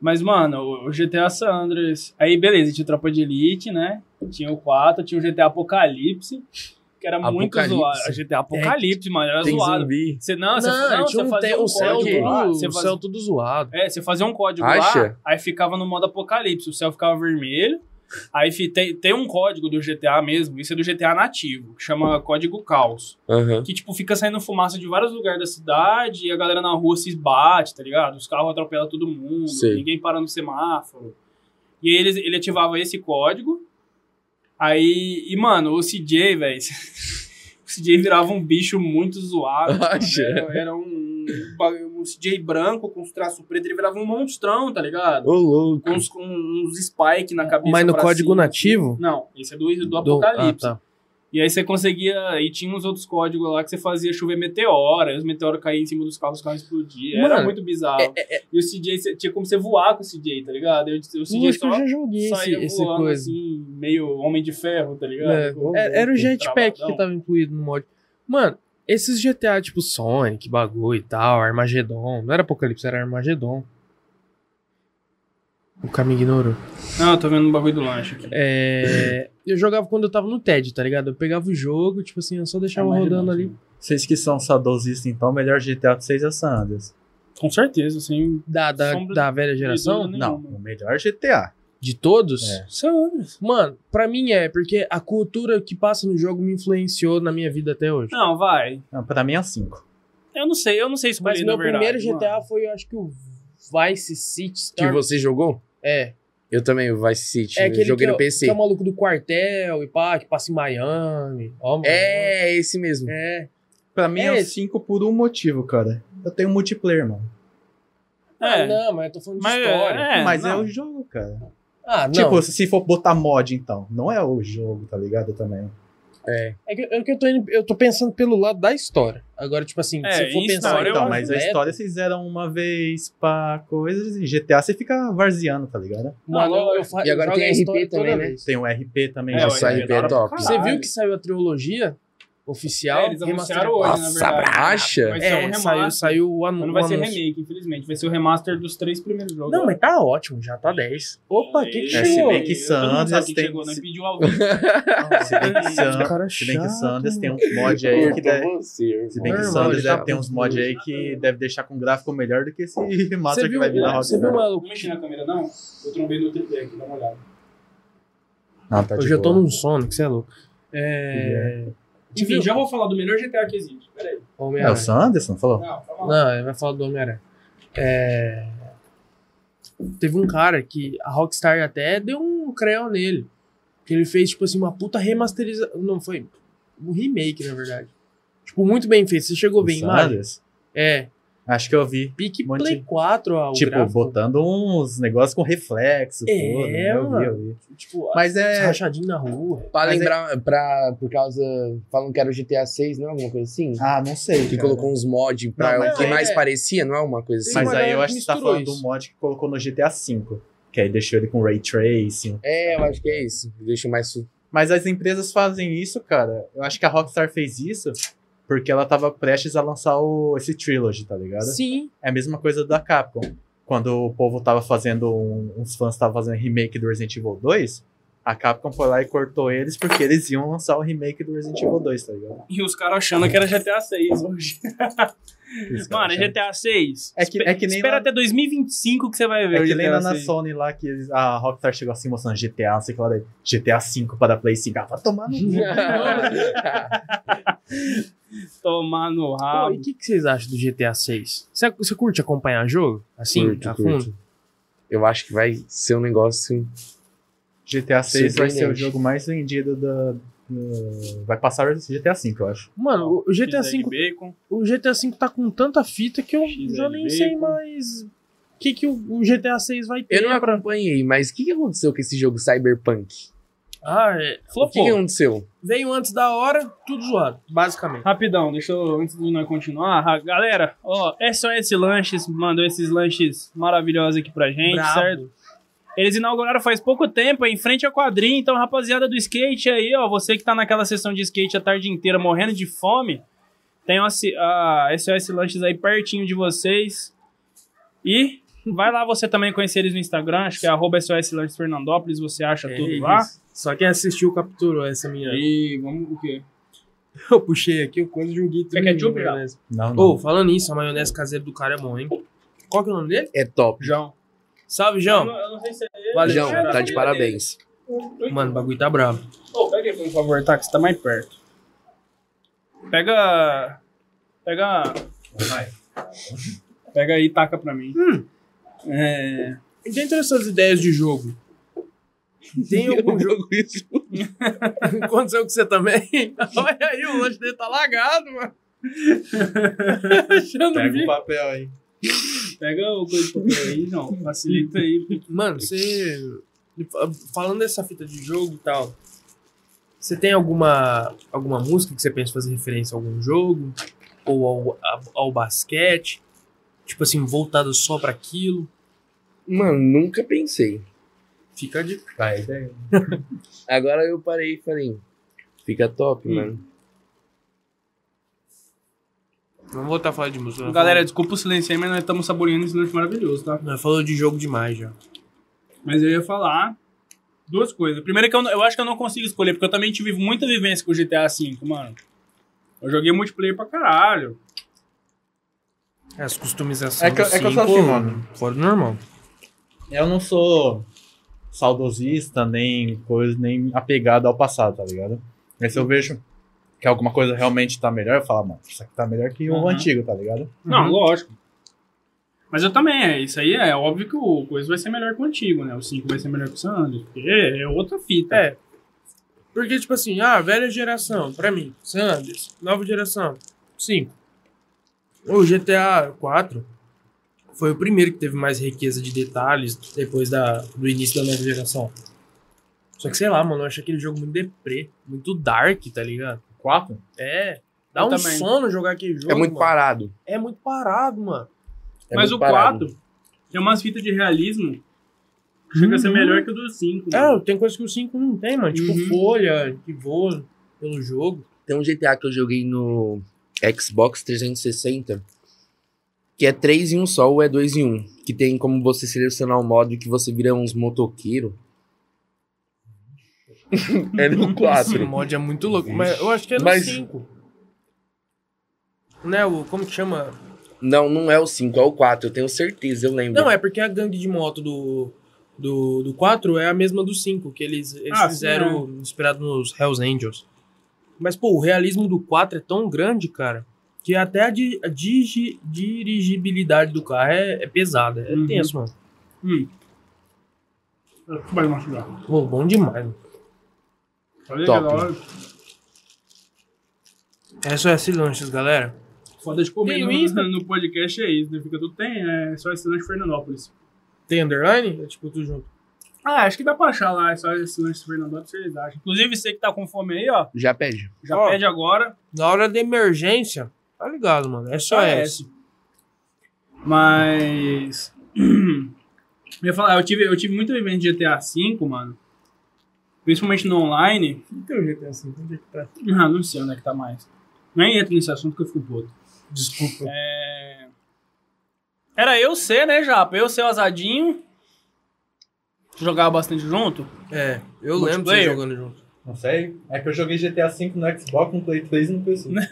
Mas, mano, o- o GTA San Andreas. Aí, beleza, tinha o Tropa de Elite, né? Tinha o 4, tinha o GTA Apocalipse, que era muito
Apocalipse.
zoado. A GTA Apocalipse, mano, era
tem
zoado.
zumbi.
Você, não, Ah, você,
É, Não,
não,
tinha
você
um
fazia
te-
um
o céu,
código
todo-
lá,
tudo,
você
o
fazia-
céu tudo zoado.
É, você fazia um código lá,
Acha?
aí ficava no modo apocalipse, o céu ficava vermelho. Aí fi- tem, tem um código do GTA mesmo, isso é do GTA nativo, que chama código caos.
Aham.
Que, tipo, fica saindo fumaça de vários lugares da cidade e a galera na rua se bate, tá ligado? Os carros atropelam todo mundo,
Sei.
ninguém para no semáforo. E aí ele, ele ativava esse código. Aí, e mano, o CJ, velho, <laughs> o CJ virava um bicho muito
<laughs>
zoado.
Ah,
mano.
Acha?
Era, era um, um CJ branco com os traços pretos, ele virava um monstrão, tá ligado?
Ô, louco.
Com uns, com uns spike na cabeça.
Mas no
pra
código
cima.
nativo?
Não, esse é do, do,
ah,
Apocalipse.
tá.
E aí você conseguia. E tinha uns outros códigos lá que você fazia chover meteoro, aí os meteoros caíam em cima dos carros, os carros explodiam. Era
Mano,
muito bizarro. E o CJ, você- tinha como você voar com o CJ, tá ligado? E o CJ
Lógico que eu
só
já joguei esse,
saía
esse
voando
coisa.
assim, meio homem de ferro, tá ligado?
É,
Com-
era- era o
com
jetpack
travadão.
que tava incluído no mod. Mano, esses GTA, tipo Sonic, bagulho e tal, Armagedon. Não era Apocalipse, era Armagedon. O cara me ignorou.
Não, eu tô vendo um bagulho do lanche aqui.
É, eu jogava quando eu tava no TED, tá ligado? Eu pegava o jogo, tipo assim, eu só deixava rodando ali.
Vocês que são sadosistas, então, o melhor GTA pra vocês é San Andreas.
Com certeza, sem
Da, da,
Sombra né?
da velha geração?
dúvida
Não,
nenhuma.
o melhor GTA.
De todos?
É.
Mano, pra mim é, porque a cultura que passa no jogo me influenciou na minha vida até hoje.
Não, vai.
Não, pra mim é 5.
Eu não sei, eu não sei escolher,
Mas
na
meu
verdade.
primeiro GTA
mano.
foi, eu acho que o Vice City
Que
Star.
você jogou?
É,
Eu também, o Vice City.
é
eu
aquele
joguei
que, é-
no PC.
que é o maluco do quartel e pá, que passa em Miami. Ó, mano.
É, esse mesmo.
É.
Pra mim
É
é
esse.
5 por um motivo, cara. Eu tenho multiplayer, mano.
É.
Ah, não, mas eu tô falando de
Mas,
história.
é,
Mas
não.
é o jogo, cara.
Ah, não.
Tipo, se for botar mod, então. Não é o jogo, tá ligado? Também.
é que, é que eu, tô indo- eu tô pensando pelo lado da história. Agora, tipo assim,
É,
se eu for
em
pensar.
história, eu
em
então,
acho
mas a
completo,
história vocês eram uma vez pra coisas. E GTA você fica varziando, tá ligado?
Mano, eu, eu, fa-
E agora
eu jogo
tem
a
RP
história
também,
toda
né?
vez.
Tem o RP também.
É,
já
Nossa,
o
RP
saiu.
é
da hora pra
top.
caralho.
Você viu que saiu a trilogia? oficial.
É, eles anunciaram
remasterizado.
hoje, na
Nossa,
verdade.
acha?
Vai ser um
É,
remaster.
saiu, saiu o
Mas
anúncio.
não vai ser remake, infelizmente. Vai ser o remaster dos três primeiros jogos.
Não, mas tá ótimo, já tá 10. Opa, o que, que
É,
se
chegou?
bem que
Todo mundo sabe
Sanders
que
tem-
chegou, né? Pediu ao vivo.
<laughs> Se bem que, San-
Cara
se bem que
chato,
Sanders tem
mano.
uns mod aí que deve.
você,
Se bem que
Irmão, tá
Sanders
já
deve ter uns mod aí que deve deixar com gráfico melhor do que esse <laughs>
Você
remaster que
viu,
vai vir na
você viu,
Rockstar.
Não
maluco?
mexe na câmera, não. Eu trombei no 3D aqui, dá uma olhada.
Não, tá de
Hoje eu tô
boa.
num sono, que você é louco. É.
Enfim, já vou falar do melhor GTA que existe. Peraí.
É o
Homem-Aranha.
Sanderson? Falou?
Não, tá calma lá.
Não, ele vai falar do Homem-Aranha. É... Teve um cara que a Rockstar até deu um creio nele. Que ele fez, tipo assim, uma puta remasterização. Não, foi um remake, na verdade. Tipo, muito bem feito. Você chegou a ver a
O
imagem?
Sanders?
É.
Acho que eu vi.
Pique
Monte-
Play 4, ó, É o
tipo,
gráfico.
botando uns negócios com reflexo.
É,
tudo, né? Eu
mano.
vi, eu vi.
Tipo,
Mas
é...
é.
rachadinho na rua.
Pra
Mas é-
lembrar, pra, por causa. Falam que era o GTA 6, não é alguma coisa assim?
Ah, não sei.
que
cara.
colocou uns mod pra
Não, mas
o que
é-
mais parecia, não é uma coisa assim?
Mas
um Sim,
aí
mas
eu acho que você tá
misturou
falando
isso.
do mod que colocou no GTA V. Que aí deixou ele com ray tracing.
É, eu acho que é isso. Deixa mais. su-
Mas as empresas fazem isso, cara. Eu acho que a Rockstar fez isso porque ela tava prestes a lançar o, esse trilogy, tá ligado?
<laughs>
Sim.
É a mesma coisa da Capcom. Quando o povo tava fazendo. um- uns fãs estavam fazendo remake do Resident Evil 2, a Capcom foi lá e cortou eles porque eles iam lançar o remake do Resident Evil 2, tá ligado?
E os caras achando que era GTA 6
<laughs>
hoje.
Isso, cara,
Mano, é
achando-
GTA 6.
É que- é que nem
Espera
lá-
até 2025 que você vai ver.
É
o
que
GTA
nem lá na
6.
Sony lá que eles- a Rockstar chegou assim mostrando GTA, não sei o que lá daí. GTA V para Play 5. Ah, vai tomar no cu.
Tomar no
Pô,
Ah.
rabo.
e o que, que vocês acham do GTA 6? Você, você curte acompanhar jogo? Assim,
Curto,
a fundo?
curto. Eu acho que vai ser um negócio.
GTA 6 vai ser o
Surpreendente.
jogo mais vendido da. da- Vai passar o GTA V, eu acho.
Mano, o GTA V
XL Bacon.
o GTA V tá com tanta fita que eu
XLB,
já nem sei
com-
mais o que, que o, o GTA 6 vai ter.
Eu não acompanhei, mas o que que aconteceu com esse jogo Cyberpunk?
Ah, é.
O que que
Flopou.
aconteceu?
Veio antes da hora, tudo zoado, basicamente.
Rapidão, deixa eu, antes de nós continuar, ah, galera, ó, SOS Lanches mandou esses lanches maravilhosos aqui pra gente,
Brabo.
certo? Eles inauguraram faz pouco tempo, em frente ao quadrinho. Então, rapaziada do skate aí, ó, você que tá naquela sessão de skate a tarde inteira morrendo de fome, tem a C- a SOS Lanches aí pertinho de vocês. E vai lá você também conhecer eles no Instagram, acho que é arroba SOS Lanches Fernandópolis, você acha
É
Tá tudo
isso.
lá.
Só quem assistiu capturou essa minha.
E vamos o quê?
<laughs> Eu puxei aqui o coisa e joguei tudo.
Quer ketchup,
na
já?
maionese.
Não,
Ô,
<laughs>
falando nisso, a maionese caseira do cara é bom, hein? Qual que é o nome dele?
É top.
João. Salve,
Eu
João.
não, eu não sei se é ele.
Valeu,
João,
cara.
tá de parabéns.
Mano, o bagulho tá brabo.
Ô, pega aí, por favor, tá? Que você tá mais perto. Pega. Pega. Vai. Pega aí e taca pra mim. É.
E dentre essas ideias de jogo, <laughs> tem algum jogo isso? Aconteceu com você também? Olha aí, o lanche dele tá lagado,
<laughs>
mano. Achando
Pega
que-
o papel aí.
Pega o coisa de papel aí, não. Facilita aí.
Mano, você. Falando dessa fita de jogo e tal, você tem alguma, alguma música que você pensa fazer referência a algum jogo? Ou ao, a- ao basquete? Tipo assim, voltado só pra aquilo?
Mano, nunca pensei.
Fica de.
Vai, é daí.
Agora eu parei e falei, "Hum, fica top,
Hum.
mano.
Vamos voltar a falar de música. né? nós
Galera, desculpa o silêncio aí, mas nós estamos saboreando esse lanche maravilhoso, tá?
falamos- nós falou de jogo demais já.
Mas eu ia falar duas coisas. Primeiro é que eu, não- eu acho que eu não consigo escolher, porque eu também tive muita vivência com o GTA V, mano. Eu joguei multiplayer pra caralho.
As customizações.
É que- é que eu sou
assim,
assim,
pô,
mano.
Fora do normal.
Eu não sou saudosista, nem coisa, nem apegado ao passado, tá ligado? Mas se eu vejo que alguma coisa realmente tá melhor, eu falo, mano, isso aqui tá melhor que o
Uhum.
antigo, tá ligado?
Não,
Uhum.
lógico. Mas eu também, é isso aí. É óbvio que o coisa vai ser melhor que o antigo, né? O 5 vai ser melhor que o Sandro. Porque é outra fita.
É. Porque, tipo assim, ah, velha geração, pra mim, Sanders, nova geração, 5. O GTA 4 foi o primeiro que teve mais riqueza de detalhes depois da, do início da nova geração. Só que, sei lá, mano, eu acho aquele jogo muito deprê, muito dark, tá ligado?
Quatro?
É. Dá
Eu
um
também.
sono jogar aquele jogo.
É muito
mano.
parado.
É muito parado, mano.
É
Mas
muito
o
parado.
4 tem umas fitas de realismo que chega a
Uhum.
ser melhor que o do né? 5.
É, tem coisa que o 5 não tem, mano. Tipo,
Uhum.
folha que voa pelo jogo.
Tem um GTA que eu joguei no Xbox 360, que é 3 em um só ou é 2 em 1. Um, que tem como você selecionar o modo que você vira uns motoqueiros.
<laughs>
é no
Esse
4.
mod é muito louco. Mas eu acho que é no
Mas-
5. Né, o, como que chama?
Não, não é o 5, é o 4, eu tenho certeza, eu lembro.
Não, é porque a gangue de moto do, do, do 4 é a mesma do 5, que eles, eles
Ah, sim,
fizeram inspirado nos Hells Angels. Mas, pô, o realismo do 4 é tão grande, cara, que até a, di- a digi- dirigibilidade do carro é, é pesada. É
Uhum.
tenso, mano.
Hum. Ah, Eu vou mais mastigar.
Pô, bom demais. mano.
Falei
Top.
aquela hora.
É só esses lanches, galera.
Foda de comer
Tem
no,
o Insta?
no podcast é isso, né? Fica tudo tem, é só esse lanche Fernandópolis.
Tem underline? É tipo tudo junto.
Ah, acho que dá pra achar lá, é só esse lanche Fernandópolis, vocês acham. Inclusive, você que tá com fome aí, ó,
Já pede.
já
Ó.
pede agora.
Na hora da emergência, tá ligado, mano. É só
É,
essa.
Mas. <clears throat> eu ia falar, eu tive, eu tive muito evento de GTA V, mano. Principalmente no online. <clears throat>
Não tem um jeito assim, onde é que tá?
Ah, não sei onde é que tá mais. Nem entro nesse assunto que eu fico puto.
Desculpa.
Era eu ser, né, Japa? Eu ser o Azadinho. Jogava bastante junto.
É, eu lembro de você
Multiplayer?
jogando junto.
Não sei. É que eu joguei GTA V no Xbox, no Play 3 e no PC.
Né?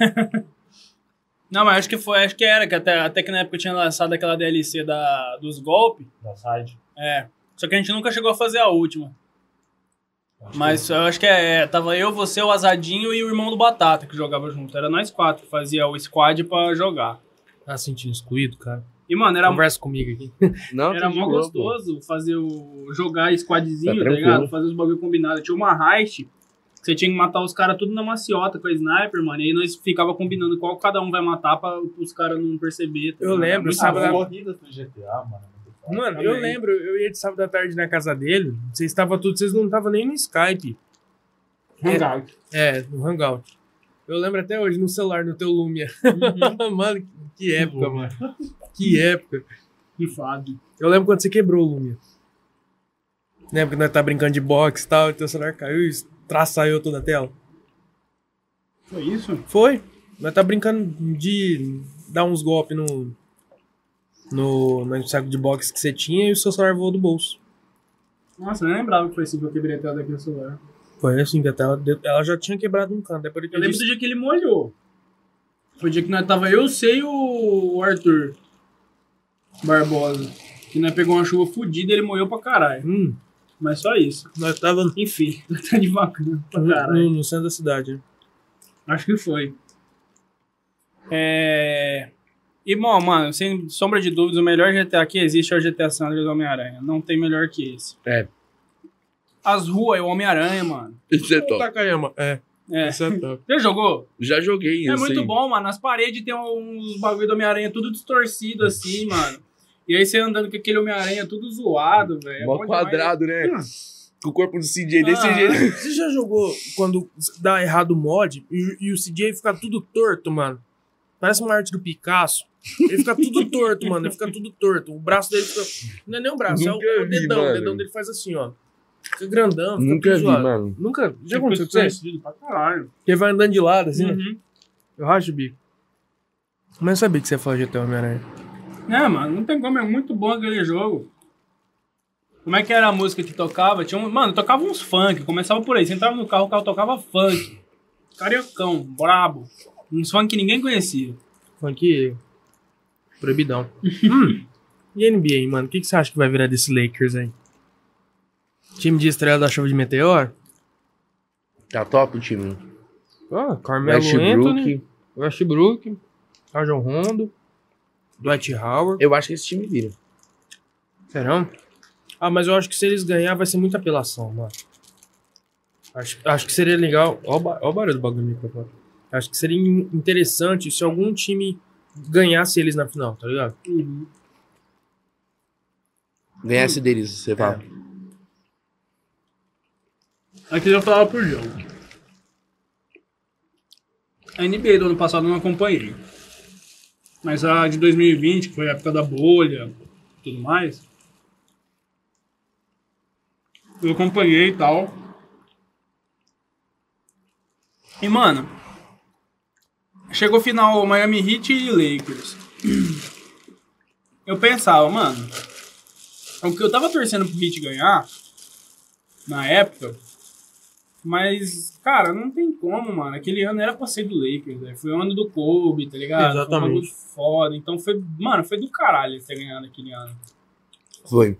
Não, mas acho que foi, acho que era, que até, até que na época eu tinha lançado aquela DLC da, dos golpes.
<laughs> Da side.
É. Só que a gente nunca chegou a fazer a última. Mas eu acho que é, é, Tava eu, você, o Azadinho e o irmão do Batata que jogava junto. Era nós quatro que fazia o squad pra jogar.
Tá sentindo excluído, cara?
E, mano, era,
Conversa comigo aqui.
Não,
era
tá de
mó
boa, <laughs>
gostoso fazer o. jogar squadzinho,
Tá
tá,
tranquilo.
ligado? Fazer os bagulho combinado. Tinha uma heist que você tinha que matar os caras tudo na maciota com a sniper, mano. E aí nós ficava combinando qual cada um vai matar pra os caras não perceber. tá
Eu
ligado?
lembro,
Ah,
Muito
sabe, né?
bom.
corrida do GTA, mano.
Mano,
Também.
eu lembro, eu ia de sábado à tarde na casa dele, vocês estavam tudo, vocês não estavam nem no Skype.
Hangout.
É, no Hangout. Eu lembro até hoje no celular, no teu Lumia. <laughs> mano, que época, mano. Que época.
Rifado.
Eu lembro quando você quebrou o Lumia. Lembra que nós tá brincando de boxe e tal, e teu celular caiu e traço saiu toda a tela?
Foi isso?
Foi. Nós tá brincando de dar uns golpes no, no, no saco de boxe que você tinha e o seu celular voou do bolso.
Nossa, eu nem lembrava que foi assim que eu quebrei a tela daquele celular.
Foi assim que a tela, deu- ela já tinha quebrado um canto. É por isso que
Eu
eu
lembro do
disse,
dia que ele molhou. Foi o dia que nós tava eu, sei e o Arthur Barbosa. Que nós pegou uma chuva fodida e ele molhou pra caralho.
hum,
Mas só isso.
nós tava no,
Enfim, <laughs> tá de bacana pra caralho.
no, no centro da cidade. né?
hum. Acho que foi. É. E, bom, mano, sem sombra de dúvidas, o melhor GTA que existe é o GTA San Andreas Homem-Aranha. Não tem melhor que esse.
É.
As ruas é o Homem-Aranha, mano.
Isso é top.
Takayama. É,
tá É.
isso é top.
Você jogou?
Já joguei isso.
É muito
aí.
bom, mano. Nas paredes tem uns bagulho do Homem-Aranha tudo distorcido, assim, mano. E aí você andando com aquele Homem-Aranha tudo zoado, velho. É
Mó
bom demais.
quadrado, né? Com o corpo do CJ desse
Ah.
jeito.
Você já jogou quando dá errado o mod e, e o CJ fica tudo torto, mano? Parece uma arte do Picasso. Ele fica
<laughs>
tudo torto, mano. Ele fica tudo torto. O braço dele fica. Não é nem o braço, é o,
Nunca
é o
vi,
dedão. o
mano.
dedão dele faz assim, ó. Fica grandão. Fica
Nunca
tudo
vi,
zoado.
mano. Tipo
Nunca. Já
Ficou
aconteceu com vocês?
distorcido pra caralho.
Ele vai andando de lado, assim, né?
Uhum.
Eu racho o bico. Mas eu sabia que você ia falar GTA Homem-Aranha.
É, mano, não tem como. É muito bom aquele jogo. Como é que era a música que tocava? Tinha um... Mano, tocava uns funk. Começava por aí. Você entrava no carro, o carro tocava funk. Cariocão, brabo. Uns funk que ninguém conhecia.
Funk proibidão. E NBA, mano? O que, que você acha que vai virar desse Lakers aí? Time de estrela da chuva de meteor?
Tá top o time.
Ah, Carmelo Anthony,
Westbrook.
Westbrook, Rajon Rondo, Dwight Howard.
Eu acho que esse time vira.
Serão? Ah, mas eu acho que se eles ganhar vai ser muita apelação, mano. Acho, acho que seria legal. Ó, o ba- ó o barulho do bagulho do microfone. Acho que seria in- interessante se algum time ganhasse eles na final, tá ligado?
Uhum. Hum.
Ganhasse deles, você fala.
Aqui eu falava por jogo. A NBA do ano passado eu não acompanhei. Mas a de 2020, que foi a época da bolha e tudo mais, eu acompanhei e tal. E, mano, Chegou final Miami Heat e Lakers. Eu pensava, mano. é O que eu tava torcendo pro Heat ganhar na época. Mas, cara, não tem como, mano. Aquele ano era pra ser do Lakers, velho. Foi o ano do Kobe, tá ligado? Foi um
Exatamente.
bagulho foda. Então foi, mano, foi do caralho eles ter ganhado aquele ano.
Foi.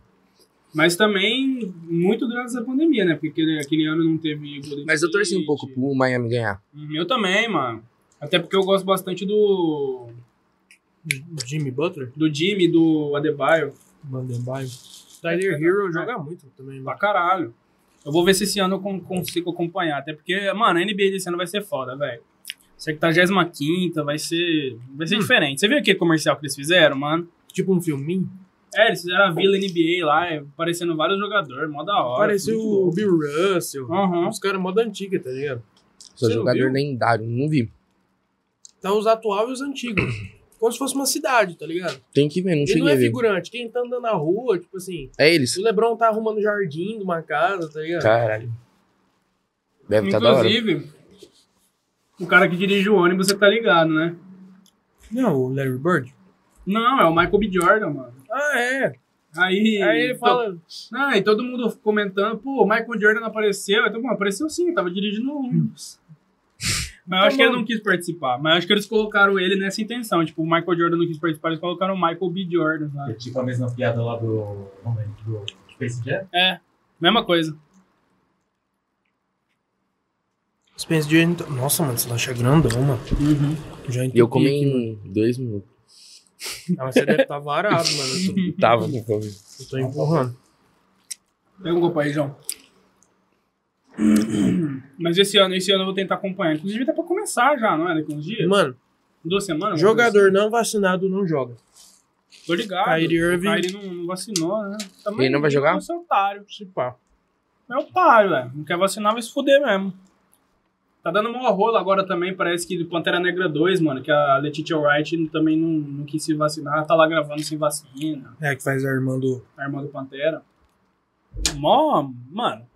Mas também muito graças à pandemia, né? Porque aquele- aquele ano não teve. Golden
Mas eu torci um
State.
pouco pro Miami ganhar.
Uhum, Eu também, mano. Até porque eu gosto bastante do.
Jimmy Butler?
Do Jimmy, do Adebayo.
Vandenbaio. Tyler Hero joga muito também,
Pra
mano.
caralho. Eu vou ver se esse ano eu con- consigo acompanhar. Até porque, mano, a NBA desse ano vai ser foda, velho. 75 vai ser. Vai
Hum.
ser diferente. Você viu aquele comercial que eles fizeram, mano?
Tipo um filminho.
É, eles fizeram a Vila NBA lá, é, aparecendo vários jogadores, mó da hora.
Parecia
muito
o
louco.
Bill Russell.
Aham.
Os caras moda antiga, tá ligado?
Sou
Você não
jogador
viu?
lendário, não vi.
Então os atuais e os antigos. Como se fosse uma cidade, tá ligado?
Tem que ver,
Ele
não
não
cheguei a
é
ver.
figurante. Quem tá andando na rua, tipo assim,
É eles.
o Lebron tá arrumando o jardim de uma casa, tá ligado?
Caralho. Deve estar tá da hora.
Inclusive, o cara que dirige o ônibus, você tá ligado, né?
Não, o Larry Bird.
Não, é o Michael B. Jordan, mano.
Ah, é.
Aí,
Aí
Então.
ele fala.
Não, e todo mundo comentando, pô, o Michael Jordan apareceu. Então, bom, apareceu sim, tava dirigindo o ônibus. Mas eu acho que ele não quis participar. Mas eu acho que eles colocaram ele nessa intenção. Tipo, o Michael Jordan não quis participar, eles colocaram o Michael B. Jordan.
É
Sabe?
tipo a mesma piada lá do. do Space Jam?
É, mesma coisa.
Spence Jane. é Nossa, mano, você tá grandão, mano. Já
Uhum. E eu comi em dois minutos.
Ah, mas você deve estar varado, mano. Eu
Tava com fome.
tô,
<laughs>
eu tô empurrando.
Pega um copo aí,
<clears throat>
João. Mas esse ano, esse ano eu vou tentar acompanhar. Inclusive, dá pra começar já, não é? Daqui uns dias?
Mano,
Duas semanas?
jogador não vacinado não joga.
Tô ligado.
Ah,
Kyrie Irving.
Kyrie não, não vacinou, né?
Ele não vai jogar?
Você é otário.
Se pá.
É otário, velho. Não quer vacinar, vai se fuder mesmo. Tá dando maior rolo agora também, parece que do Pantera Negra 2, mano, que a Letitia Wright também não, não quis se vacinar, tá lá gravando sem vacina,
É, que faz a irmã do.
a irmã do Pantera. Mó, mano.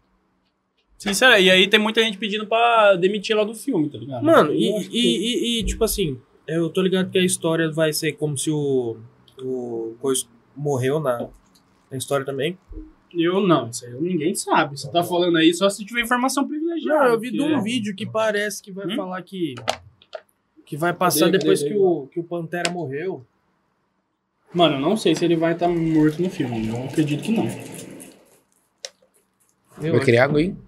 Sincero, e aí tem muita gente pedindo pra demitir ela do filme, tá ligado?
Mano,
Eu
e,
acho que-
e, e- e, tipo assim, eu tô ligado que a história vai ser como se o. O Coisa morreu na, na história também.
Eu não, isso aí eu- ninguém sabe. Você tá falando aí só se tiver informação privilegiada.
Não, eu vi de
porque-
um vídeo que parece que vai
Hum?
falar que. Que vai passar
Cadê,
depois
cadê,
que, o, que o Pantera morreu.
Mano, eu não sei se ele vai estar morto no filme, eu acredito que não.
Eu
Vai criar água aí?
acho.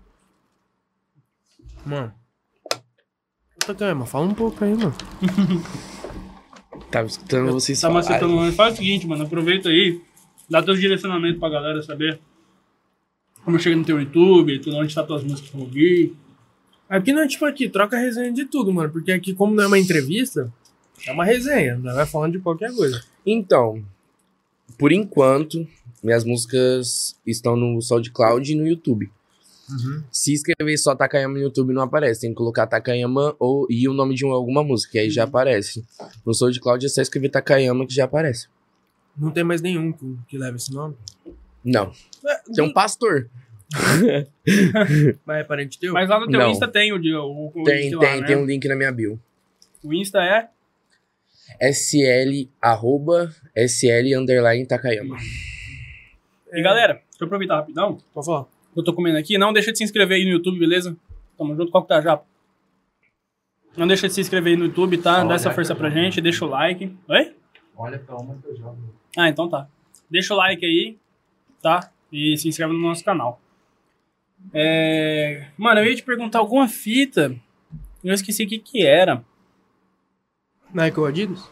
Mano. Tá, calma, fala um pouco aí, mano.
Tava escutando vocês
Tá
falarem.
macetando o Faz o seguinte, mano. Aproveita aí. Dá teus direcionamentos pra galera saber. Como chega no teu YouTube, tudo onde tá tuas músicas pra ouvir.
Aqui não é tipo aqui, troca resenha de tudo, mano. Porque aqui, como não é uma entrevista, é uma resenha. Não vai falando de qualquer coisa.
Então, por enquanto, minhas músicas estão no SoundCloud e no YouTube.
Uhum.
Se escrever só Takayama no YouTube não aparece. Tem que colocar Takayama ou, e o nome de uma- alguma música, que aí
Uhum.
já aparece. No SoundCloud é só escrever Takayama que já aparece.
Não tem mais nenhum que, que leva esse nome.
Não. Tem um pastor.
Mas é parente teu?
Mas lá no teu
Não.
Insta tem o dia. O, o
Tem,
link
tem,
lá, né?
tem um link na minha bio.
O Insta é.
SL, arroba, SL, underline, Takayama.
É.
E galera, deixa eu aproveitar rapidão.
Pode falar.
Eu tô comendo aqui. Não deixa de se inscrever aí no YouTube, beleza? Tamo junto, qual que tá já? Não deixa de se inscrever aí no YouTube, tá? Dá essa
né?
força pra gente, deixa o like. Oi?
Olha pra uma que eu jogo.
Ah, então tá. Deixa o like aí, tá? E se inscreve no nosso canal. É... Mano, eu ia te perguntar alguma fita. Eu esqueci o que que era.
Nike ou é Adidas?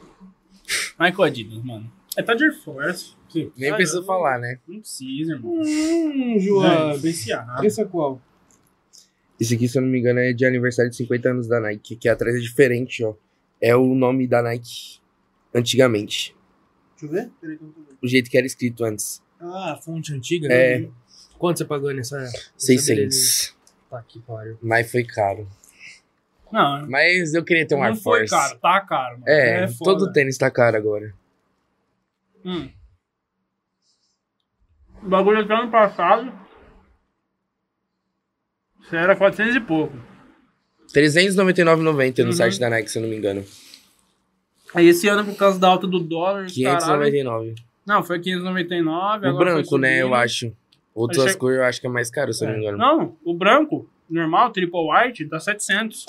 Michael Adidas, mano. É tá de Air Force. Sim.
Nem
Ah,
precisa
não.
falar, né?
Não precisa, irmão.
Hum,
Não,
João.
viciado.
Esse é qual?
Esse aqui, se eu não me engano, é de aniversário de 50 anos da Nike, que atrás é diferente, ó. É o nome da Nike antigamente.
Deixa eu ver.
O jeito que era escrito antes.
Ah, fonte antiga?
É.
né? Quanto você pagou nessa? nessa
600.
beleza? Tá que pariu.
Mas foi caro.
Não,
Mas eu queria ter um
não
Air
foi
Force.
caro. Tá caro, mano.
É,
foda.
todo tênis tá caro agora.
Hum. O bagulho até ano passado. Isso era 400 e pouco.
399,90 no
Uhum.
site da Nike, se eu não me engano.
Aí esse ano, por causa da alta do dólar, os caralho.
599.
Não, foi 599.
O
agora foi
branco, né,
subindo.
eu acho. Outras
Achei-
cores eu acho que é mais caro, se eu não me engano.
Não, o branco, normal, triple white, dá 700.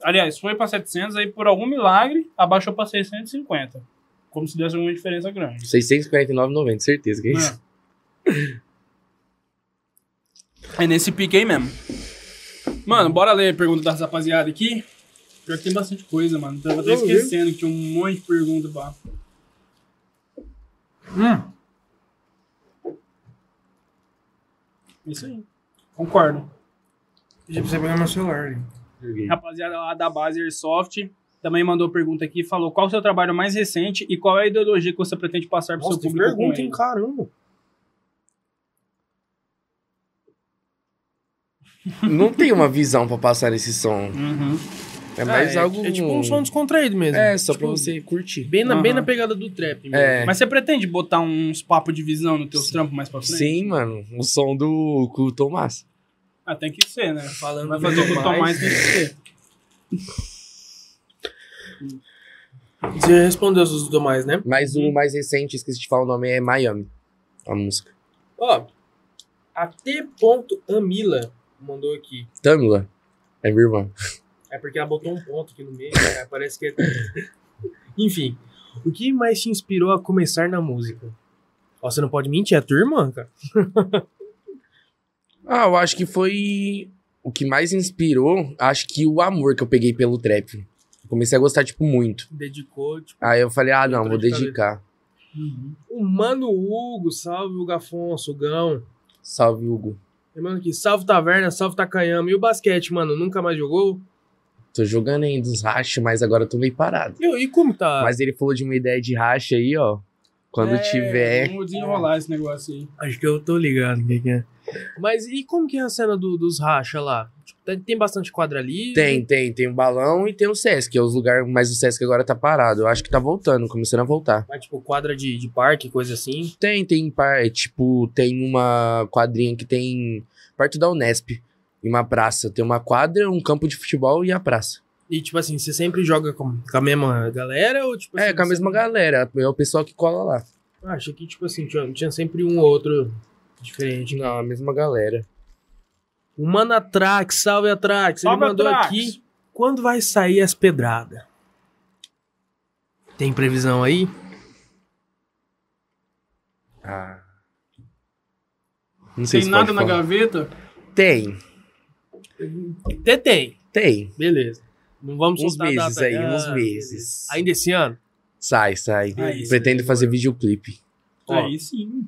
Aliás, foi pra 700, aí por algum milagre, abaixou pra 650. Como se desse alguma diferença grande.
649,90, certeza que é isso.
É. É nesse pique aí mesmo. Mano, bora ler a pergunta da rapaziada aqui. Pior que tem bastante coisa, mano. Tava até esquecendo que tinha um monte de pergunta pá. Hum. É Isso aí. Concordo.
Pedi pra você pegar meu celular ali.
Rapaziada lá da Base Airsoft também mandou pergunta aqui. Falou qual o seu trabalho mais recente e qual é a ideologia que você pretende passar pro seu
Nossa, tem
público com
pergunta,
ele.
hein? Caramba.
Não tem uma visão pra passar nesse som.
Uhum.
É mais
é,
algo.
é tipo um som descontraído mesmo.
É, só
Tipo,
pra você curtir.
Bem na, bem
Aham.
na pegada do trap mesmo.
É.
Mas você pretende botar uns papos de visão no teu trampo mais pra frente?
Sim, mano. O som do com o Tomás.
Ah, tem que ser, né?
Falando
Vai fazer o que o Tomás tem que ser.
Você respondeu os do mais, né?
Mas o mais recente, esqueci de falar o nome, é Miami. A música.
Ó, a T.Amila mandou aqui.
Tamila. É minha irmã.
É porque ela botou um ponto aqui no meio, cara, parece que é... <laughs> Enfim, o que mais te inspirou a começar na música? Ó, você não pode mentir, é a tua irmã, cara.
Ah, eu acho que foi o que mais inspirou, acho que o amor que eu peguei pelo trap. Eu comecei a gostar, tipo, muito.
Dedicou, tipo,
Aí eu falei, ah, não,
Entrou
vou
de cabeça.
dedicar.
Uhum.
o Mano Hugo, salve o Gafonso, o Gão.
Salve, Hugo.
Lembrando que salve Taverna, salve Takayama. E o basquete, mano, nunca mais jogou?
Tô jogando ainda uns rachos, mas agora eu tô meio parado.
E, e como tá?
Mas ele falou de uma ideia de racha aí, ó. Quando
É,
tiver.
Vamos desenrolar esse negócio aí.
Acho que eu tô ligado o que, que é. Mas e como que é a cena do- dos racha lá? Tipo, tem- tem bastante quadra ali?
Tem, tem. Tem o balão e tem o Sesc, que é os lugares. Mas o Sesc agora tá parado. Eu acho que tá voltando, começando a voltar.
Mas, tipo, quadra de, de parque, coisa assim?
Tem, tem par, tipo, tem uma quadrinha que tem perto da Unesp, em uma praça. Tem uma quadra, um campo de futebol e a praça.
E, tipo assim, você sempre joga com, com a mesma galera ou, tipo
É,
assim,
com a
você-
mesma galera, é o pessoal que cola lá.
Ah, achei que, tipo assim, tinha, tinha sempre um ou outro diferente.
Não, a mesma galera.
O Mano Atrax, salve Atrax. Ele
Salve,
mandou
Atrax.
aqui. Quando vai sair as pedradas? Tem previsão aí?
Ah. Não sei
Tem
se
nada
pode
na
falar.
gaveta?
Tem,
Até tem.
tem.
Beleza. Não vamos
Uns
soltar a
meses
data
aí,
ainda.
uns
Ah,
meses.
beleza. Ainda esse ano?
Sai, sai.
Aí, sim,
Pretendo fazer videoclipe.
Ó.
Aí sim.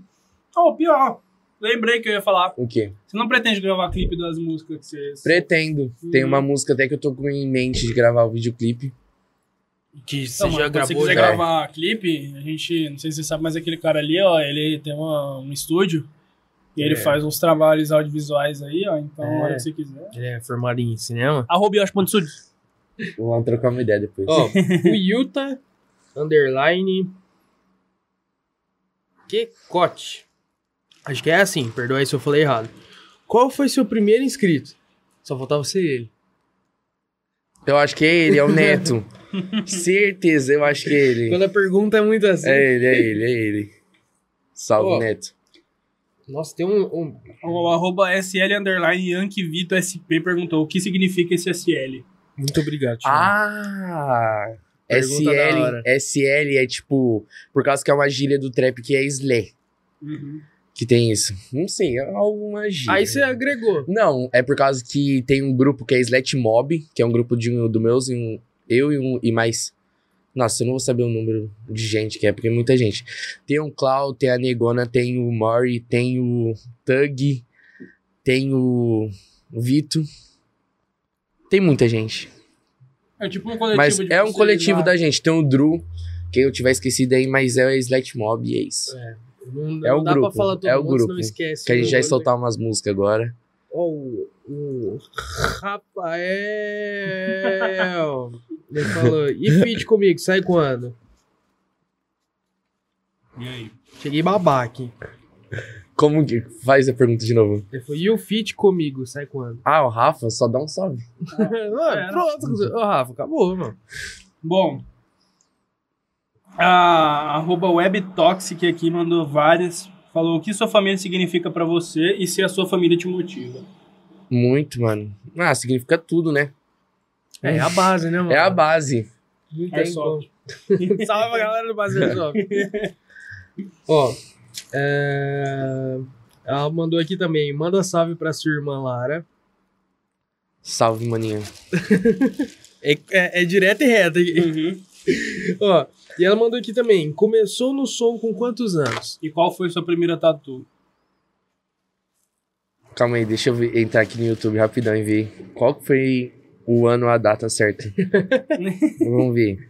Ó, pior. Lembrei que eu ia falar.
O quê?
Você não pretende gravar clipe das músicas que vocês.
Pretendo. Tem
Hum.
uma música até que eu tô com em mente de gravar o videoclipe.
Que você
Não, mano,
já
quando você
gravou
quiser
já.
gravar clipe, a gente, não sei se você sabe, mas aquele cara ali, ó, ele tem uma- um estúdio e ele
É.
faz uns trabalhos audiovisuais aí, ó, então
É.
a hora que você quiser.
Ele é formado em cinema.
Arroba yosh.studio.
Vamos trocar uma ideia depois.
<laughs> Ó, o Yuta underline Quecote. Acho que é assim, perdoa aí se eu falei errado. Qual foi seu primeiro inscrito? Só faltava ser ele.
Eu acho que é ele, é
<laughs>
o Neto. Certeza, eu acho que é ele.
Quando a pergunta é muito assim.
É ele, é ele, é ele. Salve,
Ó.
Neto.
Nossa, tem um, um-
O arroba SL underline Yankee Vito SP perguntou o que significa esse SL.
Muito obrigado, Thiago.
Ah!
Pergunta da
SL,
hora.
SL é tipo, por causa que é uma gíria do trap que é Slé,
Uhum.
que tem isso. Não sei, é alguma gíria.
Aí você agregou.
Não, é por causa que tem um grupo que é Slet Mob, que é um grupo de, um- do meus, e um, eu e, um, e mais. Nossa, eu não vou saber o número de gente que é, porque é muita gente. Tem o Clau, tem a Negona, tem o Mori, tem o Tug, tem o Vito. Tem muita gente.
É tipo um coletivo
mas
de
é um
vocês
coletivo
lá.
da gente. Tem o Drew, que eu tiver esquecido aí, mas é o Slet Mob e é isso.
Não,
É
não
o
dá
grupo,
pra falar todo
é o
mundo,
grupo.
senão esquece.
que a gente
Não,
já ia
não
soltar umas músicas agora.
Ó, o- o Rafael. Ele falou, e feat comigo, sai quando?
E aí?
Cheguei babaca.
Como que. Faz a pergunta de novo.
Ele falou, e o fit comigo, sai quando?
Ah, o Rafa só dá um salve.
<laughs> Ah, Pronto, ô Rafa, acabou, mano.
Bom. A arroba webtoxic aqui mandou várias. Falou o que sua família significa pra você e se a sua família te motiva.
Muito, mano. Ah, significa tudo, né?
É a base, né, mano?
É a base.
Não
É
tem
só.
como. <laughs> Salve a galera do Basílio Jovem. <laughs> Ó, é, ela mandou aqui também. Manda salve pra sua irmã Lara.
Salve, maninha.
É, é, é direto e reto. aqui.
Uhum.
<laughs> Ó, e ela mandou aqui também. Começou no som com quantos anos?
E qual foi sua primeira tatu?
Calma aí, deixa eu ver- entrar aqui no YouTube rapidão e ver qual que foi o ano, a data
<laughs>
certa. Vamos ver.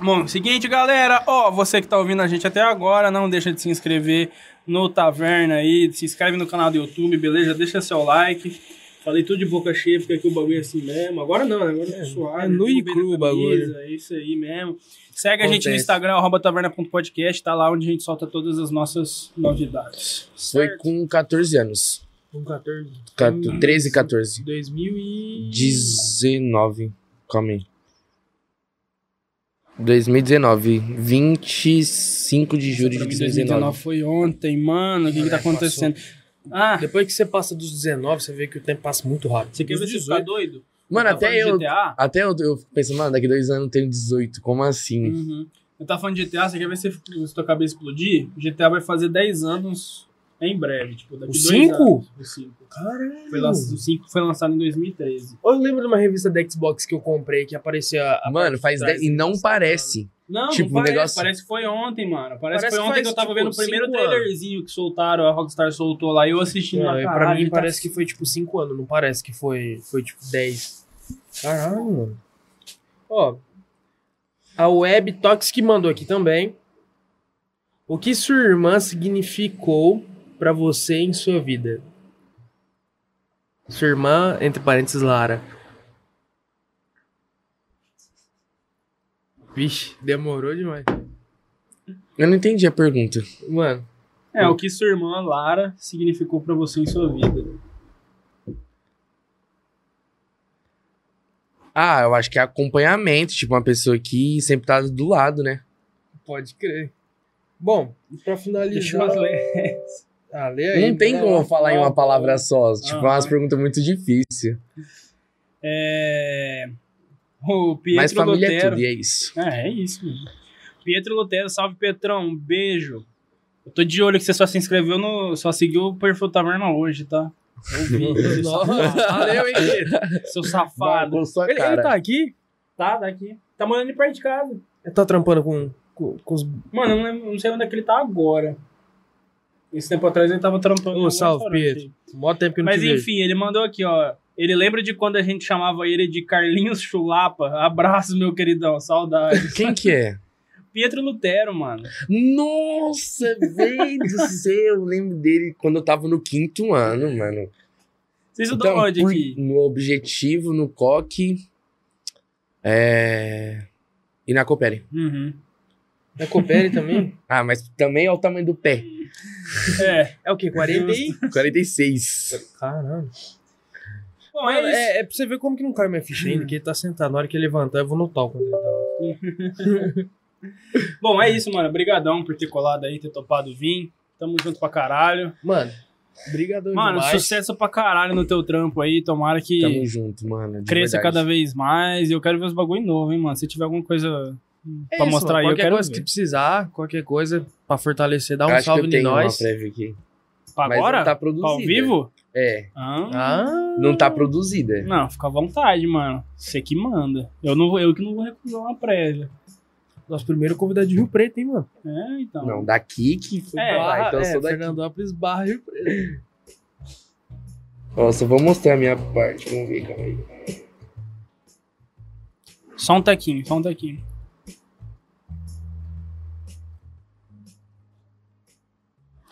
Bom, seguinte, galera, ó, você que tá ouvindo a gente até agora, não deixa de se inscrever no Taverna aí, se inscreve no canal do YouTube, beleza? Deixa seu like. Falei tudo de boca cheia, porque aqui o bagulho é assim mesmo. Agora não, né? agora é suave.
é nu e
tudo bem
cru
na
o bagulho.
camisa, É isso aí mesmo. Segue a gente no
Acontece.
Instagram, arroba taverna.podcast, tá lá onde a gente solta todas as nossas novidades.
Foi com 14 anos.
Com 14.
Quator- 13, 14.
2000 e...
19. Calma aí. 2019. 25 de julho de 2019.
foi ontem, mano. O que, que tá acontecendo? Ah,
Depois que você passa dos 19, você vê que o tempo passa muito rápido.
você quer ver
Dos
se você tá doido?
Mano,
Tá falando
até
de
eu.
GTA?
Até eu, eu fico pensando, mano, daqui dois anos eu tenho 18. Como assim?
Uhum. Eu tava falando de GTA, você quer ver se, se tua cabeça explodir? GTA vai fazer 10 anos em breve, tipo, daqui
O
dois
cinco?
anos. O 5?
Caralho.
Foi lan- O 5 foi lançado em 2013.
Eu lembro de uma revista da Xbox que eu comprei que aparecia. a parte
Mano,
de
faz
trás.
10. E não parece.
Não,
Tipo,
não
o
parece,
negócio-
parece que foi ontem, mano. Parece,
Parece
que foi
que
ontem
faz,
que eu tava
tipo,
vendo o primeiro
cinco anos.
trailerzinho que soltaram, a Rockstar soltou lá, e eu assistindo lá,
Não, É, pra
tá?
mim parece que foi tipo 5 anos, não parece que foi, foi tipo 10. Caralho, mano. Ó, a Web Toxic mandou aqui também. O que sua irmã significou pra você em sua vida? Sua irmã, entre parênteses, Lara. Vixe, demorou demais.
Eu não entendi a pergunta.
Mano,
É, o que sua irmã Lara significou pra você em sua vida.
Ah, eu acho que é acompanhamento, tipo, uma pessoa que sempre tá do lado, né?
pode crer. Bom, e pra
Deixa
finalizar.
eu ler.
Ah, lê aí.
Não tem
manda
como
lá.
eu falar em uma palavra só. Tipo, é
Aham.
umas perguntas muito difíceis.
É... O Pietro
Mas família é
Lutero-
tudo, e é isso.
É, é isso mesmo. Pietro Lutero, salve Petrão, um beijo. Eu tô de olho que você só se inscreveu no. Só seguiu o perfil Taverna hoje, tá? Eu vi. <laughs> seu safado.
Valeu, hein, querido?
seu safado.
Com sua
Ele,
cara.
ele tá aqui?
Tá, daqui. Tá morando de perto de casa.
Ele tá trampando com, com, com os.
Mano, eu não, lembro- não sei onde é que ele tá agora. Esse tempo atrás ele tava trampando.
Ô,
em algum
salve,
restaurante.
Pietro. Mó tempo que eu não
Mas
te vejo.
enfim, ele mandou aqui, ó. Ele lembra de quando a gente chamava ele de Carlinhos Chulapa? Abraço, meu queridão. Saudade.
Quem que é?
Pietro Lutero, mano.
Nossa, velho do céu. Eu lembro dele quando eu tava no quinto ano, mano. Então,
Vocês estudou
Então,
onde
por-
aqui?
No Objetivo, no Coque. É... E na Coopere.
Uhum.
É Coopere também?
Ah, mas também é o tamanho do pé.
É.
É o quê? 40 e.
46.
Caramba.
Bom,
Mas
é isso.
é, é pra você ver como que não cai minha ficha ainda, que ele tá sentado. Na hora que ele levantar, eu vou notar o quanto ele tá.
Bom, é isso, mano. Obrigadão por ter colado aí, ter topado vir. Tamo junto pra caralho.
Mano, brigadão
Mano,
demais.
sucesso pra caralho no teu trampo aí. Tomara que
Tamo junto, mano. de
cresça
verdade.
cada vez mais. E eu quero ver os bagulho novo, hein, mano. Se tiver alguma coisa
É
pra
isso,
mostrar
mano.
aí, eu
Qualquer
quero
coisa
ver.
que precisar, qualquer coisa pra fortalecer, dá um
Acho
salve
que eu
em
tenho
nós.
uma prévia aqui.
Pra
Mas
agora?
não tá
Pra ao
produzida.
vivo?
É,
Ah,
Ah,
não tá produzida.
Não, fica à vontade, mano. Você que manda. Eu, não, vou- eu que não vou recusar uma prévia.
nosso primeiro convidado de Rio Preto, hein, mano?
É, então.
Não, daqui que foi
É,
pra lá. Então eu
é,
sou daqui.
Fernandópolis barra Rio Preto.
Ó, só vou mostrar a minha parte. Vamos ver, calma aí.
Só um tequinho, só um tequinho.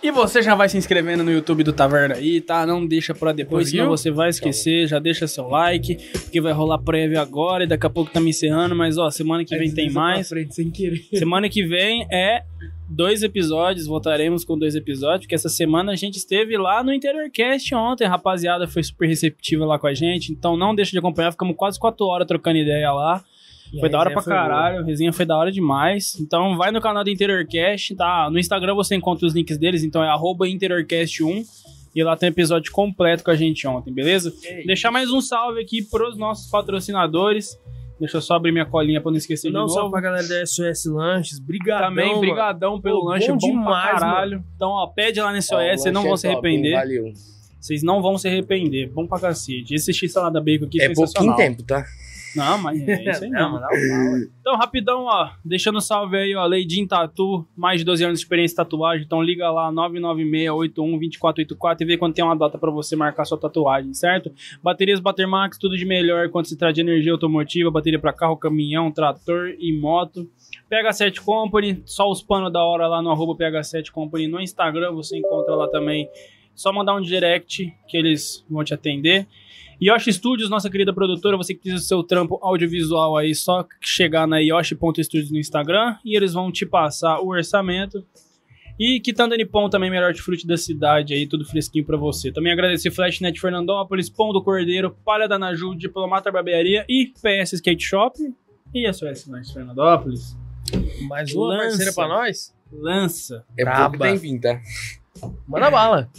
E você já vai se inscrevendo no YouTube do Taverna aí, tá? Não deixa pra depois,
Conseguiu?
senão você vai esquecer. Já deixa seu like, porque vai rolar prévia agora e daqui a pouco tá me encerrando. Mas ó, semana que vem tem mais.
frente sem querer.
Semana que vem é dois episódios, voltaremos com dois episódios, porque essa semana a gente esteve lá no InteriorCast ontem, a rapaziada foi super receptiva lá com a gente, então não deixa de acompanhar, ficamos quase quatro horas trocando ideia lá.
E
foi
a
da hora
resenha
pra
É, foi boa.
caralho, a resenha foi da hora demais. Então vai no canal do InteriorCast, tá? No Instagram você encontra os links deles, então é arroba InteriorCast1. E lá tem um episódio completo com a gente ontem, beleza? Deixar mais um salve aqui pros nossos patrocinadores. Deixa eu só abrir minha colinha pra não esquecer
Não
de
só
novo.
pra galera da SOS Lanches, brigadão.
Também,
mano.
brigadão pelo
Pô,
lanche, é bom,
bom
demais,
demais,
pra caralho. Então, ó, pede lá na SOS,
Ó, o
vocês não
lanche
vão
é
se
top, hein?
arrepender.
Valeu.
Vocês não vão se arrepender. Bom pra cacete. Esse x-salada bacon aqui é
É pouquinho
sensacional.
tempo, tá?
Não, mas
<laughs>
é isso aí não.
um
Então, rapidão, ó, deixando um salve aí, ó, Leidin Tatu, mais de 12 anos de experiência em tatuagem, então liga lá, 996-81-2484 e vê quando tem uma data pra você marcar sua tatuagem, certo? Baterias Batermax, tudo de melhor quando se trata de energia automotiva, bateria pra carro, caminhão, trator e moto. PH7 Company, só os panos da hora lá no arroba PH7 Company no Instagram, você encontra lá também. Só mandar um direct que eles vão te atender. Yoshi Studios, nossa querida produtora, você que precisa do seu trampo audiovisual aí, só chegar na yoshi.studios no Instagram e eles vão te passar o orçamento. E Quitanda Nipom também, melhor de fruta da cidade aí, tudo fresquinho pra você. Também agradecer Flashnet Fernandópolis, Pão do Cordeiro, Palha da Naju, Diplomata Barbearia e PS Skate Shop. E é SOS Lanches Fernandópolis.
Mais uma
Lança.
parceira pra nós?
Lança.
É
Braba.
pouco tem fim, tá?
Manda bala.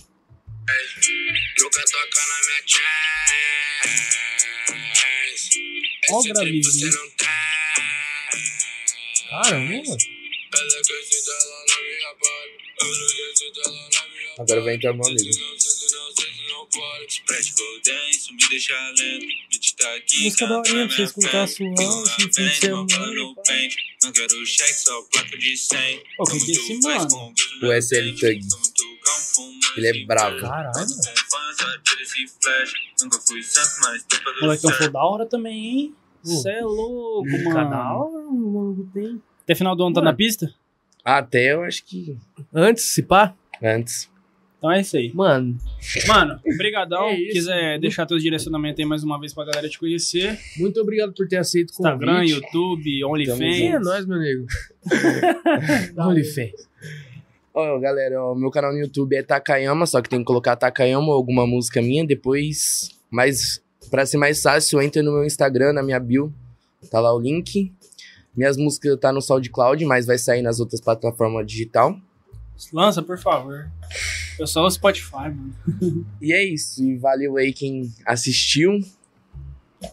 Ó o gravizinho.
Caramba.
Agora vai entrar o meu amigo.
Música da horinha pra você escutar suave no fim de semana.
Pô, que que é esse mano?
O SL Thug. Ele é bravo.
Caralho.
Moleque, eu então da hora também, hein?
Uh.
Cê é louco, mano.
hora, mano, tem.
Até final do ano tá na pista?
Até eu acho que
Antes, se pá.
antes.
Então é isso aí.
Mano,
Mano, brigadão.
É isso.
Quiser deixar teus direcionamentos aí mais uma vez pra galera te conhecer.
muito obrigado por ter aceito o convite.
Instagram, YouTube,
Sim, é
OnlyFans.
nóis,
<laughs>
meu um amigo.
um
OnlyFans.
Ó, galera, ó, meu canal no YouTube é Takayama, só que tem que colocar Takayama ou alguma música minha depois. Mas, pra ser mais fácil, entra no meu Instagram, na minha bio. Tá lá o link. Minhas músicas tá no SoundCloud, mas vai sair nas outras plataformas digital.
Lança, por favor. Eu sou o Spotify, mano.
E é isso. E valeu aí quem assistiu.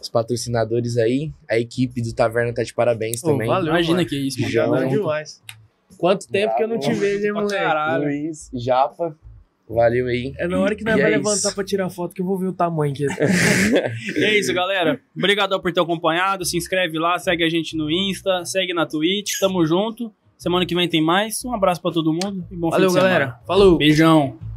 Os patrocinadores aí. A equipe do Taverna tá de parabéns
Ô,
também.
valeu,
Imagina
mano.
que é isso, mano.
Já
Valeu
Junto.
demais. Quanto tempo que eu não te
Bravo.
vejo, hein,
um Pra
moleque?
caralho.
Luiz, Japa. Valeu aí.
É na hora que nós
E
vai
é
levantar
isso.
pra tirar foto que eu vou ver o tamanho que ele tá.
E é isso, galera. Obrigadão por ter acompanhado. Se inscreve lá, segue a gente no Insta, segue na Twitch. Tamo junto. Semana que vem tem mais. Um abraço pra todo mundo e bom fim
Valeu,
de semana.
galera. Falou.
Beijão.